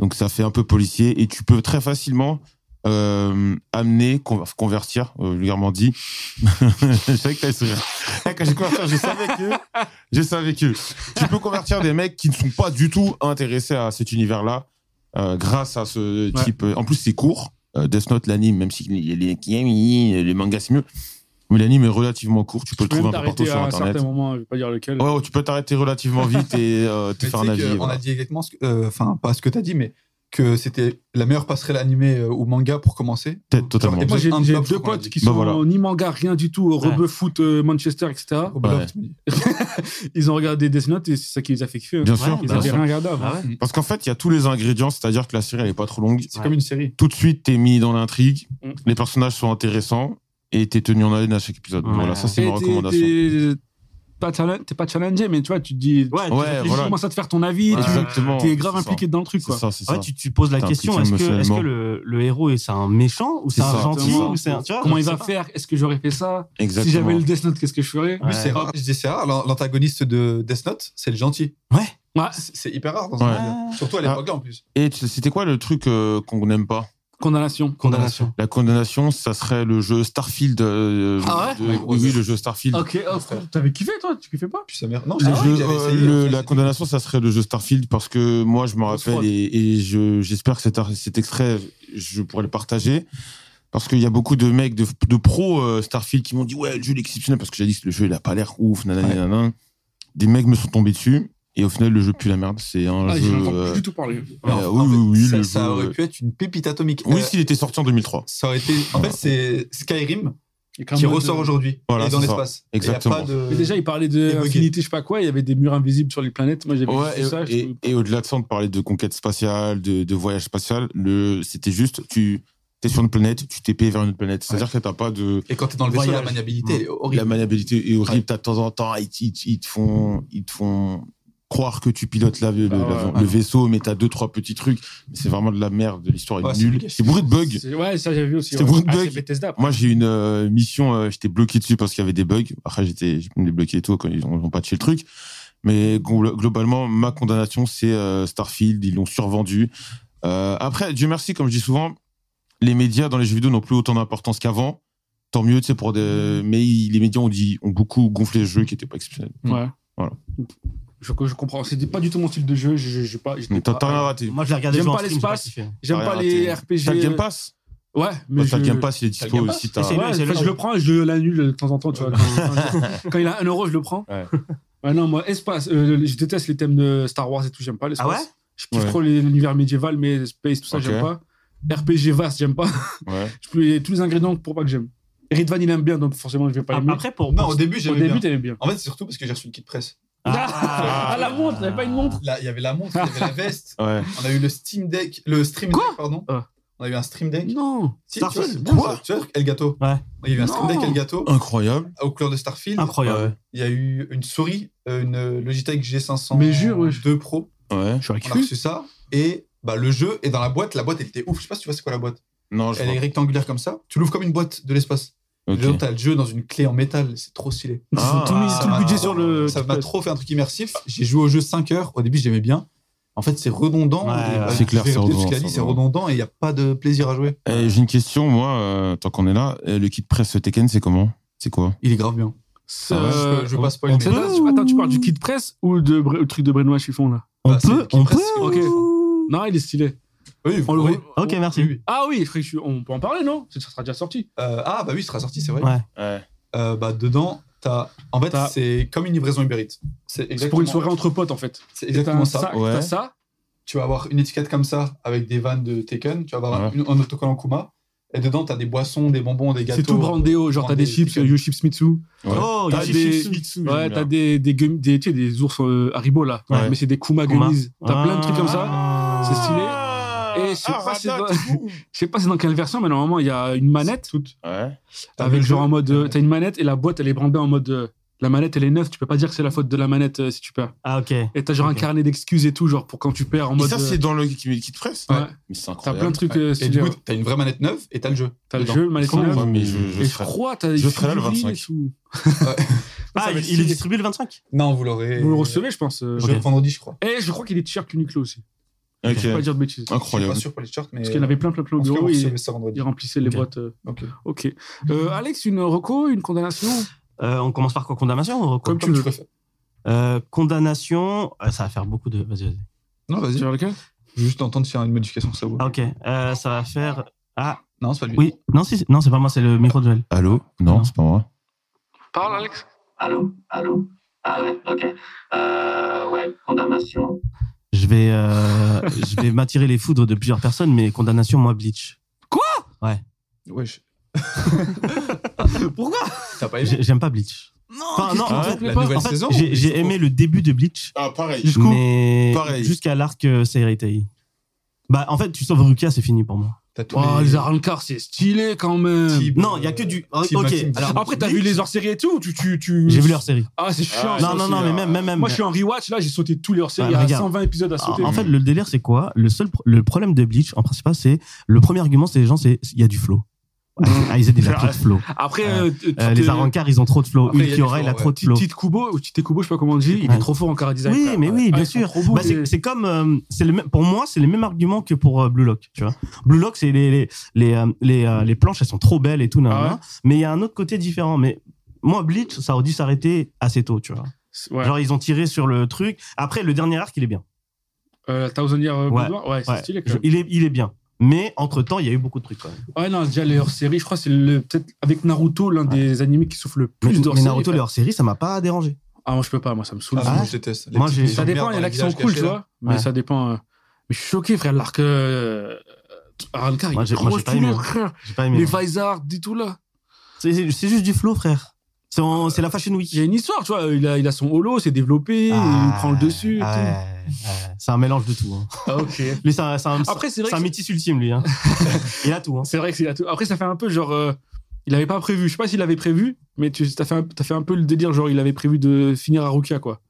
donc ça fait un peu policier et tu peux très facilement euh, amener, con- convertir, euh, vulgairement dit. je savais que t'allais sourire. Eh, Quand j'ai convertir, je savais que, je savais que. Tu peux convertir des mecs qui ne sont pas du tout intéressés à cet univers-là euh, grâce à ce Ouais. type. En plus, c'est court. Euh, Death Note, l'anime, même si les, les, les mangas c'est mieux, mais l'anime est relativement court. Tu peux le Tu peux trouver même un peu partout t'arrêter sur à un Internet. certain moment, hein, je vais pas dire lequel. Ouais, ouais, tu peux t'arrêter relativement vite et euh, te Mais faire tu un sais que avis. on voilà. a dit exactement ce que, euh, enfin pas ce que t'as dit, mais que c'était la meilleure passerelle animée euh, ou manga pour commencer. Peut-être totalement. Genre, Moi, j'ai un j'ai bloc, je deux crois qu'on a potes dit. qui Bah sont voilà. ni manga, rien du tout, Ouais. rebeu foot, euh, Manchester, etc. Au bloc, Ouais. tu me dis. Ils ont regardé Death Note et c'est ça qui les a fait kiffer. hein. Bien Ouais, sûr, bah Ils bien avaient sûr. rien regardé avant. Ah ouais Parce qu'en fait, il y a tous les ingrédients, c'est-à-dire que la série, elle est pas trop longue. C'est Ouais. comme une série. Tout de suite, t'es mis dans l'intrigue, Mm. les personnages sont intéressants et t'es tenu en haleine à chaque épisode. Ouais. Voilà, ça, c'est Et ma t'es- recommandation. t'es pas challen- T'es pas challengé, mais tu vois, tu te dis. Ouais, tu Ouais, réfléchis. tu voilà. commences à te faire ton avis, Ouais. tu Exactement. t'es grave C'est impliqué dans le truc, ça. quoi. C'est ça, c'est Ah Ouais, ça. tu, tu poses la T'es question impliqué est-ce que, est-ce que émotionnellement. le, le héros est- c'est un méchant ou c'est C'est un ça. gentil Exactement. ou c'est un tu vois, Comment je il sais va pas. faire Est-ce que j'aurais fait ça Si Exactement. j'avais le Death Note, qu'est-ce que je ferais En plus, Ouais. c'est rare. Je dis c'est rare. l'an- L'antagoniste de Death Note, c'est le gentil. Ouais. Ouais. C'est c'est hyper rare dans Ouais. Ah. un manga. Surtout à l'époque-là en plus. Et tu- c'était quoi le truc euh, qu'on n'aime pas Condamnation. Condamnation. La condamnation, ça serait le jeu Starfield. euh, Ah de- oui, oui, le jeu Starfield. Ok, oh, frère, t'avais kiffé, toi Tu kiffais pas Puis sa mère. Non, Le j'ai jeu, Ah j'avais euh, essayé. le- en fait, la c'était- condamnation, ça serait le jeu Starfield parce que moi, je me se rappelle frotte. et, et je- j'espère que cet, ar- cet extrait, je pourrais le partager. Parce qu'il y a beaucoup de mecs, de, de pros euh, Starfield qui m'ont dit Ouais, le jeu il est exceptionnel parce que j'ai dit que le jeu il a pas l'air ouf, nanana, nanana. Des mecs me sont tombés dessus et au final, le jeu pue la merde. C'est un Ah, jeu. j'en entends euh, plus du tout parler. euh, Non, oui, en fait, oui, oui, ça, le ça jeu, aurait euh, pu être une pépite atomique. Oui, Euh, s'il était sorti en 2003. ça aurait été. En fait, c'est Skyrim Avec un qui mode- ressort aujourd'hui. Voilà, et dans c'est ça. l'espace. Et y a Exactement. pas de- Mais déjà, il parlait de Et bugué. infinité, je sais pas quoi. Il y avait des murs invisibles sur les planètes. Moi, j'avais Ouais, vu et, ça. je et- trouve- et au-delà de ça, on te parlait de conquête spatiale, de, de voyage spatial. Le, c'était juste, tu es sur une planète, tu t'épais vers une autre planète. C'est-à-dire que t'as pas de Et quand t'es dans le vaisseau, la Voyage. maniabilité, elle est la horrible. maniabilité est horrible. T'as de temps en temps, ils, ils- ils te font, ils te font croire que tu pilotes la- le, Ah ouais, l'avion- ouais. le vaisseau, mais t'as deux trois petits trucs. Mais c'est vraiment de la merde. L'histoire est Ouais, c'est nulle. dégueu. C'est bourré de bugs. C'est- Ouais, ça, j'avais vu aussi. C'était ouais. beaucoup de Ah, bugs. c'est Bethesda, après. Moi, j'ai eu une euh, mission, euh, j'étais bloqué dessus parce qu'il y avait des bugs. Après, j'étais, j'ai pu me débloquer et tout quand ils ont, ils ont patché le truc. Mais glo- globalement, ma condamnation, c'est euh, Starfield. Ils l'ont survendu. Euh, après, Dieu merci, comme je dis souvent, les médias dans les jeux vidéo n'ont plus autant d'importance qu'avant. Tant mieux, tu sais, pour des. Mais ils- les médias ont dit, ont beaucoup gonflé le jeu qui n'était pas exceptionnel. Ouais. Mm. Voilà. Je, je comprends. C'était pas du tout mon style de jeu. Je, je, j'ai pas, j'étais Donc, t'as pas- t'as Ah, rien raté. Moi, je l'ai regardé J'aime jouer en pas stream, j'ai l'espace. kiffé. J'aime T'as pas rien les raté. RPG. T'as le Game Pass Ouais, mais Bah, T'as je... le Game Pass, il est T'as le dispo Game Pass aussi. t'as- Essaye-le. Ouais, en fait, je le prends, et je l'annule de temps en temps, tu vois. Quand, quand il a un euro, je le prends. Ouais. Ouais, non, moi, espace, euh, je déteste les thèmes de Star Wars et tout, j'aime pas l'espace. Ah ouais Je kiffe Ouais. trop les- l'univers médiéval, mais space, tout ça, Ok. j'aime pas. RPG vaste, j'aime pas. Ouais. Je peux- il y a tous les ingrédients pour pas que j'aime. Ridvan, il aime bien, donc forcément, je vais pas l'aimer. Ah, Après, pour. Non, au début, Au j'aimais bien. début, t'aimais bien. En fait, c'est surtout parce que j'ai reçu une kit presse. Ah, la montre, t'avais pas une montre Là, il y avait la montre, il y avait la veste. Ouais. On a eu le Steam Deck, le Stream Deck, pardon. Ah. On a eu un Stream Deck. Non. Si, Star- tu vois, c'est Mmh. Quoi bien, ça. Tu vois, Elgato. Ouais. Il y a eu un Stream Deck Non. Elgato Incroyable. aux couleurs de Starfield. Incroyable. Il y a eu une souris, euh, une Logitech G500 Mais jure, ouais. 2 Pro. Ouais. J'aurais On a reçu ça. Et bah, le jeu est dans la boîte. La boîte, elle était ouf. Je sais pas si tu vois c'est quoi la boîte. Non, je elle est vois. rectangulaire comme ça. Tu l'ouvres comme une boîte de l'espace. Ok. Le jeu, t'as le jeu dans une clé en métal. C'est trop stylé. Ils ont Ah, tout mis ça tout le m'a- budget sur le. Ça m'a trop fait un truc immersif. J'ai joué au jeu 5 heures. Au début, j'aimais bien. En fait, c'est redondant. Ouais, Et, euh, ouais. C'est clair, je vais c'est répéter ce redondant, qu'il a dit, c'est C'est redondant. redondant et il n'y a pas de plaisir à jouer. Eh, J'ai une question, moi, euh, tant qu'on est là. Euh, le kit presse Tekken, c'est comment C'est quoi Il est grave bien. C'est- Ah ouais, je peux- je veux pas spoiler, Euh, on peut- mais- Attends, tu- Attends, tu parles du kit press ou de, Bre- le truc de Benoît Chiffon là On Bah, c'est peut. qui On peut. presse, Ok. Non, il est stylé. Oui, On le- oui. Ok, merci. oui. Ah oui, frère, je suis- on peut en parler, non Ça sera déjà sorti. Euh, ah, bah oui, il sera sorti, c'est vrai. Ouais. Ouais. Euh, bah, dedans, t'as. En fait, T'as- c'est comme une livraison Uber Eats. C'est C'est pour exactement, une soirée entre potes, en fait. c'est T'as exactement ça. un sac, ouais. T'as ça. Tu vas avoir une étiquette comme ça, avec des vannes de Taken. Tu vas avoir Ouais. une- un autocollant Kuma. Et dedans, t'as des boissons, des bonbons, des gâteaux. C'est tout brandéo. Genre, t'as des brandé, chips, euh, You Chips Mitsu. Oh, T'as Yoshi des- Shih Tzu. Ouais, t'as des, des, gum- des, tu sais, des ours euh, Haribo, là. Ouais. Mais c'est des Kuma Kuma. Gummies. T'as plein de trucs comme ça. Ah. C'est stylé. Ah Et je sais pas si Je sais pas c'est dans quelle version, mais normalement, il y a une manette. Ouais. T'as Avec le genre jeu. en mode. euh, T'as une manette et la boîte, elle est brandée en mode. euh, La manette, elle est neuve. Tu peux pas dire que c'est la faute de la manette euh, si tu perds. Ah, ok. Et t'as genre Ok. un carnet d'excuses et tout, genre pour quand tu perds en Et mode. ça, euh, c'est dans le qui qui te presse ouais. Mais c'est T'as plein de incroyable. trucs euh, Et du stylés. coup, t'as une vraie manette neuve et t'as le jeu. T'as le dedans. jeu, manette Comment neuve. Ouais, mais je, Et je je serais- crois, t'as je serai là le 25. Ou... Ah, va être il, il est stylé. distribué le 25 Non, vous l'aurez. Vous le recevez, je pense. euh, Je Ok. le vendredi, je crois. Et je crois qu'il est t-shirt Uniqlo aussi. Ok. Je vais pas dire de bêtises. Je Incroyable. suis pas sûr pour les shirts, mais. Parce qu'il y en avait plein, plein, plein en au tout cas, vous bureau. et recevez ça vendredi. il remplissait les Ok. boîtes. euh, Ok. Ok. Euh, Alex, une reco, une condamnation Euh, On commence par quoi Condamnation ou reco Comme tu Comme tu veux. préfères. Euh, Condamnation. Ah, ça va faire beaucoup de. Vas-y, vas-y. Non, Tu vas-y. veux lequel Juste entendre s'il y a une modification, ça vaut. Ah, ok. Euh, ça va faire. Ah, Non, c'est pas lui. oui. Non, si, c'est- non c'est pas moi, c'est le micro de Joël. Allô Non. Non, c'est pas moi. Parle, Alex. Allô, allô. Ah ouais, ok. Euh, ouais, condamnation. Je vais, euh, je vais m'attirer les foudres de plusieurs personnes, mais condamnation, moi, Bleach. Wesh. Pourquoi T'as pas aimé J'ai- J'aime pas Bleach. Non, Enfin, qu'est-ce non, qui en te fait, plaît La pas nouvelle En fait, Bah, saison j'ai j'ai aimé le début de Bleach, Ah, pareil. jusqu'au- mais Pareil. jusqu'à l'arc euh, Seireitei. Bah, en fait, tu sauves Rukia, c'est fini pour moi. T'as tous Oh, les- les arrancards, c'est stylé quand même. Type, Non, euh, il y a que du. Team ok. Maxime. alors, Après, t'as vu les hors-séries et tout tu, tu, tu... J'ai vu leur série. Ah, c'est chiant. Ah, ça Non, non, aussi, non, là. mais même, même, même. Moi, je suis en rewatch, là, j'ai sauté tous les hors-séries. Ouais, Il y a regarde. Ah, 120 épisodes à sauter. En fait, le délire, c'est quoi Le seul pro- le problème de Bleach, en principal, c'est le premier argument, c'est les gens, c'est il y a du flow. Ah, ils étaient a trop de flow. Après, Euh, euh, tu Euh, t'es- les arrancards, ils ont trop de flow. Après, il y a du Ulquiorra, il a flow, trop de flow. Tite Kubo, ou Tite Kubo, je sais pas comment on dit, il Ouais. est trop fort en chara-design. Oui, mais oui, Ah, bien ils sont sûr. trop beaux, Bah, les- c'est c'est comme, euh, c'est le même, pour moi, c'est les mêmes arguments que pour euh, Blue Lock. Tu vois, Blue Lock, c'est les les les, euh, les, euh, les planches, elles sont trop belles et tout, nan, Ah ouais nan. mais il y a un autre côté différent. Mais moi, Bleach, ça aurait dû s'arrêter assez tôt, tu vois. Ouais. Genre ils ont tiré sur le truc. Après, le dernier arc, il est bien. Euh, Thousand Year euh, Ouais. Boudoir, ouais, c'est Ouais. stylé quand Je- même. il est il est bien. Mais entre temps, il y a eu beaucoup de trucs quand même. Ouais, non, déjà les hors-séries, je crois que c'est le- peut-être avec Naruto l'un des animés qui souffle le Mais, plus mais d'hors-séries. Naruto, les hors série, ça m'a pas dérangé. Ah, moi je peux pas, moi ça me saoule. Ah, moi, Ah. je déteste. Les Moi, petites j'ai- mises ça en dépend, il merde y en a dans les qui sont villages cool, tu cachés, là. vois, mais Ouais. ça dépend. euh. Mais je suis choqué, frère, l'arc. Euh... Arrancar, il Moi, est j'ai- moi, trop j'ai pas aimé, stylé, hein. frère. J'ai pas aimé. Les moi. Vizards, dis tout là. C'est c'est- c'est juste du flow, frère. C'est en- c'est la fashion week. Il y a une histoire, tu vois, il a, il a son holo, c'est développé, il prend le dessus. et Ah tout. ouais, ouais. C'est un mélange de tout. hein. Ah, ok. Lui, c'est un, c'est un- Après, c'est vrai c'est un que- métis ultime, lui. hein. Il a tout. hein. C'est vrai que c'est la tou- Après, ça fait un peu genre. euh, il avait pas prévu. Je sais pas s'il avait prévu, mais tu as fait, un- t'as fait un peu le délire. Genre, il avait prévu de finir à Rukia, quoi.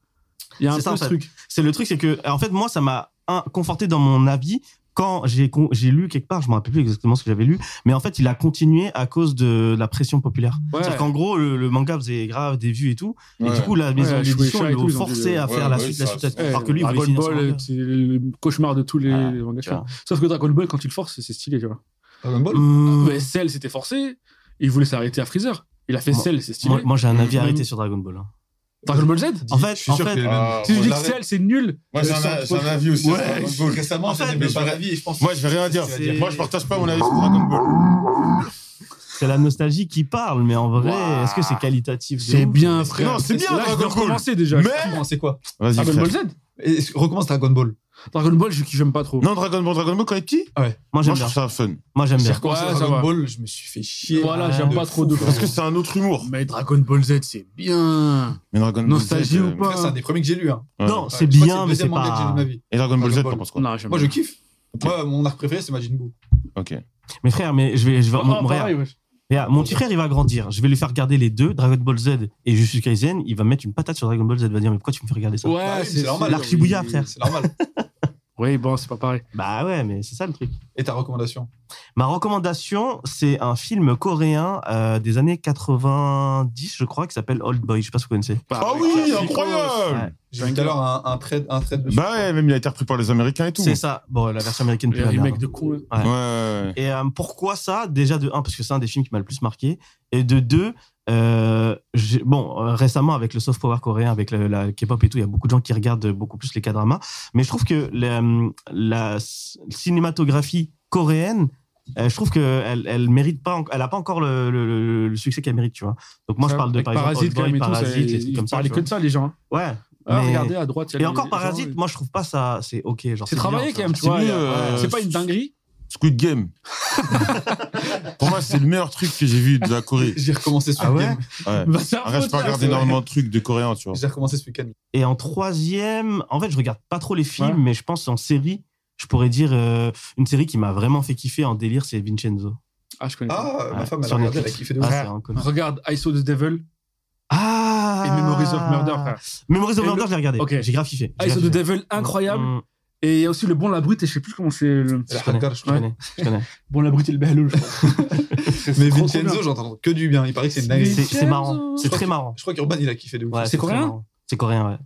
Il y a un C'est ça, peu en ce fait. truc. C'est le truc, c'est que, en fait, moi, ça m'a un, conforté dans mon avis quand j'ai con- j'ai lu quelque part, je me rappelle plus exactement ce que j'avais lu, mais en fait, il a continué à cause de la pression populaire. Ouais. C'est-à-dire qu'en gros, le, le manga faisait grave des vues et tout, et Ouais. du coup, la maison Ouais, d'édition Shueisha et ils l'ont tout, ils ont forcé dû- à ouais, faire la ouais, suite, ça, la suite, la suite. ouais. Alors que lui, il voulait Dragon finir son Ball, euh, manga. c'est le cauchemar de tous les Ah, les mangas. tu vois. Sauf que Dragon Ball, quand il force, c'est stylé, tu vois. Dragon Ball Mmh. Mais Cell, c'était forcé. Il voulait s'arrêter à Freezer. Il a fait Moi- Cell, c'est stylé. Moi, moi, j'ai un avis Même- arrêté sur Dragon Ball. hein. Dragon Ball Z En fait, Je suis en sûr fait- que euh, les mêmes. Ah, Si je on dis que l'arrête. Cell, c'est nul. euh, Moi, j'ai je un, sors- j'ai un avis aussi. sur Ouais, Dragon Ball. récemment, En fait, j'avais mais pas je- d'avis et je pense Moi, je vais rien dire. C'est- Moi, je partage pas mon avis sur Dragon Ball. C'est la nostalgie qui parle, mais en vrai, Waouh. est-ce que c'est qualitatif de C'est ouf bien, frère. Non, c'est bien, Là, je vais Dragon Ball. recommencer déjà. Mais- Comment, c'est quoi Vas-y, Dragon frère. Ball Z Et- est-ce- Recommence Dragon Ball. Dragon Ball, je- j'aime pas trop. Non, Dragon Ball, Dragon Ball, quand il est petit Moi, Moi, j'aime je bien. trouve ça fun. Moi, j'aime J'ai bien. recommencé Ouais, ça Dragon va. Ball, je me suis fait chier. Voilà, Ah, j'aime de pas trop fou, de frère. Parce que c'est un autre humour. Mais Dragon Ball Z, c'est bien. Mais Dragon Ball Nostalgie Z, ou euh, pas Frère, C'est un des premiers que j'ai lu. hein. ouais. Non, Ouais, je crois c'est que le bien, mais c'est deuxième manga que j'ai lu de ma pas. vie. Et Dragon Ball Z, Dragon t'en Ball. penses quoi Non, j'aime Moi, pas. je kiffe. Moi, mon arc préféré, c'est Majin Buu. Ok. Mais frère, mais je vais, je vais. Ah, mon- mon- pareil, regarde, wesh. regarde, mon petit frère, il va grandir. Je vais lui faire regarder les deux, Dragon Ball Z et Jujutsu Kaisen. Il va mettre une patate sur Dragon Ball Z. Il va dire, mais pourquoi tu me fais regarder ça Ouais, Bah oui, mais c'est c'est normal. c'est- L'arc Shibuya, frère. C'est normal. Oui, bon, c'est pas pareil. Bah ouais, mais c'est ça le truc. Et ta recommandation Ma recommandation, c'est un film coréen euh, des années 90, je crois, qui s'appelle Old Boy. Je sais pas si vous connaissez. Bah Ah oui, incroyable J'ai vu tout à l'heure un, un trade, un trade dessus. Bah ouais, même il a été repris par les Américains et tout. C'est ça. Bon, la version américaine, plus Les la merde. remakes de con. là. Ouais. Ouais. Et euh, pourquoi ça Déjà de un, parce que c'est un des films qui m'a le plus marqué. Et de deux, euh, j'ai- bon, euh, récemment, avec le soft power coréen, avec le- la K-pop et tout, il y a beaucoup de gens qui regardent beaucoup plus les K-dramas. Mais je trouve que la, la s- cinématographie coréenne, euh, je trouve qu'elle elle mérite pas, en- elle a pas encore le, le- le- le succès qu'elle mérite, tu vois. Donc moi, je parle de Avec par exemple, Parasite, Old quand Boy, même, et tout. ça, Parasite, les trucs Ils comme ça. parlaient tu que de ça, les gens. vois. Ouais. Ah, Mais- regardez à droite. il y a Et les- encore les gens, Parasite, oui. moi, je trouve pas ça, c'est ok. genre, C'est bien, travaillé tu quand vois. même, tu C'est vois. mieux, il y a- euh, C'est pas une dinguerie. Squid Game. Pour moi, c'est le meilleur truc que j'ai vu de la Corée. J'ai recommencé ce Ah ouais week-end. Ouais. Bah, c'est un Arrête, je peux faute, regarder ça, énormément de trucs de coréens, tu vois. J'ai recommencé ce week-end. Et en troisième, en fait, je regarde pas trop les films, mais je pense en série, je pourrais dire euh, une série qui m'a vraiment fait kiffer en délire, c'est Vincenzo. Ah, je connais. pas. Ah, Ouais, ma femme, elle sur a regardé, elle a Netflix. kiffé de Ah, ouf. c'est un connu. Regarde I Saw the Devil Ah et Memories of Murder, frère. Memories of Et le- Murder, je l'ai regardé. Ok. Ah, J'ai grave kiffé. J'ai I Saw grave the kiffé. Devil, incroyable. Mm, Et il y a aussi le bon, la brute, et je sais plus comment c'est. Le... Elle a je connais. regardé, je Je crois. connais, je connais. Bon, la brute et le bel je crois. trop, Mais trop Vincenzo, bien. j'entends que du bien. Il paraît que c'est une dinguerie. C'est- C'est Vincenzo. marrant. C'est très marrant. Je crois qu'Urban, il a kiffé de ouf. Ouais, C'est très coréen marrant. C'est coréen, ouais.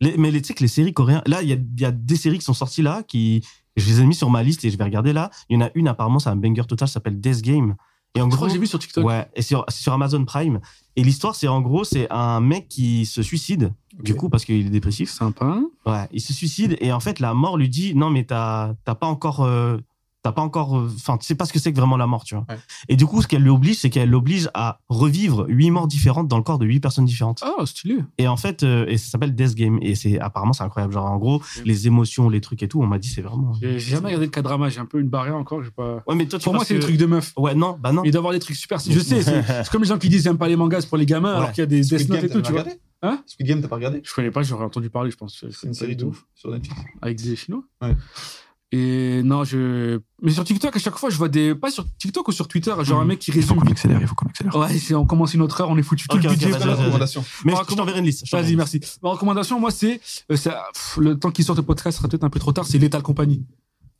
Les- mais les- tu sais que les séries coréennes, là, il y a, il y a des séries qui sont sorties là, qui je les ai mis sur ma liste et je vais regarder là. Il y en a une, apparemment, c'est un banger total, ça s'appelle Death Game. Et en Je gros, crois que j'ai vu sur TikTok. Ouais, et sur, c'est sur Amazon Prime. Et l'histoire, c'est en gros, c'est un mec qui se suicide, du coup, parce qu'il est dépressif. Sympa. Ouais, il se suicide, et en fait, la mort lui dit Non, mais t'as, t'as pas encore. euh, T'as pas encore. euh, Enfin, tu sais pas ce que c'est que vraiment la mort, tu vois. Ouais. Et du coup, ce qu'elle lui oblige, c'est qu'elle l'oblige à revivre huit morts différentes dans le corps de huit personnes différentes. Ah, stylé. Et en fait, euh, et ça s'appelle Death Game. Et c'est apparemment, c'est incroyable. Genre, en gros, les émotions, les trucs et tout, on m'a dit, c'est vraiment. euh, J'ai j'ai jamais regardé de K-drama, j'ai un peu une barrière encore. j'ai Pas... Ouais, mais toi, tu Pour moi, penses c'est des que- trucs de meuf. Ouais, non, bah non. Et d'avoir des trucs super. Je sais, c'est c'est comme les gens qui disent j'aime pas les mangas c'est pour les gamins Ouais. alors qu'il y a des Death Squid Note Game, et tout, t'as tu vois. regardé Hein Squid Game, t'as pas regardé Je connais pas, j'aurais entendu parler, je pense. Je C'est connais une pas série du tout. de ouf sur Netflix. Avec des Chinois. Ouais. Et non, je. Mais sur TikTok, à chaque fois, je vois des. Pas sur TikTok ou sur Twitter, genre un mec qui résume. accélère, il faut qu'on accélère. Ouais, c'est- on commence une autre heure, on est foutu. Tout Ok, le ok, budget. vas-y, voilà. vas-y, vas-y. Recommandation. Mais Ah, je- je comment- t'enverrai une liste. je t'enverrai Vas-y, une merci. Ma recommandation, moi, c'est. euh, ça- pff, le temps qu'il sorte le podcast sera peut-être un peu trop tard, c'est Lethal Company. liste.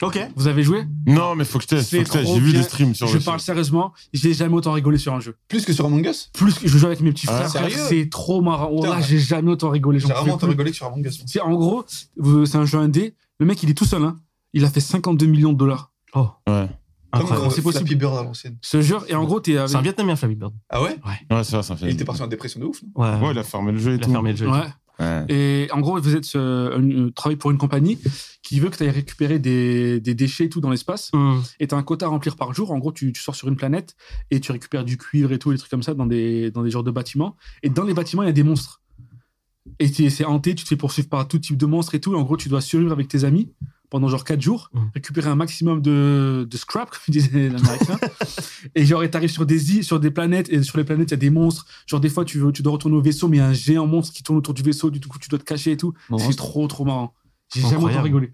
Ok. Vous avez joué Non, mais faut que je teste. C'est faut que je teste. trop J'ai vu bien. des streams sur Je le parle sérieusement, j'ai jamais autant rigolé sur un jeu. Plus que sur Among Us Plus que je joue avec mes petits Ah, frères, frère, sérieux c'est trop marrant. Oh là, Putain. j'ai jamais autant rigolé. j'en J'ai rarement pouvais entendu plus. rigoler que sur Among Us. C'est en gros, vous- c'est un jeu indé. Le mec, il est tout seul. Hein. Il a fait 52 millions de dollars. Oh. Ouais. Comme Incroyable. euh, C'est possible. Flappy Bird à l'ancienne. Ce jeu, et en gros, t'es avec. C'est un Vietnamien, Flappy Bird. Ah ouais Ouais, c'est vrai, ça fait. Il était parti en dépression de ouf. non Ouais. Ouais, il a fermé le jeu et il a tout. fermé le jeu. Ouais. Ouais. Et en gros, vous êtes euh, un- euh, travaillez pour une compagnie qui veut que tu ailles récupérer des, des déchets et tout dans l'espace. Hmm. Et tu as un quota à remplir par jour. En gros, tu, tu sors sur une planète et tu récupères du cuivre et tout, des trucs comme ça dans des, dans des genres de bâtiments. Et dans les bâtiments, il y a des monstres. Et t'es- c'est hanté, tu te fais poursuivre par tout type de monstres et tout. Et en gros, tu dois survivre avec tes amis pendant genre 4 jours, Mhm. récupérer un maximum de, de scrap, comme disait l'américain. et genre, et t'arrives sur des îles, sur des planètes, et sur les planètes, il y a des monstres. Genre, des fois, tu, veux, tu dois retourner au vaisseau, mais il y a un géant monstre qui tourne autour du vaisseau, du coup, tu dois te cacher et tout. hein. c'est trop, trop marrant. J'ai jamais autant Incroyable. rigolé.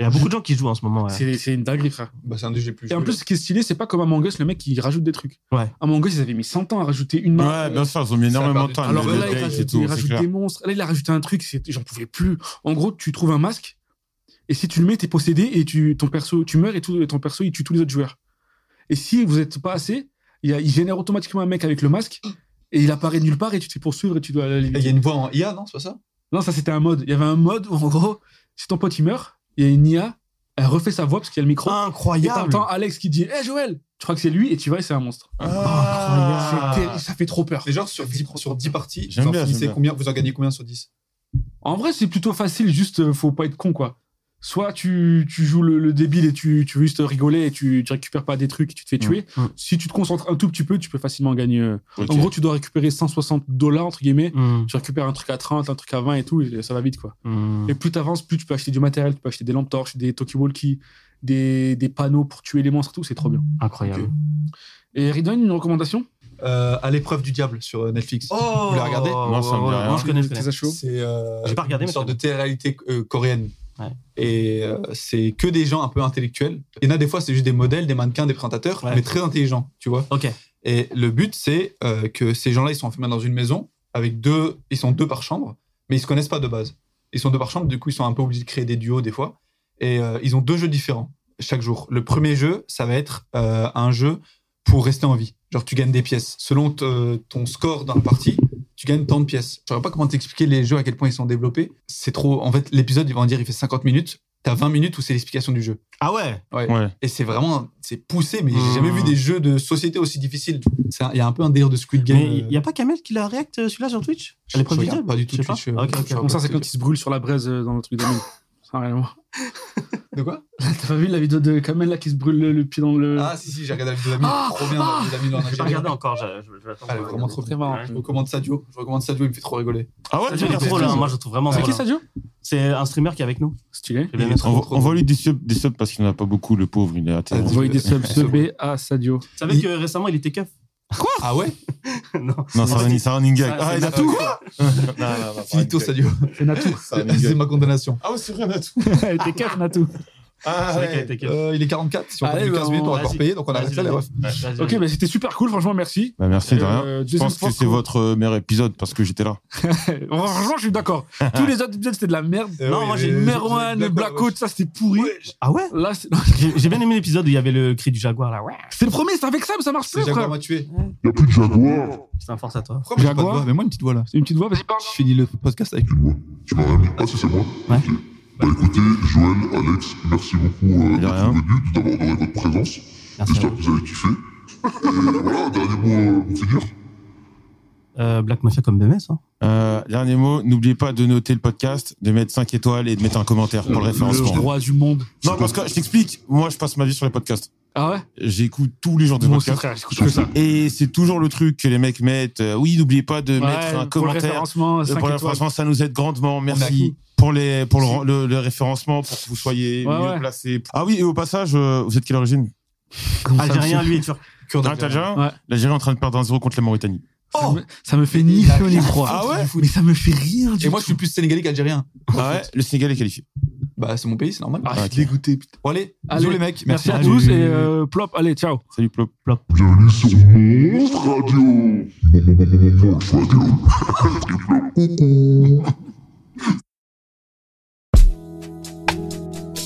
Il y a beaucoup de gens qui jouent en ce moment. ouais. C'est c'est une dinguerie, frère. Bah, c'est un des jeux les plus Et en joués. plus, ce qui est stylé, c'est pas comme Among Us, le mec, il rajoute des trucs. Ouais. Among Us, ils avaient mis 100 ans à rajouter une main. Ouais, bien sûr, ils ont mis Ça énormément de part du- temps. Alors le là, il date rajoute, et tout, il c'est rajoute clair. des monstres. Là, il a rajouté un truc, c'est- j'en pouvais plus. En gros, tu trouves un masque, et si tu le mets, t'es possédé, et tu, ton perso, tu meurs, et tout- ton perso, il tue tous les autres joueurs. Et si vous êtes pas assez, il, y a- il génère automatiquement un mec avec le masque, et il apparaît de nulle part, et tu te fais poursuivre, et tu dois aller Et Il y a une voix en IA, non C'est pas ça Non, ça, c'était un mode. Il y avait un mode où, en gros, si ton pote, il meurt, il y a une IA, elle refait sa voix, parce qu'il y a le micro. Et Incroyable. t'entends Alex qui dit Hé Joël Tu crois que c'est lui et tu vois, c'est un monstre. Ah. Incroyable. C'est terrible, ça fait trop peur. Et genre, sur 10, sur 10 parties, J'aime vous en bien, j'aime finissez bien. combien Vous en gagnez combien sur 10 En vrai, c'est plutôt facile, juste euh, faut pas être con quoi. Soit tu, tu joues le, le débile et tu, tu veux juste rigoler et tu, tu récupères pas des trucs et tu te fais tuer. Mmh. Si tu te concentres un tout petit peu, tu peux facilement gagner. euh. Ok. En gros, tu dois récupérer 160 dollars entre guillemets. Hmm. Tu récupères un truc à 30, un truc à 20 et tout, et ça va vite quoi. Hmm. Et plus t'avances, plus tu peux acheter du matériel, tu peux acheter des lampes torches, des talkie-walkie, des, des panneaux pour tuer les monstres et tout, c'est trop bien. Incroyable. Et Ridon, une recommandation Euh, À l'épreuve du diable sur euh, Netflix. Oh Vous l'avez regardé Non, ça me dit rien. Ah, je connais, je connais. T'es à chaud C'est euh, J'ai pas regardé, une mais sorte c'est de télé-réalité euh, coréenne. Ouais. Et euh, c'est que des gens un peu intellectuels. Il y en a des fois, c'est juste des modèles, des mannequins, des présentateurs, Ouais. mais très intelligents, tu vois. Ok. Et le but, c'est euh, que ces gens-là, ils sont enfermés dans une maison avec deux, ils sont deux par chambre, mais ils se connaissent pas de base. Ils sont deux par chambre, du coup, ils sont un peu obligés de créer des duos des fois. Et euh, ils ont deux jeux différents chaque jour. Le premier jeu, ça va être euh, un jeu pour rester en vie. Genre, tu gagnes des pièces. Selon te- ton score dans la partie, tu gagnes tant de pièces. Je ne saurais pas comment t'expliquer les jeux, à quel point ils sont développés. C'est trop. En fait, l'épisode, ils vont dire, il fait 50 minutes. t'as 20 minutes où c'est l'explication du jeu. Ah ouais Ouais. Et c'est vraiment, c'est poussé, mais j'ai jamais Mmh. vu des jeux de société aussi difficiles. C'est un- Il y a un peu un délire de Squid Game. Mais il euh, n'y a pas Kamel qui la réacte euh, celui-là sur Twitch je- À l'épreuve je du regarde diable Pas du tout. Je sais pas. Twitch, euh, Ah, ok, ok. je Comme Comme ça, regarde c'est pas quand du il se brûle sur la braise euh, dans le truc d'Amine. Ça n'a rien à voir. tout. De quoi T'as pas vu la vidéo de Kamel là qui se brûle le, le pied dans le. Ah, si, si, j'ai regardé avec deux amis. Euh. Ah, trop bien, ah, deux amis dans J'ai pas regardé encore, je, je, je vais attendre. Ah, elle est vraiment trop très bien. marrant. Je recommande Sadio. Je recommande Sadio, il me fait trop rigoler. Ah ouais, Sadio, il est c'est drôle, hein, ça. moi je le trouve vraiment C'est drôle. hein. qui Sadio C'est un streamer qui est avec nous. Stylé. J'ai bien aimé. On trop, va- trop on va lui des subs, des subs parce qu'il n'en a pas beaucoup, le pauvre. Il est atteint. Ah, Envoyez des subs C'est B à Sadio. Tu savais que récemment il était keuf Ah ouais Non. Non, c'est En fait, un- c'est un running gag. ça- Ah, c'est il a un- tout Finito Sadio. C'est Natou. C'est ma condamnation. Ah ouais, c'est vrai, il a tout. Elle était caf, Natou. Ah c'est vrai qu'il ouais. était keuf. Euh, il est 44. Si on Allez, continue bah, 15 minutes, on va vas-y. encore payer, donc on arrête Vas-y, là, les refs. vas-y. Vas-y, Ok, vas-y. bah c'était super cool, franchement, merci. Bah, merci de rien. Euh, Je deuxième pense fois que c'est qu'on- votre euh, meilleur épisode parce que j'étais là. Franchement, je suis d'accord. Tous les autres épisodes, c'était de la merde. Euh, oui, Non, moi j'ai mais- Merwan, Blackout, Blackout, ça c'était pourri. Ah ouais Là, c'est- J'ai j'ai bien aimé l'épisode où il y avait le cri du jaguar là. Ouais. c'est le premier, c'est avec ça, mais ça marche C'est plus, Jaguar frère. m'a tué. C'est un force à toi. Pourquoi moi, j'ai pas de Jaguar voix Mais moi, une petite voix là. C'est une petite voix, vas-y, parle. Je finis le podcast avec. Tu m'as rien dit. Ah si c'est moi Ouais. Ok. Bah écoutez, Joël, Alex, merci beaucoup euh, De d'être rien. Ah, venus, tout d'avoir honoré votre présence. Merci. J'espère que vous avez kiffé. Et voilà, dernier mot euh, pour finir. Euh, Black Mafia comme BMS. Hein. Euh, dernier mot, n'oubliez pas de noter le podcast, de mettre 5 étoiles et de mettre un commentaire pour le Le référencement. roi du monde. Non, parce que je t'explique, moi je passe ma vie sur les podcasts. Ah ouais J'écoute tous les genres de Bon, c'est podcasts. frère, j'écoute que ça. Et c'est toujours le truc que les mecs mettent. euh, oui, n'oubliez pas de mettre Ouais, un Pour le commentaire. référencement, Euh, cinq Pour le étoiles. référencement, ça nous aide grandement. Merci acquis. pour, les, pour le, le- le référencement, pour que vous soyez Ouais, mieux ouais. placés. Ah oui, et au passage, euh, vous êtes quelle origine Ah, Algérien, lui, et turc. Kurde Ah, t'as déjà Ouais. L'Algérie est en train de perdre un 0 contre la Mauritanie. Ça me- Ça me fait ni feu ni froid. Ah ouais Mais ça me fait rien du Et moi, je suis plus sénégalais qu'algérien. Ah ouais, le Sénégal est qualifié. Bah, c'est mon pays, c'est normal. Ah, je suis Ok. dégoûté. putain. Bon, allez, Allez. bisous les mecs. Merci à Salut. tous et euh, plop, allez, ciao. Salut Plop. Bienvenue sur Monstre Radio. Mon, mon, mon, mon, mon, Monstre Radio. Coucou.